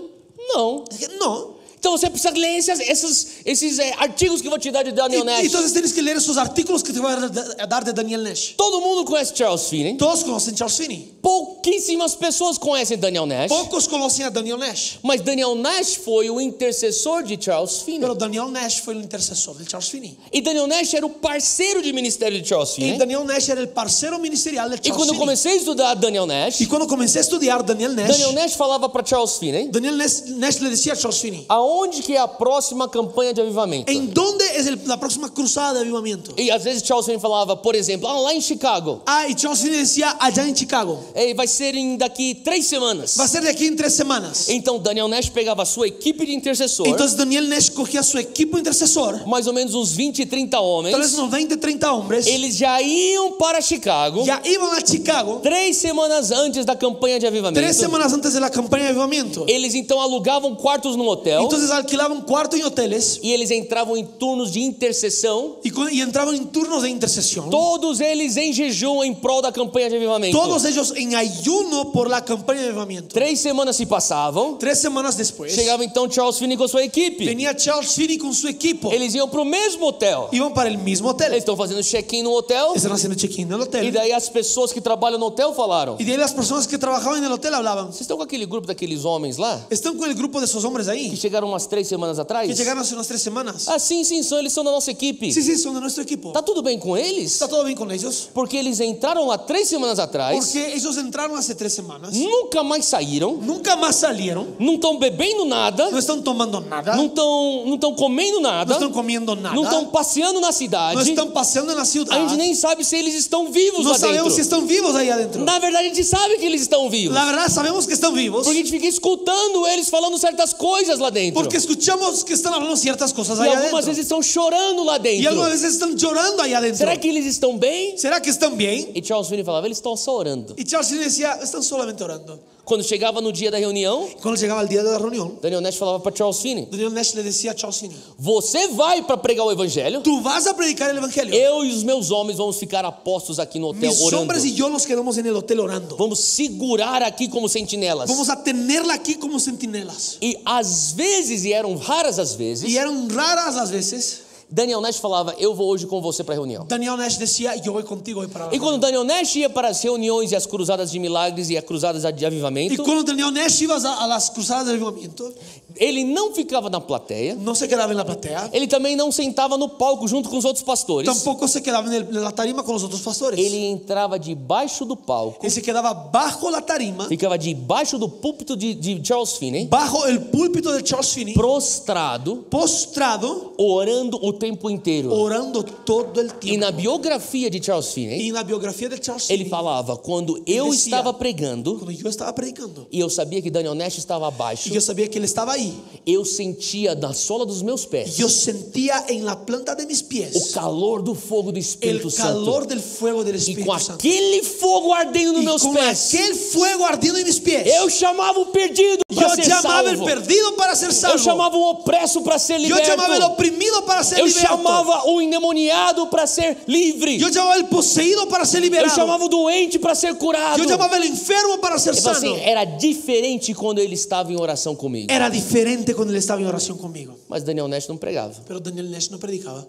[SPEAKER 2] não.
[SPEAKER 3] Dije, no.
[SPEAKER 2] Então você precisa ler essas, essas- esses eh, artigos que eu vou te dar de Daniel
[SPEAKER 3] Y-
[SPEAKER 2] Nash.
[SPEAKER 3] entonces tienes que leer esos artículos que te va a dar- a dar de Daniel Nash.
[SPEAKER 2] Todo mundo conhece Charles Finney.
[SPEAKER 3] Todos conocen Charles Finney.
[SPEAKER 2] Pouquíssimas pessoas conhecem Daniel Nash.
[SPEAKER 3] Pocos conocen a Daniel Nash.
[SPEAKER 2] Mas Daniel Nash foi o intercessor de Charles Finney.
[SPEAKER 3] Pero Daniel Nash fue el intercesor de Charles Finney.
[SPEAKER 2] E Daniel Nash era o parceiro de ministério de Charles
[SPEAKER 3] Y
[SPEAKER 2] Finney.
[SPEAKER 3] Daniel Nash era el parcero ministerial de
[SPEAKER 2] E
[SPEAKER 3] Charles
[SPEAKER 2] quando eu
[SPEAKER 3] Finney.
[SPEAKER 2] comecei a estudar Daniel Nash,
[SPEAKER 3] Y cuando comencé a estudiar Daniel Nash,
[SPEAKER 2] Daniel Nash falava para Charles Finney
[SPEAKER 3] Daniel Nash, Nash le decía a Charles Finney,
[SPEAKER 2] aonde que é a próxima campanha de avivamento.
[SPEAKER 3] ¿en dónde es el- la próxima cruzada de avivamiento?
[SPEAKER 2] E às vezes Charles Finney falava, por exemplo, ah, lá em Chicago.
[SPEAKER 3] Ah, y Charles Finney decía, allá en Chicago,
[SPEAKER 2] Ei, vai ser em daqui três semanas.
[SPEAKER 3] va a ser Então, de aquí en tres semanas.
[SPEAKER 2] Então Daniel Nash pegava a sua equipe de intercessor,
[SPEAKER 3] Entonces Daniel Nash cogía a su equipo intercesor,
[SPEAKER 2] mais ou menos uns 20, 30 homens.
[SPEAKER 3] tal vez unos 20, 30 hombres,
[SPEAKER 2] Eles já iam para Chicago
[SPEAKER 3] ya iban a Chicago
[SPEAKER 2] três semanas antes da campanha de avivamento.
[SPEAKER 3] tres semanas antes de la campaña de avivamiento.
[SPEAKER 2] Eles então alugavam quartos no hotel
[SPEAKER 3] Entonces alquilaban cuarto en hoteles
[SPEAKER 2] e eles entravam em turnos de intercessão.
[SPEAKER 3] y, cu- y entraban en turnos de intercesión.
[SPEAKER 2] Todos eles em jejum em prol da campanha de avivamento.
[SPEAKER 3] Todos ellos en ayuno por la campaña de avivamiento.
[SPEAKER 2] Três semanas se passavam.
[SPEAKER 3] Tres semanas después,
[SPEAKER 2] Chegava então Charles Finney com sua equipe.
[SPEAKER 3] venía Charles Finney é con su equipo.
[SPEAKER 2] Eles iam para o mesmo hotel.
[SPEAKER 3] Iban para el mismo hotel.
[SPEAKER 2] Eles estão fazendo check-in no hotel.
[SPEAKER 3] Están haciendo check-in en el
[SPEAKER 2] E
[SPEAKER 3] hotel.
[SPEAKER 2] daí as pessoas que trabalham no hotel falaram:
[SPEAKER 3] Y de ahí las personas que trabajaban en el hotel hablaban.
[SPEAKER 2] Vocês estão com aquele grupo daqueles homens lá?
[SPEAKER 3] Están con el grupo de esos hombres
[SPEAKER 2] Que
[SPEAKER 3] ahí,
[SPEAKER 2] chegaram umas três semanas atrás?
[SPEAKER 3] que llegaron hace unas tres semanas.
[SPEAKER 2] Ah, sim, sim, são, eles são da nossa equipe.
[SPEAKER 3] Sí, sí, son de nuestro equipo.
[SPEAKER 2] Tá tudo bem com eles?
[SPEAKER 3] ¿Está todo bien con ellos?
[SPEAKER 2] Porque eles entraram lá três semanas atrás,
[SPEAKER 3] Porque ellos entraron hace tres semanas,
[SPEAKER 2] nunca mais saíram,
[SPEAKER 3] nunca más salieron,
[SPEAKER 2] não estão bebendo nada,
[SPEAKER 3] no están tomando nada,
[SPEAKER 2] não
[SPEAKER 3] no
[SPEAKER 2] estão não tão comendo nada,
[SPEAKER 3] están comiendo nada,
[SPEAKER 2] não estão
[SPEAKER 3] no
[SPEAKER 2] passeando na cidade.
[SPEAKER 3] están paseando en la
[SPEAKER 2] A
[SPEAKER 3] ciudad.
[SPEAKER 2] gente nem sabe se eles estão vivos
[SPEAKER 3] No
[SPEAKER 2] lá dentro.
[SPEAKER 3] sabemos si están vivos ahí adentro.
[SPEAKER 2] Na verdade, a gente sabe que eles estão vivos.
[SPEAKER 3] La verdad, sabemos que están vivos
[SPEAKER 2] Porque a gente fica escutando eles falando certas coisas lá dentro.
[SPEAKER 3] porque escuchamos que están hablando ciertas cosas
[SPEAKER 2] E
[SPEAKER 3] ahí
[SPEAKER 2] algumas vezes
[SPEAKER 3] adentro.
[SPEAKER 2] estão chorando lá
[SPEAKER 3] Y
[SPEAKER 2] dentro.
[SPEAKER 3] algunas veces están llorando ahí adentro.
[SPEAKER 2] Será que eles estão bem?
[SPEAKER 3] ¿Será que están bien?
[SPEAKER 2] E Charles Finney falava, eles estão só orando.
[SPEAKER 3] Y Charles Finney decía, están solamente orando.
[SPEAKER 2] Quando chegava no dia da reunião,
[SPEAKER 3] Cuando llegaba el día de la reunión,
[SPEAKER 2] Daniel Nash falava para Charles Finney,
[SPEAKER 3] Daniel Nash le decía a Charles Finney,
[SPEAKER 2] você vai para pregar o evangelho,
[SPEAKER 3] tú vas a predicar el evangelio.
[SPEAKER 2] eu e os meus homens vamos ficar apostos aqui no hotel
[SPEAKER 3] Mis
[SPEAKER 2] orando.
[SPEAKER 3] hombres y yo nos quedamos en el hotel orando.
[SPEAKER 2] Vamos segurar aqui como sentinelas.
[SPEAKER 3] Vamos a tenerla aquí como sentinelas.
[SPEAKER 2] E às vezes, e eram raras as vezes,
[SPEAKER 3] Y eran raras las veces.
[SPEAKER 2] Daniel Nash falava, eu vou hoje com você para a reunião.
[SPEAKER 3] Daniel Nash decía, yo voy contigo hoy para la
[SPEAKER 2] E quando Daniel
[SPEAKER 3] reunión".
[SPEAKER 2] Nash ia para as reuniões e as cruzadas de milagres e as cruzadas de
[SPEAKER 3] Y
[SPEAKER 2] avivamento,
[SPEAKER 3] cuando Daniel Nash iba a, a las cruzadas de avivamiento,
[SPEAKER 2] ele não ficava na plateia,
[SPEAKER 3] no se quedaba en la platea,
[SPEAKER 2] ele também não sentava no palco junto com os outros pastores.
[SPEAKER 3] tampoco se quedaba en, el- en la tarima con los otros pastores.
[SPEAKER 2] Ele entrava debaixo do palco,
[SPEAKER 3] Él se quedaba bajo la tarima,
[SPEAKER 2] ficava debaixo do púlpito de, de Charles Finney,
[SPEAKER 3] bajo el púlpito de Charles Finney,
[SPEAKER 2] prostrado,
[SPEAKER 3] postrado,
[SPEAKER 2] orando o tempo inteiro.
[SPEAKER 3] orando todo el
[SPEAKER 2] E
[SPEAKER 3] tiempo.
[SPEAKER 2] na biografia de Charles Finney,
[SPEAKER 3] Y en la biografía de Charles
[SPEAKER 2] ele
[SPEAKER 3] Finney,
[SPEAKER 2] falava: quando eu
[SPEAKER 3] descia.
[SPEAKER 2] estava pregando
[SPEAKER 3] cuando yo estaba predicando,
[SPEAKER 2] e eu sabia que Daniel Nash estava abaixo,
[SPEAKER 3] y yo sabía que él estaba ahí,
[SPEAKER 2] eu sentia na sola dos meus
[SPEAKER 3] y
[SPEAKER 2] pés
[SPEAKER 3] yo sentía en la planta de mis
[SPEAKER 2] o
[SPEAKER 3] pies
[SPEAKER 2] calor do fogo do
[SPEAKER 3] el
[SPEAKER 2] Espírito Santo.
[SPEAKER 3] calor del fuego del
[SPEAKER 2] E com
[SPEAKER 3] Espíritu Santo.
[SPEAKER 2] aquele fogo ardendo nos
[SPEAKER 3] Y
[SPEAKER 2] meus
[SPEAKER 3] con
[SPEAKER 2] pés,
[SPEAKER 3] aquel fuego ardiendo en mis pies,
[SPEAKER 2] eu chamava o perdido para
[SPEAKER 3] yo
[SPEAKER 2] ser
[SPEAKER 3] llamaba el
[SPEAKER 2] salvo.
[SPEAKER 3] perdido para ser
[SPEAKER 2] Eu
[SPEAKER 3] salvo.
[SPEAKER 2] chamava o opresso para ser
[SPEAKER 3] Yo llamaba el
[SPEAKER 2] liberto.
[SPEAKER 3] oprimido para ser
[SPEAKER 2] Eu
[SPEAKER 3] liberado.
[SPEAKER 2] chamava o endemoniado para ser livre.
[SPEAKER 3] Yo llamaba el poseído para ser
[SPEAKER 2] Eu
[SPEAKER 3] liberado.
[SPEAKER 2] chamava o doente para ser curado.
[SPEAKER 3] Yo
[SPEAKER 2] Então,
[SPEAKER 3] llamaba el enfermo para ser sano.
[SPEAKER 2] assim, era diferente quando ele estava em oração comigo.
[SPEAKER 3] Era diferente cuando él estaba en oración conmigo.
[SPEAKER 2] Mas Daniel Nash não pregava,
[SPEAKER 3] Pero Daniel Nash no predicaba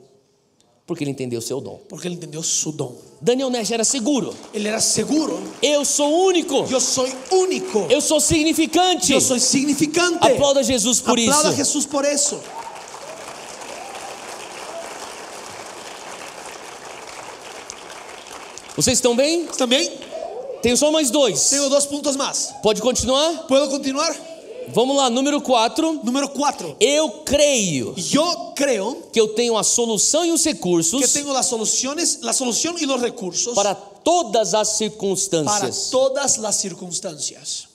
[SPEAKER 2] porque ele entendeu seu dom.
[SPEAKER 3] porque él entendió su don.
[SPEAKER 2] Daniel Nash era seguro.
[SPEAKER 3] Él era seguro.
[SPEAKER 2] Eu sou único.
[SPEAKER 3] Yo soy único.
[SPEAKER 2] Eu sou significante.
[SPEAKER 3] Yo soy significante.
[SPEAKER 2] Aplauda Jesus por
[SPEAKER 3] Aplauda a
[SPEAKER 2] isso.
[SPEAKER 3] Jesús por eso.
[SPEAKER 2] Vocês estão bem?
[SPEAKER 3] También
[SPEAKER 2] Tenho só mais dois.
[SPEAKER 3] tengo dos puntos más.
[SPEAKER 2] Pode continuar?
[SPEAKER 3] ¿Puedo continuar?
[SPEAKER 2] Vamos lá, número 4.
[SPEAKER 3] Número cuatro.
[SPEAKER 2] Eu creio
[SPEAKER 3] Yo creo
[SPEAKER 2] que eu tenho a solução e os recursos
[SPEAKER 3] que tengo las soluciones, la solución y los recursos
[SPEAKER 2] para todas as
[SPEAKER 3] para
[SPEAKER 2] circunstâncias.
[SPEAKER 3] todas las circunstancias.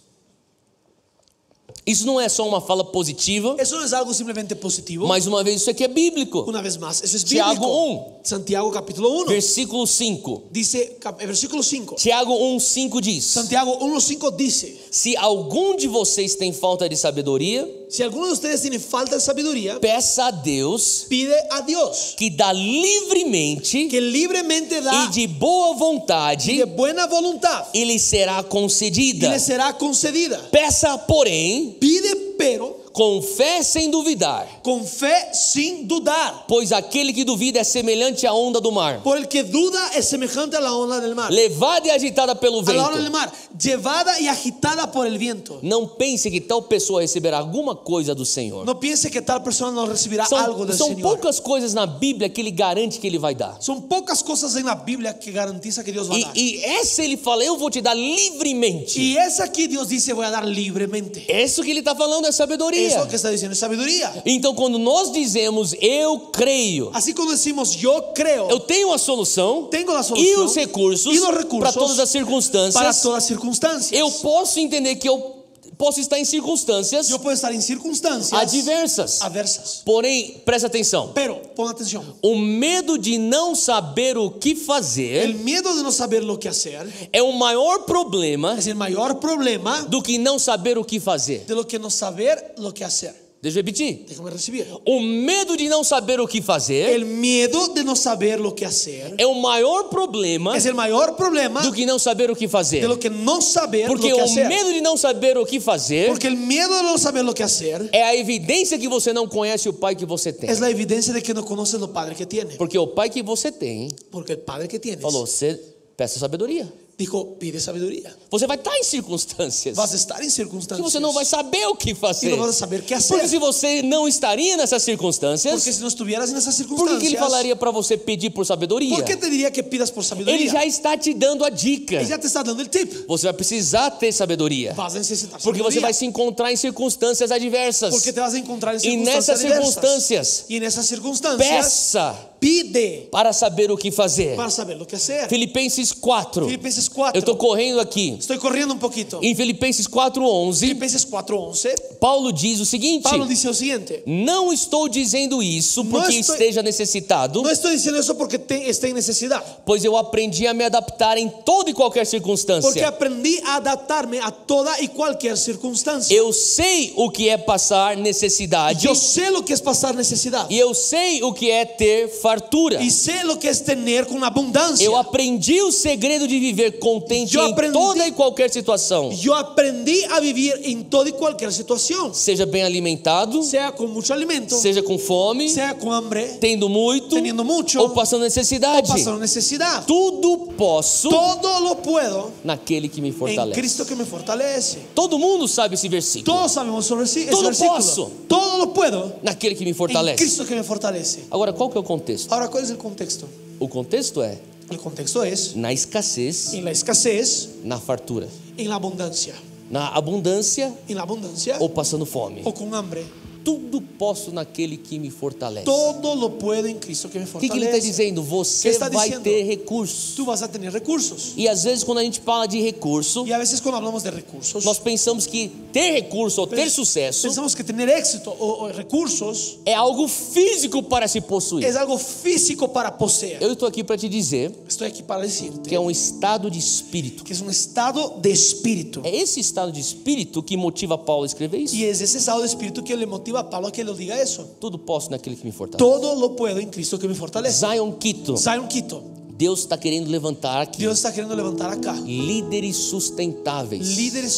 [SPEAKER 2] Isso não é só uma fala positiva,
[SPEAKER 3] Eso no es algo simplemente positivo.
[SPEAKER 2] mais uma vez, isso aqui é bíblico.
[SPEAKER 3] Una vez más, eso es bíblico.
[SPEAKER 2] Tiago
[SPEAKER 3] Santiago capítulo 1
[SPEAKER 2] Versículo 5.
[SPEAKER 3] dice, cap- eh, versículo 5.
[SPEAKER 2] Tiago 1, 5 diz:
[SPEAKER 3] Santiago 1.5 dice,
[SPEAKER 2] Se algum de vocês tem falta de sabedoria,
[SPEAKER 3] si alguno de ustedes tiene falta de sabiduría,
[SPEAKER 2] peça a Deus
[SPEAKER 3] pide a Dios,
[SPEAKER 2] que dá livremente
[SPEAKER 3] que libremente
[SPEAKER 2] e
[SPEAKER 3] da
[SPEAKER 2] de boa
[SPEAKER 3] y de
[SPEAKER 2] vontade
[SPEAKER 3] buena voluntad
[SPEAKER 2] e lhe será
[SPEAKER 3] y
[SPEAKER 2] concedida.
[SPEAKER 3] le será concedida.
[SPEAKER 2] Peça, porém,
[SPEAKER 3] Pide pero
[SPEAKER 2] com fé sem duvidar,
[SPEAKER 3] com fé sin dudar.
[SPEAKER 2] pois aquele que duvida é semelhante à onda do mar,
[SPEAKER 3] Por el que duda es semejante a la onda del mar.
[SPEAKER 2] levada e agitada pelo
[SPEAKER 3] A la onda del
[SPEAKER 2] vento.
[SPEAKER 3] mar, llevada y agitada por el viento.
[SPEAKER 2] Não pense que tal pessoa receberá alguma coisa do Senhor.
[SPEAKER 3] No piense que tal persona no recibirá algo
[SPEAKER 2] São,
[SPEAKER 3] del
[SPEAKER 2] são
[SPEAKER 3] Señor.
[SPEAKER 2] poucas coisas na Bíblia que ele garante que ele vai dar.
[SPEAKER 3] Son pocas cosas en la Biblia que garantiza que Dios va a dar.
[SPEAKER 2] E, e essa ele fala, eu vou te dar livremente.
[SPEAKER 3] Y es aquí Dios dice voy a dar libremente.
[SPEAKER 2] Isso que ele está falando é
[SPEAKER 3] Es lo
[SPEAKER 2] sabedoria.
[SPEAKER 3] que está diciendo es sabiduría.
[SPEAKER 2] Então, quando nós dizemos eu creio,
[SPEAKER 3] Así como decimos yo creo
[SPEAKER 2] eu tenho a solução
[SPEAKER 3] Ah, Tenho a solução
[SPEAKER 2] e os recursos,
[SPEAKER 3] e os recursos
[SPEAKER 2] para todas as
[SPEAKER 3] para
[SPEAKER 2] circunstâncias,
[SPEAKER 3] todas circunstancias.
[SPEAKER 2] eu posso entender que eu posso estar em circunstâncias
[SPEAKER 3] Yo puedo estar en circunstancias
[SPEAKER 2] adversas.
[SPEAKER 3] adversas.
[SPEAKER 2] Porém, presta atenção:
[SPEAKER 3] Pero pon atención.
[SPEAKER 2] o medo de não saber o que
[SPEAKER 3] El
[SPEAKER 2] fazer
[SPEAKER 3] miedo de no saber lo que hacer
[SPEAKER 2] é o maior problema
[SPEAKER 3] es el mayor problema
[SPEAKER 2] do que não saber o que fazer.
[SPEAKER 3] de lo que no saber lo que hacer.
[SPEAKER 2] Deixa eu repetir.
[SPEAKER 3] Déjame recibir.
[SPEAKER 2] O medo de não saber o que fazer
[SPEAKER 3] El miedo de no saber lo que hacer
[SPEAKER 2] é o maior problema
[SPEAKER 3] es el mayor problema
[SPEAKER 2] do que não saber o que fazer.
[SPEAKER 3] de lo que no saber
[SPEAKER 2] Porque
[SPEAKER 3] lo que
[SPEAKER 2] o
[SPEAKER 3] hacer.
[SPEAKER 2] medo de não saber o que fazer
[SPEAKER 3] é Porque el miedo de no saber lo que hacer
[SPEAKER 2] é a evidência que você não conhece o pai que você tem.
[SPEAKER 3] es la evidencia de que no conoces lo padre que tiene.
[SPEAKER 2] Porque o pai que você tem
[SPEAKER 3] Porque el padre que tienes
[SPEAKER 2] falou: você peça sabedoria.
[SPEAKER 3] dijo, pide sabiduría.
[SPEAKER 2] Você vai estar em circunstâncias
[SPEAKER 3] Vas a estar en
[SPEAKER 2] que
[SPEAKER 3] circunstancias
[SPEAKER 2] você não vai saber o que
[SPEAKER 3] y
[SPEAKER 2] fazer.
[SPEAKER 3] no vas a saber qué hacer.
[SPEAKER 2] Porque se você não estaria nessas
[SPEAKER 3] Porque
[SPEAKER 2] circunstâncias,
[SPEAKER 3] si no estuvieras en esas
[SPEAKER 2] por que,
[SPEAKER 3] circunstancias,
[SPEAKER 2] que ele falaria para você pedir por sabedoria?
[SPEAKER 3] ¿por qué te diría que pidas por sabiduría?
[SPEAKER 2] Ele já está te dando a dica.
[SPEAKER 3] Él ya te está dando el tip.
[SPEAKER 2] Você vai precisar ter sabedoria.
[SPEAKER 3] Vas a necesitar
[SPEAKER 2] Porque você
[SPEAKER 3] sabiduría.
[SPEAKER 2] vai se encontrar em circunstâncias
[SPEAKER 3] Porque
[SPEAKER 2] adversas.
[SPEAKER 3] te vas a encontrar en
[SPEAKER 2] E nessas
[SPEAKER 3] circunstancias
[SPEAKER 2] circunstâncias,
[SPEAKER 3] diversas. Y en esas circunstancias,
[SPEAKER 2] peça
[SPEAKER 3] pide
[SPEAKER 2] para saber o que fazer.
[SPEAKER 3] para saber lo que hacer.
[SPEAKER 2] Filipenses 4.
[SPEAKER 3] Filipenses 4.
[SPEAKER 2] Eu estou correndo aqui.
[SPEAKER 3] Estoy corriendo un poquito.
[SPEAKER 2] Em Filipenses 4:11,
[SPEAKER 3] Filipenses 4:11,
[SPEAKER 2] Paulo diz o seguinte:
[SPEAKER 3] Pablo dice lo siguiente.
[SPEAKER 2] Não estou dizendo isso porque
[SPEAKER 3] estou-
[SPEAKER 2] esteja necessitado,
[SPEAKER 3] No estoy diciendo eso porque te, esté en necesidad,
[SPEAKER 2] pois eu aprendi a me adaptar em toda e qualquer
[SPEAKER 3] porque
[SPEAKER 2] circunstância.
[SPEAKER 3] aprendí a adaptarme a toda y cualquier circunstancia.
[SPEAKER 2] Eu sei o que é passar necessidade
[SPEAKER 3] Yo sé lo que es pasar necesidad
[SPEAKER 2] e eu sei o que é ter fartura.
[SPEAKER 3] y sé lo que es tener con abundancia.
[SPEAKER 2] Eu aprendi o segredo de viver contente
[SPEAKER 3] Eu
[SPEAKER 2] em
[SPEAKER 3] aprendi-
[SPEAKER 2] toda e qualquer situação.
[SPEAKER 3] Yo aprendí a vivir en toda y cualquier situación,
[SPEAKER 2] Seja bem alimentado,
[SPEAKER 3] sea con mucho alimento,
[SPEAKER 2] seja com fome,
[SPEAKER 3] sea con hambre,
[SPEAKER 2] tendo muito,
[SPEAKER 3] teniendo mucho
[SPEAKER 2] ou
[SPEAKER 3] o
[SPEAKER 2] passando necessidade.
[SPEAKER 3] pasando necesidad.
[SPEAKER 2] Tudo posso
[SPEAKER 3] Todo lo puedo
[SPEAKER 2] naquele que me
[SPEAKER 3] en
[SPEAKER 2] fortalece.
[SPEAKER 3] Cristo que me fortalece.
[SPEAKER 2] Todo mundo sabe esse versículo.
[SPEAKER 3] Todos sabemos sobre sí, ese
[SPEAKER 2] Todo
[SPEAKER 3] versículo.
[SPEAKER 2] posso.
[SPEAKER 3] Todo lo puedo
[SPEAKER 2] Naquele que me
[SPEAKER 3] en
[SPEAKER 2] fortalece.
[SPEAKER 3] Cristo que me fortalece.
[SPEAKER 2] Agora, qual que é o contexto?
[SPEAKER 3] Ahora, ¿cuál es el contexto?
[SPEAKER 2] O contexto é
[SPEAKER 3] El contexto es
[SPEAKER 2] na escassez,
[SPEAKER 3] en la escasez,
[SPEAKER 2] na fartura,
[SPEAKER 3] en la abundancia,
[SPEAKER 2] na abundância
[SPEAKER 3] en la abundancia
[SPEAKER 2] ou passando fome.
[SPEAKER 3] o con hambre.
[SPEAKER 2] Tudo posso naquele que me fortalece. O
[SPEAKER 3] Todo lo puedo en Cristo que me
[SPEAKER 2] que, que ele está
[SPEAKER 3] fortalece.
[SPEAKER 2] dizendo? Você
[SPEAKER 3] está
[SPEAKER 2] vai
[SPEAKER 3] dizendo?
[SPEAKER 2] ter recursos.
[SPEAKER 3] Tú vas a tener recursos.
[SPEAKER 2] E às vezes quando a gente fala de recurso,
[SPEAKER 3] Y a veces cuando hablamos de recursos,
[SPEAKER 2] nós pensamos que ter recurso ou ter
[SPEAKER 3] Pens-
[SPEAKER 2] sucesso
[SPEAKER 3] Pensamos que tener éxito o, o recursos
[SPEAKER 2] é algo físico para se
[SPEAKER 3] es
[SPEAKER 2] possuir.
[SPEAKER 3] algo físico para poseer.
[SPEAKER 2] Eu estou aqui para te dizer
[SPEAKER 3] Estoy aquí para decirte
[SPEAKER 2] que é um estado de espírito.
[SPEAKER 3] que es un estado de espíritu.
[SPEAKER 2] É esse estado de espírito que motiva Paulo a escrever isso.
[SPEAKER 3] Y es ese estado de espíritu que le motiva a Pablo a que lo diga eso.
[SPEAKER 2] Tudo posso naquele que me fortalece.
[SPEAKER 3] Todo lo puedo en Cristo que me fortalece.
[SPEAKER 2] Zion Quito,
[SPEAKER 3] Zion Quito,
[SPEAKER 2] Deus está querendo levantar aqui
[SPEAKER 3] Dios está queriendo levantar acá
[SPEAKER 2] líderes sustentáveis.
[SPEAKER 3] líderes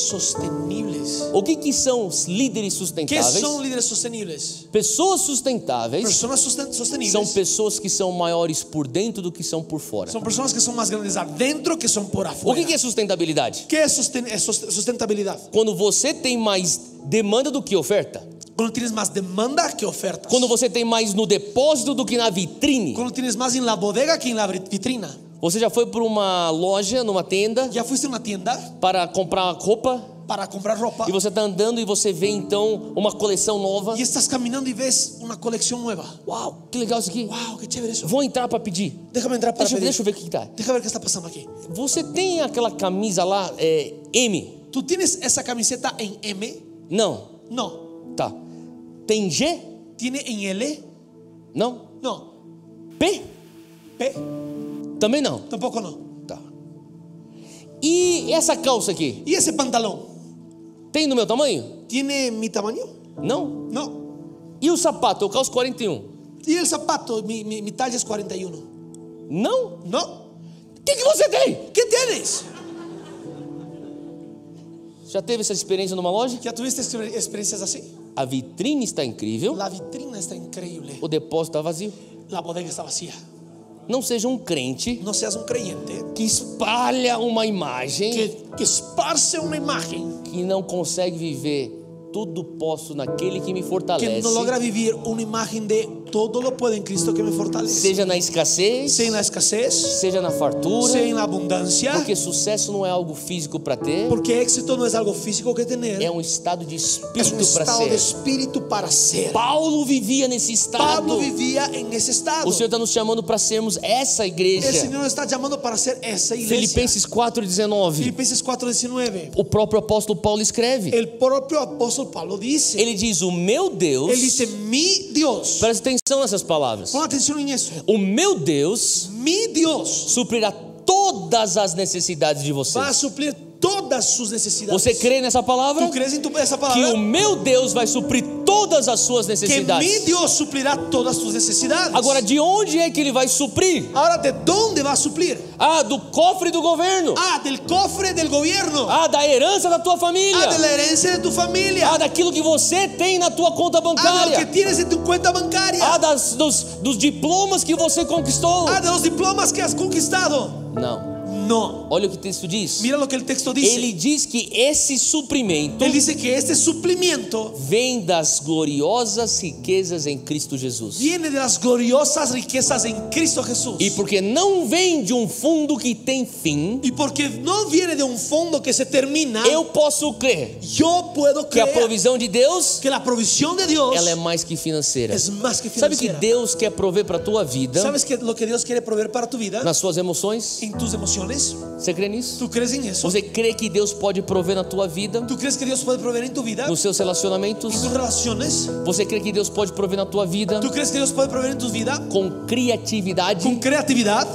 [SPEAKER 3] sostenibles.
[SPEAKER 2] O que, que são os líderes
[SPEAKER 3] ¿Qué
[SPEAKER 2] sustentáveis?
[SPEAKER 3] son líderes sostenibles?
[SPEAKER 2] Pessoas sustentáveis
[SPEAKER 3] Personas sosten- sostenibles
[SPEAKER 2] são pessoas que são maiores por dentro do que são por fora.
[SPEAKER 3] son personas que son más grandes adentro que son por
[SPEAKER 2] O
[SPEAKER 3] afuera.
[SPEAKER 2] que, que é sustentabilidad?
[SPEAKER 3] ¿Qué es sosten- es sost- sustentabilidad?
[SPEAKER 2] Quando você tem mais demanda do que oferta,
[SPEAKER 3] Cuando tienes más demanda que ofertas.
[SPEAKER 2] quando você tem mais no depósito do que na vitrine.
[SPEAKER 3] Cuando tienes más en la bodega que en la bri- vitrina.
[SPEAKER 2] Você já foi por uma loja, numa tenda,
[SPEAKER 3] Ya fuiste a una tienda
[SPEAKER 2] para comprar roupa
[SPEAKER 3] para comprar ropa
[SPEAKER 2] e você está andando e você vê então uma coleção nova.
[SPEAKER 3] y estás caminando y ves una colección nueva.
[SPEAKER 2] Uau, que legal isso aqui.
[SPEAKER 3] Wow, qué chévere eso.
[SPEAKER 2] Vou entrar para pedir.
[SPEAKER 3] Déjame entrar para
[SPEAKER 2] Deixa, eu-
[SPEAKER 3] pedir.
[SPEAKER 2] deixa eu ver o que que tá.
[SPEAKER 3] Deja ver qué está pasando aquí.
[SPEAKER 2] Você tem aquela camisa lá, é, M?
[SPEAKER 3] ¿Tú tienes esa camiseta en M?
[SPEAKER 2] Não.
[SPEAKER 3] No.
[SPEAKER 2] Tá. Tem G?
[SPEAKER 3] ¿Tiene en L?
[SPEAKER 2] Não.
[SPEAKER 3] No.
[SPEAKER 2] P?
[SPEAKER 3] P?
[SPEAKER 2] Também não.
[SPEAKER 3] Tampoco no.
[SPEAKER 2] Tá. E essa calça aqui?
[SPEAKER 3] ¿Y ese pantalón?
[SPEAKER 2] Tem do meu tamanho?
[SPEAKER 3] ¿Tiene mi tamaño?
[SPEAKER 2] Não.
[SPEAKER 3] No.
[SPEAKER 2] E o sapato? Eu calço 41.
[SPEAKER 3] ¿Y el zapato? Mi, mi, mi talla es 41.
[SPEAKER 2] Não?
[SPEAKER 3] No.
[SPEAKER 2] O que, que você tem?
[SPEAKER 3] ¿Qué tienes?
[SPEAKER 2] Já teve essa experiência numa loja?
[SPEAKER 3] ¿Ya tuviste exper- experiencias así?
[SPEAKER 2] a vitrine está incrível,
[SPEAKER 3] La vitrina está increíble.
[SPEAKER 2] o depósito está vazio.
[SPEAKER 3] La bodega está vacía.
[SPEAKER 2] Não seja um crente
[SPEAKER 3] No seas un creyente
[SPEAKER 2] que espalha uma imagem
[SPEAKER 3] que, que esparce una imagen
[SPEAKER 2] que não consegue viver tudo posso naquele que me
[SPEAKER 3] que
[SPEAKER 2] fortalece.
[SPEAKER 3] no logra vivir una imagen de todo lo puedo en Cristo que me fortalece.
[SPEAKER 2] Seja na escassez,
[SPEAKER 3] Sea en la escasez,
[SPEAKER 2] seja na
[SPEAKER 3] sea
[SPEAKER 2] fartura,
[SPEAKER 3] en la abundancia,
[SPEAKER 2] porque sucesso não é algo físico para ter,
[SPEAKER 3] porque éxito no es algo físico que tener,
[SPEAKER 2] é um estado de
[SPEAKER 3] es un
[SPEAKER 2] espírito para
[SPEAKER 3] É um estado de
[SPEAKER 2] ser.
[SPEAKER 3] espíritu para ser.
[SPEAKER 2] Paulo vivia nesse estado.
[SPEAKER 3] Pablo vivía en ese estado.
[SPEAKER 2] O Senhor está nos chamando para sermos essa
[SPEAKER 3] El
[SPEAKER 2] igreja.
[SPEAKER 3] Señor nos está llamando para ser esa iglesia.
[SPEAKER 2] Filipenses 4:19.
[SPEAKER 3] Filipenses 4:19.
[SPEAKER 2] O próprio apóstolo Paulo escreve.
[SPEAKER 3] El propio apóstol Pablo dice,
[SPEAKER 2] Ele diz: "O meu Deus".
[SPEAKER 3] él dice, mi Dios.
[SPEAKER 2] Presta atenção nessas palavras.
[SPEAKER 3] Pon atención en eso.
[SPEAKER 2] O meu Deus
[SPEAKER 3] Mi Dios
[SPEAKER 2] suprirá todas as necessidades de você.
[SPEAKER 3] va a suplir todas sus necesidades.
[SPEAKER 2] Você crê nessa palavra?
[SPEAKER 3] ¿Tú crees en tu- esa
[SPEAKER 2] Que o
[SPEAKER 3] palabra?
[SPEAKER 2] meu Deus vai suprir todas as suas
[SPEAKER 3] Que mi
[SPEAKER 2] necessidades.
[SPEAKER 3] Dios suplirá todas tus necesidades.
[SPEAKER 2] Agora, de onde é que ele vai suprir?
[SPEAKER 3] Ahora, ¿de dónde va a suplir?
[SPEAKER 2] Ah, do cofre do governo.
[SPEAKER 3] Ah, del cofre del gobierno.
[SPEAKER 2] Ah, da herança da tua
[SPEAKER 3] Ah, de
[SPEAKER 2] família.
[SPEAKER 3] la herencia de tu familia.
[SPEAKER 2] Ah, daquilo que você tem na tua conta
[SPEAKER 3] Ah, de lo que
[SPEAKER 2] bancária.
[SPEAKER 3] tienes en tu cuenta bancaria.
[SPEAKER 2] Ah, das, dos, dos diplomas que você conquistou.
[SPEAKER 3] Ah, de los diplomas que has conquistado.
[SPEAKER 2] Não.
[SPEAKER 3] No.
[SPEAKER 2] Olha o que o texto diz.
[SPEAKER 3] Mira lo que el texto
[SPEAKER 2] Ele
[SPEAKER 3] dice.
[SPEAKER 2] diz que esse suprimento
[SPEAKER 3] Él dice que este suplimiento
[SPEAKER 2] vem das gloriosas riquezas em Cristo Jesus.
[SPEAKER 3] viene de las gloriosas riquezas en Cristo Jesús.
[SPEAKER 2] E porque não vem de um fundo que tem fim,
[SPEAKER 3] Y porque no viene de un fondo que se termina,
[SPEAKER 2] eu posso crer
[SPEAKER 3] yo puedo
[SPEAKER 2] que a
[SPEAKER 3] creer
[SPEAKER 2] provisão de Deus,
[SPEAKER 3] que la provisión de Dios
[SPEAKER 2] ela é mais que financeira.
[SPEAKER 3] es más que
[SPEAKER 2] Sabe que
[SPEAKER 3] financiera.
[SPEAKER 2] Deus quer prover para a tua vida,
[SPEAKER 3] ¿Sabes que lo que Dios quiere proveer para tu vida?
[SPEAKER 2] nas suas emoções?
[SPEAKER 3] En tus emociones.
[SPEAKER 2] Você crê nisso?
[SPEAKER 3] ¿Tú crees en eso?
[SPEAKER 2] Você crê que Deus pode prover na tua vida,
[SPEAKER 3] ¿Tú crees que Dios puede proveer en tu vida?
[SPEAKER 2] nos seus relacionamentos?
[SPEAKER 3] ¿En tus relaciones?
[SPEAKER 2] Você crê que Deus pode prover na tua vida
[SPEAKER 3] ¿Tú crees que Dios puede proveer en tu vida?
[SPEAKER 2] com criatividade?
[SPEAKER 3] ¿Con creatividad?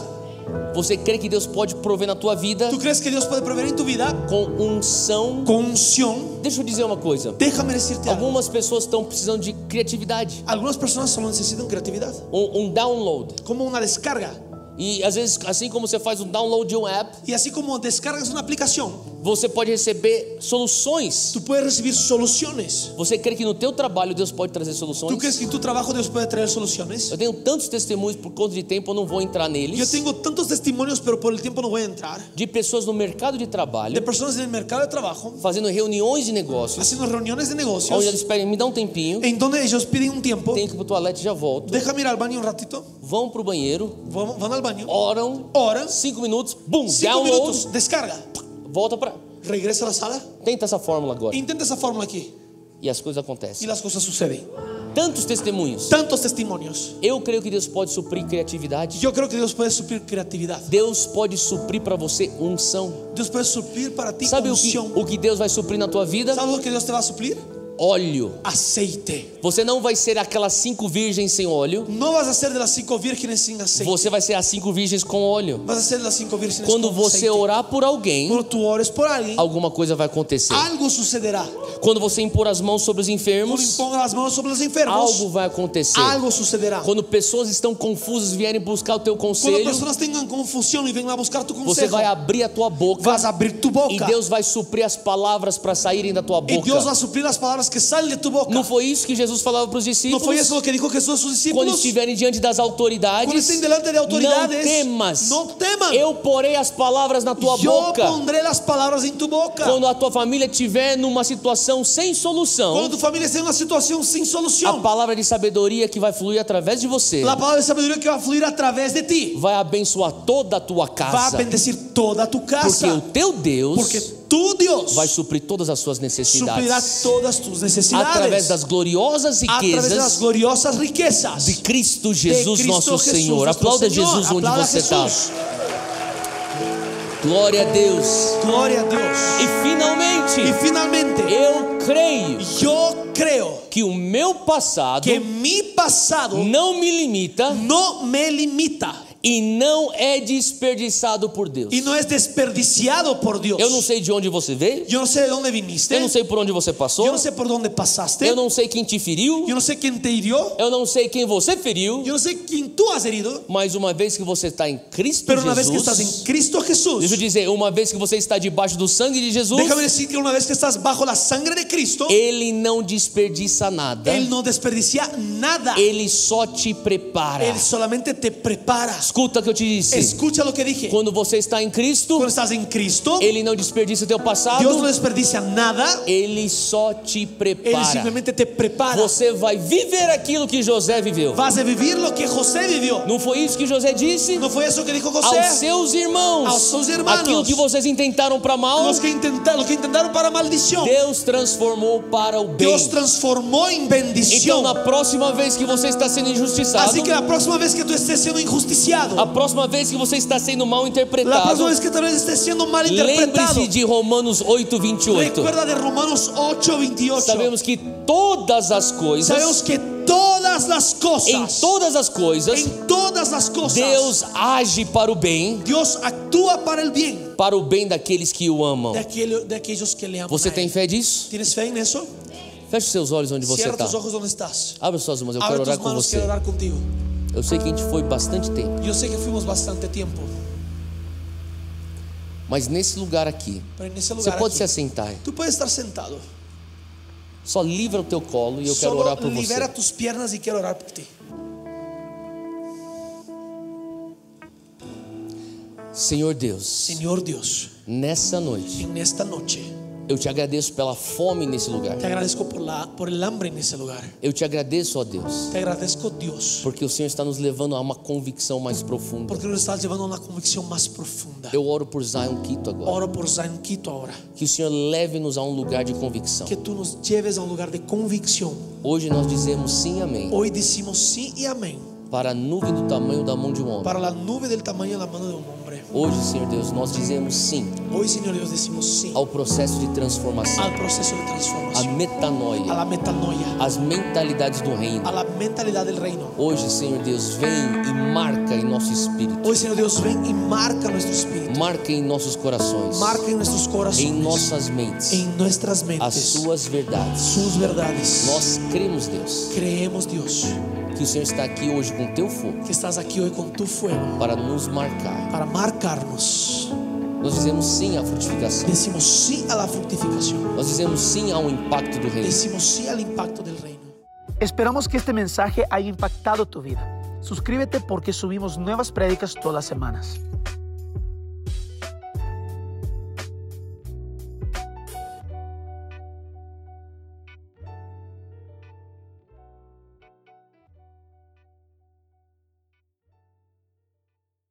[SPEAKER 2] Você crê que Deus pode prover na tua vida
[SPEAKER 3] ¿Tú crees que Dios puede proveer en tu vida?
[SPEAKER 2] com unção?
[SPEAKER 3] Con unción.
[SPEAKER 2] Deixa eu dizer uma coisa.
[SPEAKER 3] Déjame decirte algo.
[SPEAKER 2] Algumas pessoas estão precisando de criatividade,
[SPEAKER 3] Algunas personas solo necesitan creatividad.
[SPEAKER 2] um, um download.
[SPEAKER 3] Como una descarga.
[SPEAKER 2] E às vezes, assim como você faz um download de um app,
[SPEAKER 3] Y así como descargas una aplicación,
[SPEAKER 2] você pode receber soluções.
[SPEAKER 3] Tú puedes recibir soluciones.
[SPEAKER 2] Você crê que no teu trabalho Deus pode trazer
[SPEAKER 3] ¿Tú
[SPEAKER 2] soluções?
[SPEAKER 3] crees que en tu trabajo Dios puede traer soluciones?
[SPEAKER 2] Eu tenho tantos testemunhos por conta de tempo, eu não vou entrar
[SPEAKER 3] Yo
[SPEAKER 2] neles.
[SPEAKER 3] tengo tantos testimonios, pero por el tiempo no voy a entrar.
[SPEAKER 2] De pessoas no mercado de
[SPEAKER 3] De
[SPEAKER 2] trabalho,
[SPEAKER 3] personas en el mercado de trabajo,
[SPEAKER 2] fazendo reuniões de negócios,
[SPEAKER 3] haciendo reuniones de
[SPEAKER 2] onde
[SPEAKER 3] negocios,
[SPEAKER 2] eles pedem, me dá um tempinho,
[SPEAKER 3] en donde ellos piden un tiempo,
[SPEAKER 2] tenho que ir pro toalete já volto.
[SPEAKER 3] déjame ir al baño un ratito,
[SPEAKER 2] Vão pro banheiro,
[SPEAKER 3] vamos- van al
[SPEAKER 2] Oh,
[SPEAKER 3] baño,
[SPEAKER 2] oram,
[SPEAKER 3] oran,
[SPEAKER 2] cinco minutos, bum,
[SPEAKER 3] cinco
[SPEAKER 2] download,
[SPEAKER 3] minutos, descarga,
[SPEAKER 2] volta pra.
[SPEAKER 3] regresa a la sala,
[SPEAKER 2] Tenta essa fórmula agora.
[SPEAKER 3] intenta esa fórmula aquí
[SPEAKER 2] E as coisas
[SPEAKER 3] y
[SPEAKER 2] acontecem.
[SPEAKER 3] las cosas suceden.
[SPEAKER 2] Tantos testemunhos.
[SPEAKER 3] Tantos testimonios.
[SPEAKER 2] Eu creio que Deus pode suprir criatividade.
[SPEAKER 3] Yo creo que Dios puede suplir creatividad.
[SPEAKER 2] Deus pode suprir para você unção.
[SPEAKER 3] Dios puede suplir para ti
[SPEAKER 2] Sabe o que,
[SPEAKER 3] unción.
[SPEAKER 2] o que Deus vai suprir na tua vida?
[SPEAKER 3] ¿Sabes lo que Dios te va a suplir?
[SPEAKER 2] Óleo.
[SPEAKER 3] Aceite.
[SPEAKER 2] Você não vai ser aquelas cinco virgens sem óleo.
[SPEAKER 3] No vas a ser de las cinco vírgenes sin aceite.
[SPEAKER 2] Você vai ser as cinco virgens com óleo.
[SPEAKER 3] Vas a ser las cinco vírgenes.
[SPEAKER 2] Quando
[SPEAKER 3] con
[SPEAKER 2] você
[SPEAKER 3] aceite.
[SPEAKER 2] orar por Ah. alguém,
[SPEAKER 3] Cuando tú ores por alguien,
[SPEAKER 2] alguma coisa vai acontecer.
[SPEAKER 3] algo sucederá.
[SPEAKER 2] Quando você impor as mãos sobre os
[SPEAKER 3] Cuando
[SPEAKER 2] enfermos,
[SPEAKER 3] impongas las manos sobre los enfermos,
[SPEAKER 2] algo vai acontecer.
[SPEAKER 3] algo sucederá. Cuando
[SPEAKER 2] Quando pessoas estão confusas e vierem buscar o teu conselho,
[SPEAKER 3] personas tengan confusión y vengan a buscar tu
[SPEAKER 2] você
[SPEAKER 3] consejo,
[SPEAKER 2] vai abrir a tua boca
[SPEAKER 3] vas a abrir tu
[SPEAKER 2] e
[SPEAKER 3] boca
[SPEAKER 2] Deus vai suprir as palavras para saírem da tua
[SPEAKER 3] y Dios va
[SPEAKER 2] boca.
[SPEAKER 3] a suplir las palabras que salen de tu boca.
[SPEAKER 2] Não foi isso que Jesus falava para os
[SPEAKER 3] ¿No
[SPEAKER 2] discípulos?
[SPEAKER 3] fue eso lo que dijo Jesús a sus
[SPEAKER 2] Quando
[SPEAKER 3] discípulos?
[SPEAKER 2] estiverem diante das
[SPEAKER 3] Cuando
[SPEAKER 2] autoridades,
[SPEAKER 3] estén delante de
[SPEAKER 2] não
[SPEAKER 3] autoridades,
[SPEAKER 2] temas.
[SPEAKER 3] no teman.
[SPEAKER 2] Eu porei as palavras na tua
[SPEAKER 3] Yo
[SPEAKER 2] boca.
[SPEAKER 3] pondré las palabras en tu boca.
[SPEAKER 2] Quando a tua família estiver numa situação sem
[SPEAKER 3] Cuando
[SPEAKER 2] solução,
[SPEAKER 3] tu familia esté en una situación sin
[SPEAKER 2] a
[SPEAKER 3] solución,
[SPEAKER 2] palavra de sabedoria que vai fluir através de você
[SPEAKER 3] la palabra de sabiduría que va a fluir a través de ti
[SPEAKER 2] vai abençoar toda a tua
[SPEAKER 3] va a
[SPEAKER 2] casa.
[SPEAKER 3] bendecir toda tu
[SPEAKER 2] Porque
[SPEAKER 3] casa.
[SPEAKER 2] o teu
[SPEAKER 3] Porque
[SPEAKER 2] Deus
[SPEAKER 3] tu, Dios,
[SPEAKER 2] vai suprir todas as suas
[SPEAKER 3] suplirá
[SPEAKER 2] necessidades
[SPEAKER 3] todas tus necesidades
[SPEAKER 2] através das gloriosas
[SPEAKER 3] a través de las
[SPEAKER 2] riquezas
[SPEAKER 3] gloriosas riquezas
[SPEAKER 2] de Cristo
[SPEAKER 3] de
[SPEAKER 2] Jesus,
[SPEAKER 3] Cristo
[SPEAKER 2] nosso
[SPEAKER 3] Jesús,
[SPEAKER 2] Senhor.
[SPEAKER 3] nuestro
[SPEAKER 2] Aplauda
[SPEAKER 3] Señor.
[SPEAKER 2] Jesus onde
[SPEAKER 3] Aplauda
[SPEAKER 2] você está.
[SPEAKER 3] Jesús.
[SPEAKER 2] Glória a Deus.
[SPEAKER 3] Gloria a Dios.
[SPEAKER 2] E
[SPEAKER 3] Y
[SPEAKER 2] finalmente,
[SPEAKER 3] finalmente,
[SPEAKER 2] eu creio
[SPEAKER 3] yo creo
[SPEAKER 2] que o meu passado
[SPEAKER 3] que mi pasado
[SPEAKER 2] não me limita
[SPEAKER 3] no me limita
[SPEAKER 2] e não é desperdiçado por Deus.
[SPEAKER 3] y no es desperdiciado por Dios.
[SPEAKER 2] Eu não sei de onde você veio,
[SPEAKER 3] Yo no sé de dónde viniste.
[SPEAKER 2] eu não sei por onde você passou,
[SPEAKER 3] Yo no sé por dónde pasaste.
[SPEAKER 2] eu não sei quem te feriu,
[SPEAKER 3] Yo no sé quién te hirió.
[SPEAKER 2] eu não sei quem você feriu,
[SPEAKER 3] Yo no sé quién tú has herido.
[SPEAKER 2] mas uma vez que você está em Cristo
[SPEAKER 3] Pero una vez que estás
[SPEAKER 2] Jesus,
[SPEAKER 3] en Cristo Jesús,
[SPEAKER 2] deixa eu dizer, uma vez que você está debaixo do sangue de Jesus,
[SPEAKER 3] déjame decir que una vez que estás bajo la sangre de Cristo,
[SPEAKER 2] ele não desperdiça nada,
[SPEAKER 3] Él no desperdicia nada.
[SPEAKER 2] ele só te prepara.
[SPEAKER 3] Él solamente te prepara.
[SPEAKER 2] Escuta o que eu te disse.
[SPEAKER 3] Escucha lo que dije.
[SPEAKER 2] Quando você está em Cristo,
[SPEAKER 3] Cuando estás en Cristo,
[SPEAKER 2] ele não desperdiça teu
[SPEAKER 3] Dios no
[SPEAKER 2] passado,
[SPEAKER 3] desperdicia nada.
[SPEAKER 2] ele só te
[SPEAKER 3] Él
[SPEAKER 2] prepara.
[SPEAKER 3] simplemente te prepara.
[SPEAKER 2] Você vai viver aquilo que José viveu.
[SPEAKER 3] Vas a vivir lo que José vivió.
[SPEAKER 2] Não foi isso que José disse
[SPEAKER 3] No fue eso que dijo
[SPEAKER 2] aos
[SPEAKER 3] José.
[SPEAKER 2] seus irmãos?
[SPEAKER 3] Aos seus irmãos.
[SPEAKER 2] Aquilo que vocês intentaram para mal,
[SPEAKER 3] Los que intentaron, los que intentaron para maldición.
[SPEAKER 2] Deus transformou para o bem.
[SPEAKER 3] Dios transformó en bendición.
[SPEAKER 2] Então, na próxima vez que você está sendo injustiçado,
[SPEAKER 3] Así Assim que la próxima vez que tú estés siendo
[SPEAKER 2] a
[SPEAKER 3] injusticiado,
[SPEAKER 2] próxima vez que você está sendo mal
[SPEAKER 3] la próxima
[SPEAKER 2] interpretado,
[SPEAKER 3] vez que tal vez estés siendo mal interpretado,
[SPEAKER 2] lembre-se de Romanos 8, 28.
[SPEAKER 3] recuerda de Romanos 8:28.
[SPEAKER 2] Sabemos que todas as
[SPEAKER 3] Sabemos
[SPEAKER 2] coisas,
[SPEAKER 3] que todas las
[SPEAKER 2] em
[SPEAKER 3] cosas,
[SPEAKER 2] todas as coisas,
[SPEAKER 3] en todas las cosas,
[SPEAKER 2] Deus age para o bem,
[SPEAKER 3] Dios actúa para el bien
[SPEAKER 2] para o bem daqueles que o amam.
[SPEAKER 3] de, aquel- de aquellos que le aman.
[SPEAKER 2] Você
[SPEAKER 3] a
[SPEAKER 2] tem
[SPEAKER 3] él.
[SPEAKER 2] fé disso?
[SPEAKER 3] ¿Tienes fe en eso?
[SPEAKER 2] Feche seus olhos onde você
[SPEAKER 3] Cierra
[SPEAKER 2] está.
[SPEAKER 3] tus ojos donde estás.
[SPEAKER 2] Abre suas mãos, eu
[SPEAKER 3] Abre
[SPEAKER 2] quero
[SPEAKER 3] tus
[SPEAKER 2] orar com
[SPEAKER 3] manos,
[SPEAKER 2] você.
[SPEAKER 3] quiero orar contigo.
[SPEAKER 2] Eu sei que a gente foi bastante tempo,
[SPEAKER 3] Yo sé que fuimos bastante tiempo,
[SPEAKER 2] mas nesse lugar aqui,
[SPEAKER 3] pero en ese
[SPEAKER 2] você
[SPEAKER 3] lugar
[SPEAKER 2] pode
[SPEAKER 3] aquí,
[SPEAKER 2] se assentar.
[SPEAKER 3] tú puedes estar sentado.
[SPEAKER 2] Só livra o teu colo e eu quero
[SPEAKER 3] Solo
[SPEAKER 2] orar por você.
[SPEAKER 3] libera tus piernas y quiero orar por ti.
[SPEAKER 2] Senhor Deus,
[SPEAKER 3] Señor Dios,
[SPEAKER 2] nessa noite,
[SPEAKER 3] en esta noche
[SPEAKER 2] eu te agradeço pela fome nesse lugar.
[SPEAKER 3] te agradezco por, la, por el hambre en ese lugar.
[SPEAKER 2] Eu te agradeço, ó Deus,
[SPEAKER 3] Te agradezco Dios
[SPEAKER 2] porque o Senhor está nos levando a uma convicção mais profunda.
[SPEAKER 3] porque nos estás llevando a una convicción más profunda.
[SPEAKER 2] Eu oro por Zion Quito agora.
[SPEAKER 3] Oro por Zion Quito ahora,
[SPEAKER 2] Que o Senhor leve-nos a um lugar de convicção.
[SPEAKER 3] que tú nos lleves a un lugar de convicción.
[SPEAKER 2] Hoje nós dizemos sim, amém,
[SPEAKER 3] Hoy decimos sí y amén
[SPEAKER 2] para a nuvem do tamanho da mão de um homem.
[SPEAKER 3] para la nube del tamaño de la mano de un hombre.
[SPEAKER 2] Hoje, Senhor Deus, nós dizemos sim
[SPEAKER 3] Hoy, Señor Dios, decimos sí
[SPEAKER 2] ao processo de transformação,
[SPEAKER 3] al proceso de
[SPEAKER 2] à
[SPEAKER 3] transformación, a
[SPEAKER 2] metanoia,
[SPEAKER 3] la metanoia,
[SPEAKER 2] às mentalidades do reino.
[SPEAKER 3] a la mentalidad del reino.
[SPEAKER 2] Hoje, Senhor Deus, vem e marca em nosso espírito,
[SPEAKER 3] Hoy, Señor Dios, ven y marca nuestro espíritu,
[SPEAKER 2] marca em nossos corações,
[SPEAKER 3] marca en nuestros
[SPEAKER 2] em
[SPEAKER 3] corazones,
[SPEAKER 2] nossas mentes,
[SPEAKER 3] en nuestras
[SPEAKER 2] as
[SPEAKER 3] mentes.
[SPEAKER 2] suas verdades.
[SPEAKER 3] sus verdades.
[SPEAKER 2] Nós cremos, Deus,
[SPEAKER 3] creemos, Dios,
[SPEAKER 2] que o Senhor está aqui hoje com teu fogo
[SPEAKER 3] que estás aquí hoy con tu fuego
[SPEAKER 2] para nos marcar.
[SPEAKER 3] para marcarnos.
[SPEAKER 2] Nós dizemos sim à frutificação,
[SPEAKER 3] Decimos sí a la fructificación.
[SPEAKER 2] nós dizemos sim ao impacto do reino.
[SPEAKER 3] Decimos sí al impacto del reino.
[SPEAKER 1] Esperamos que este mensaje haya impactado tu vida. Suscríbete porque subimos nuevas prédicas todas las semanas.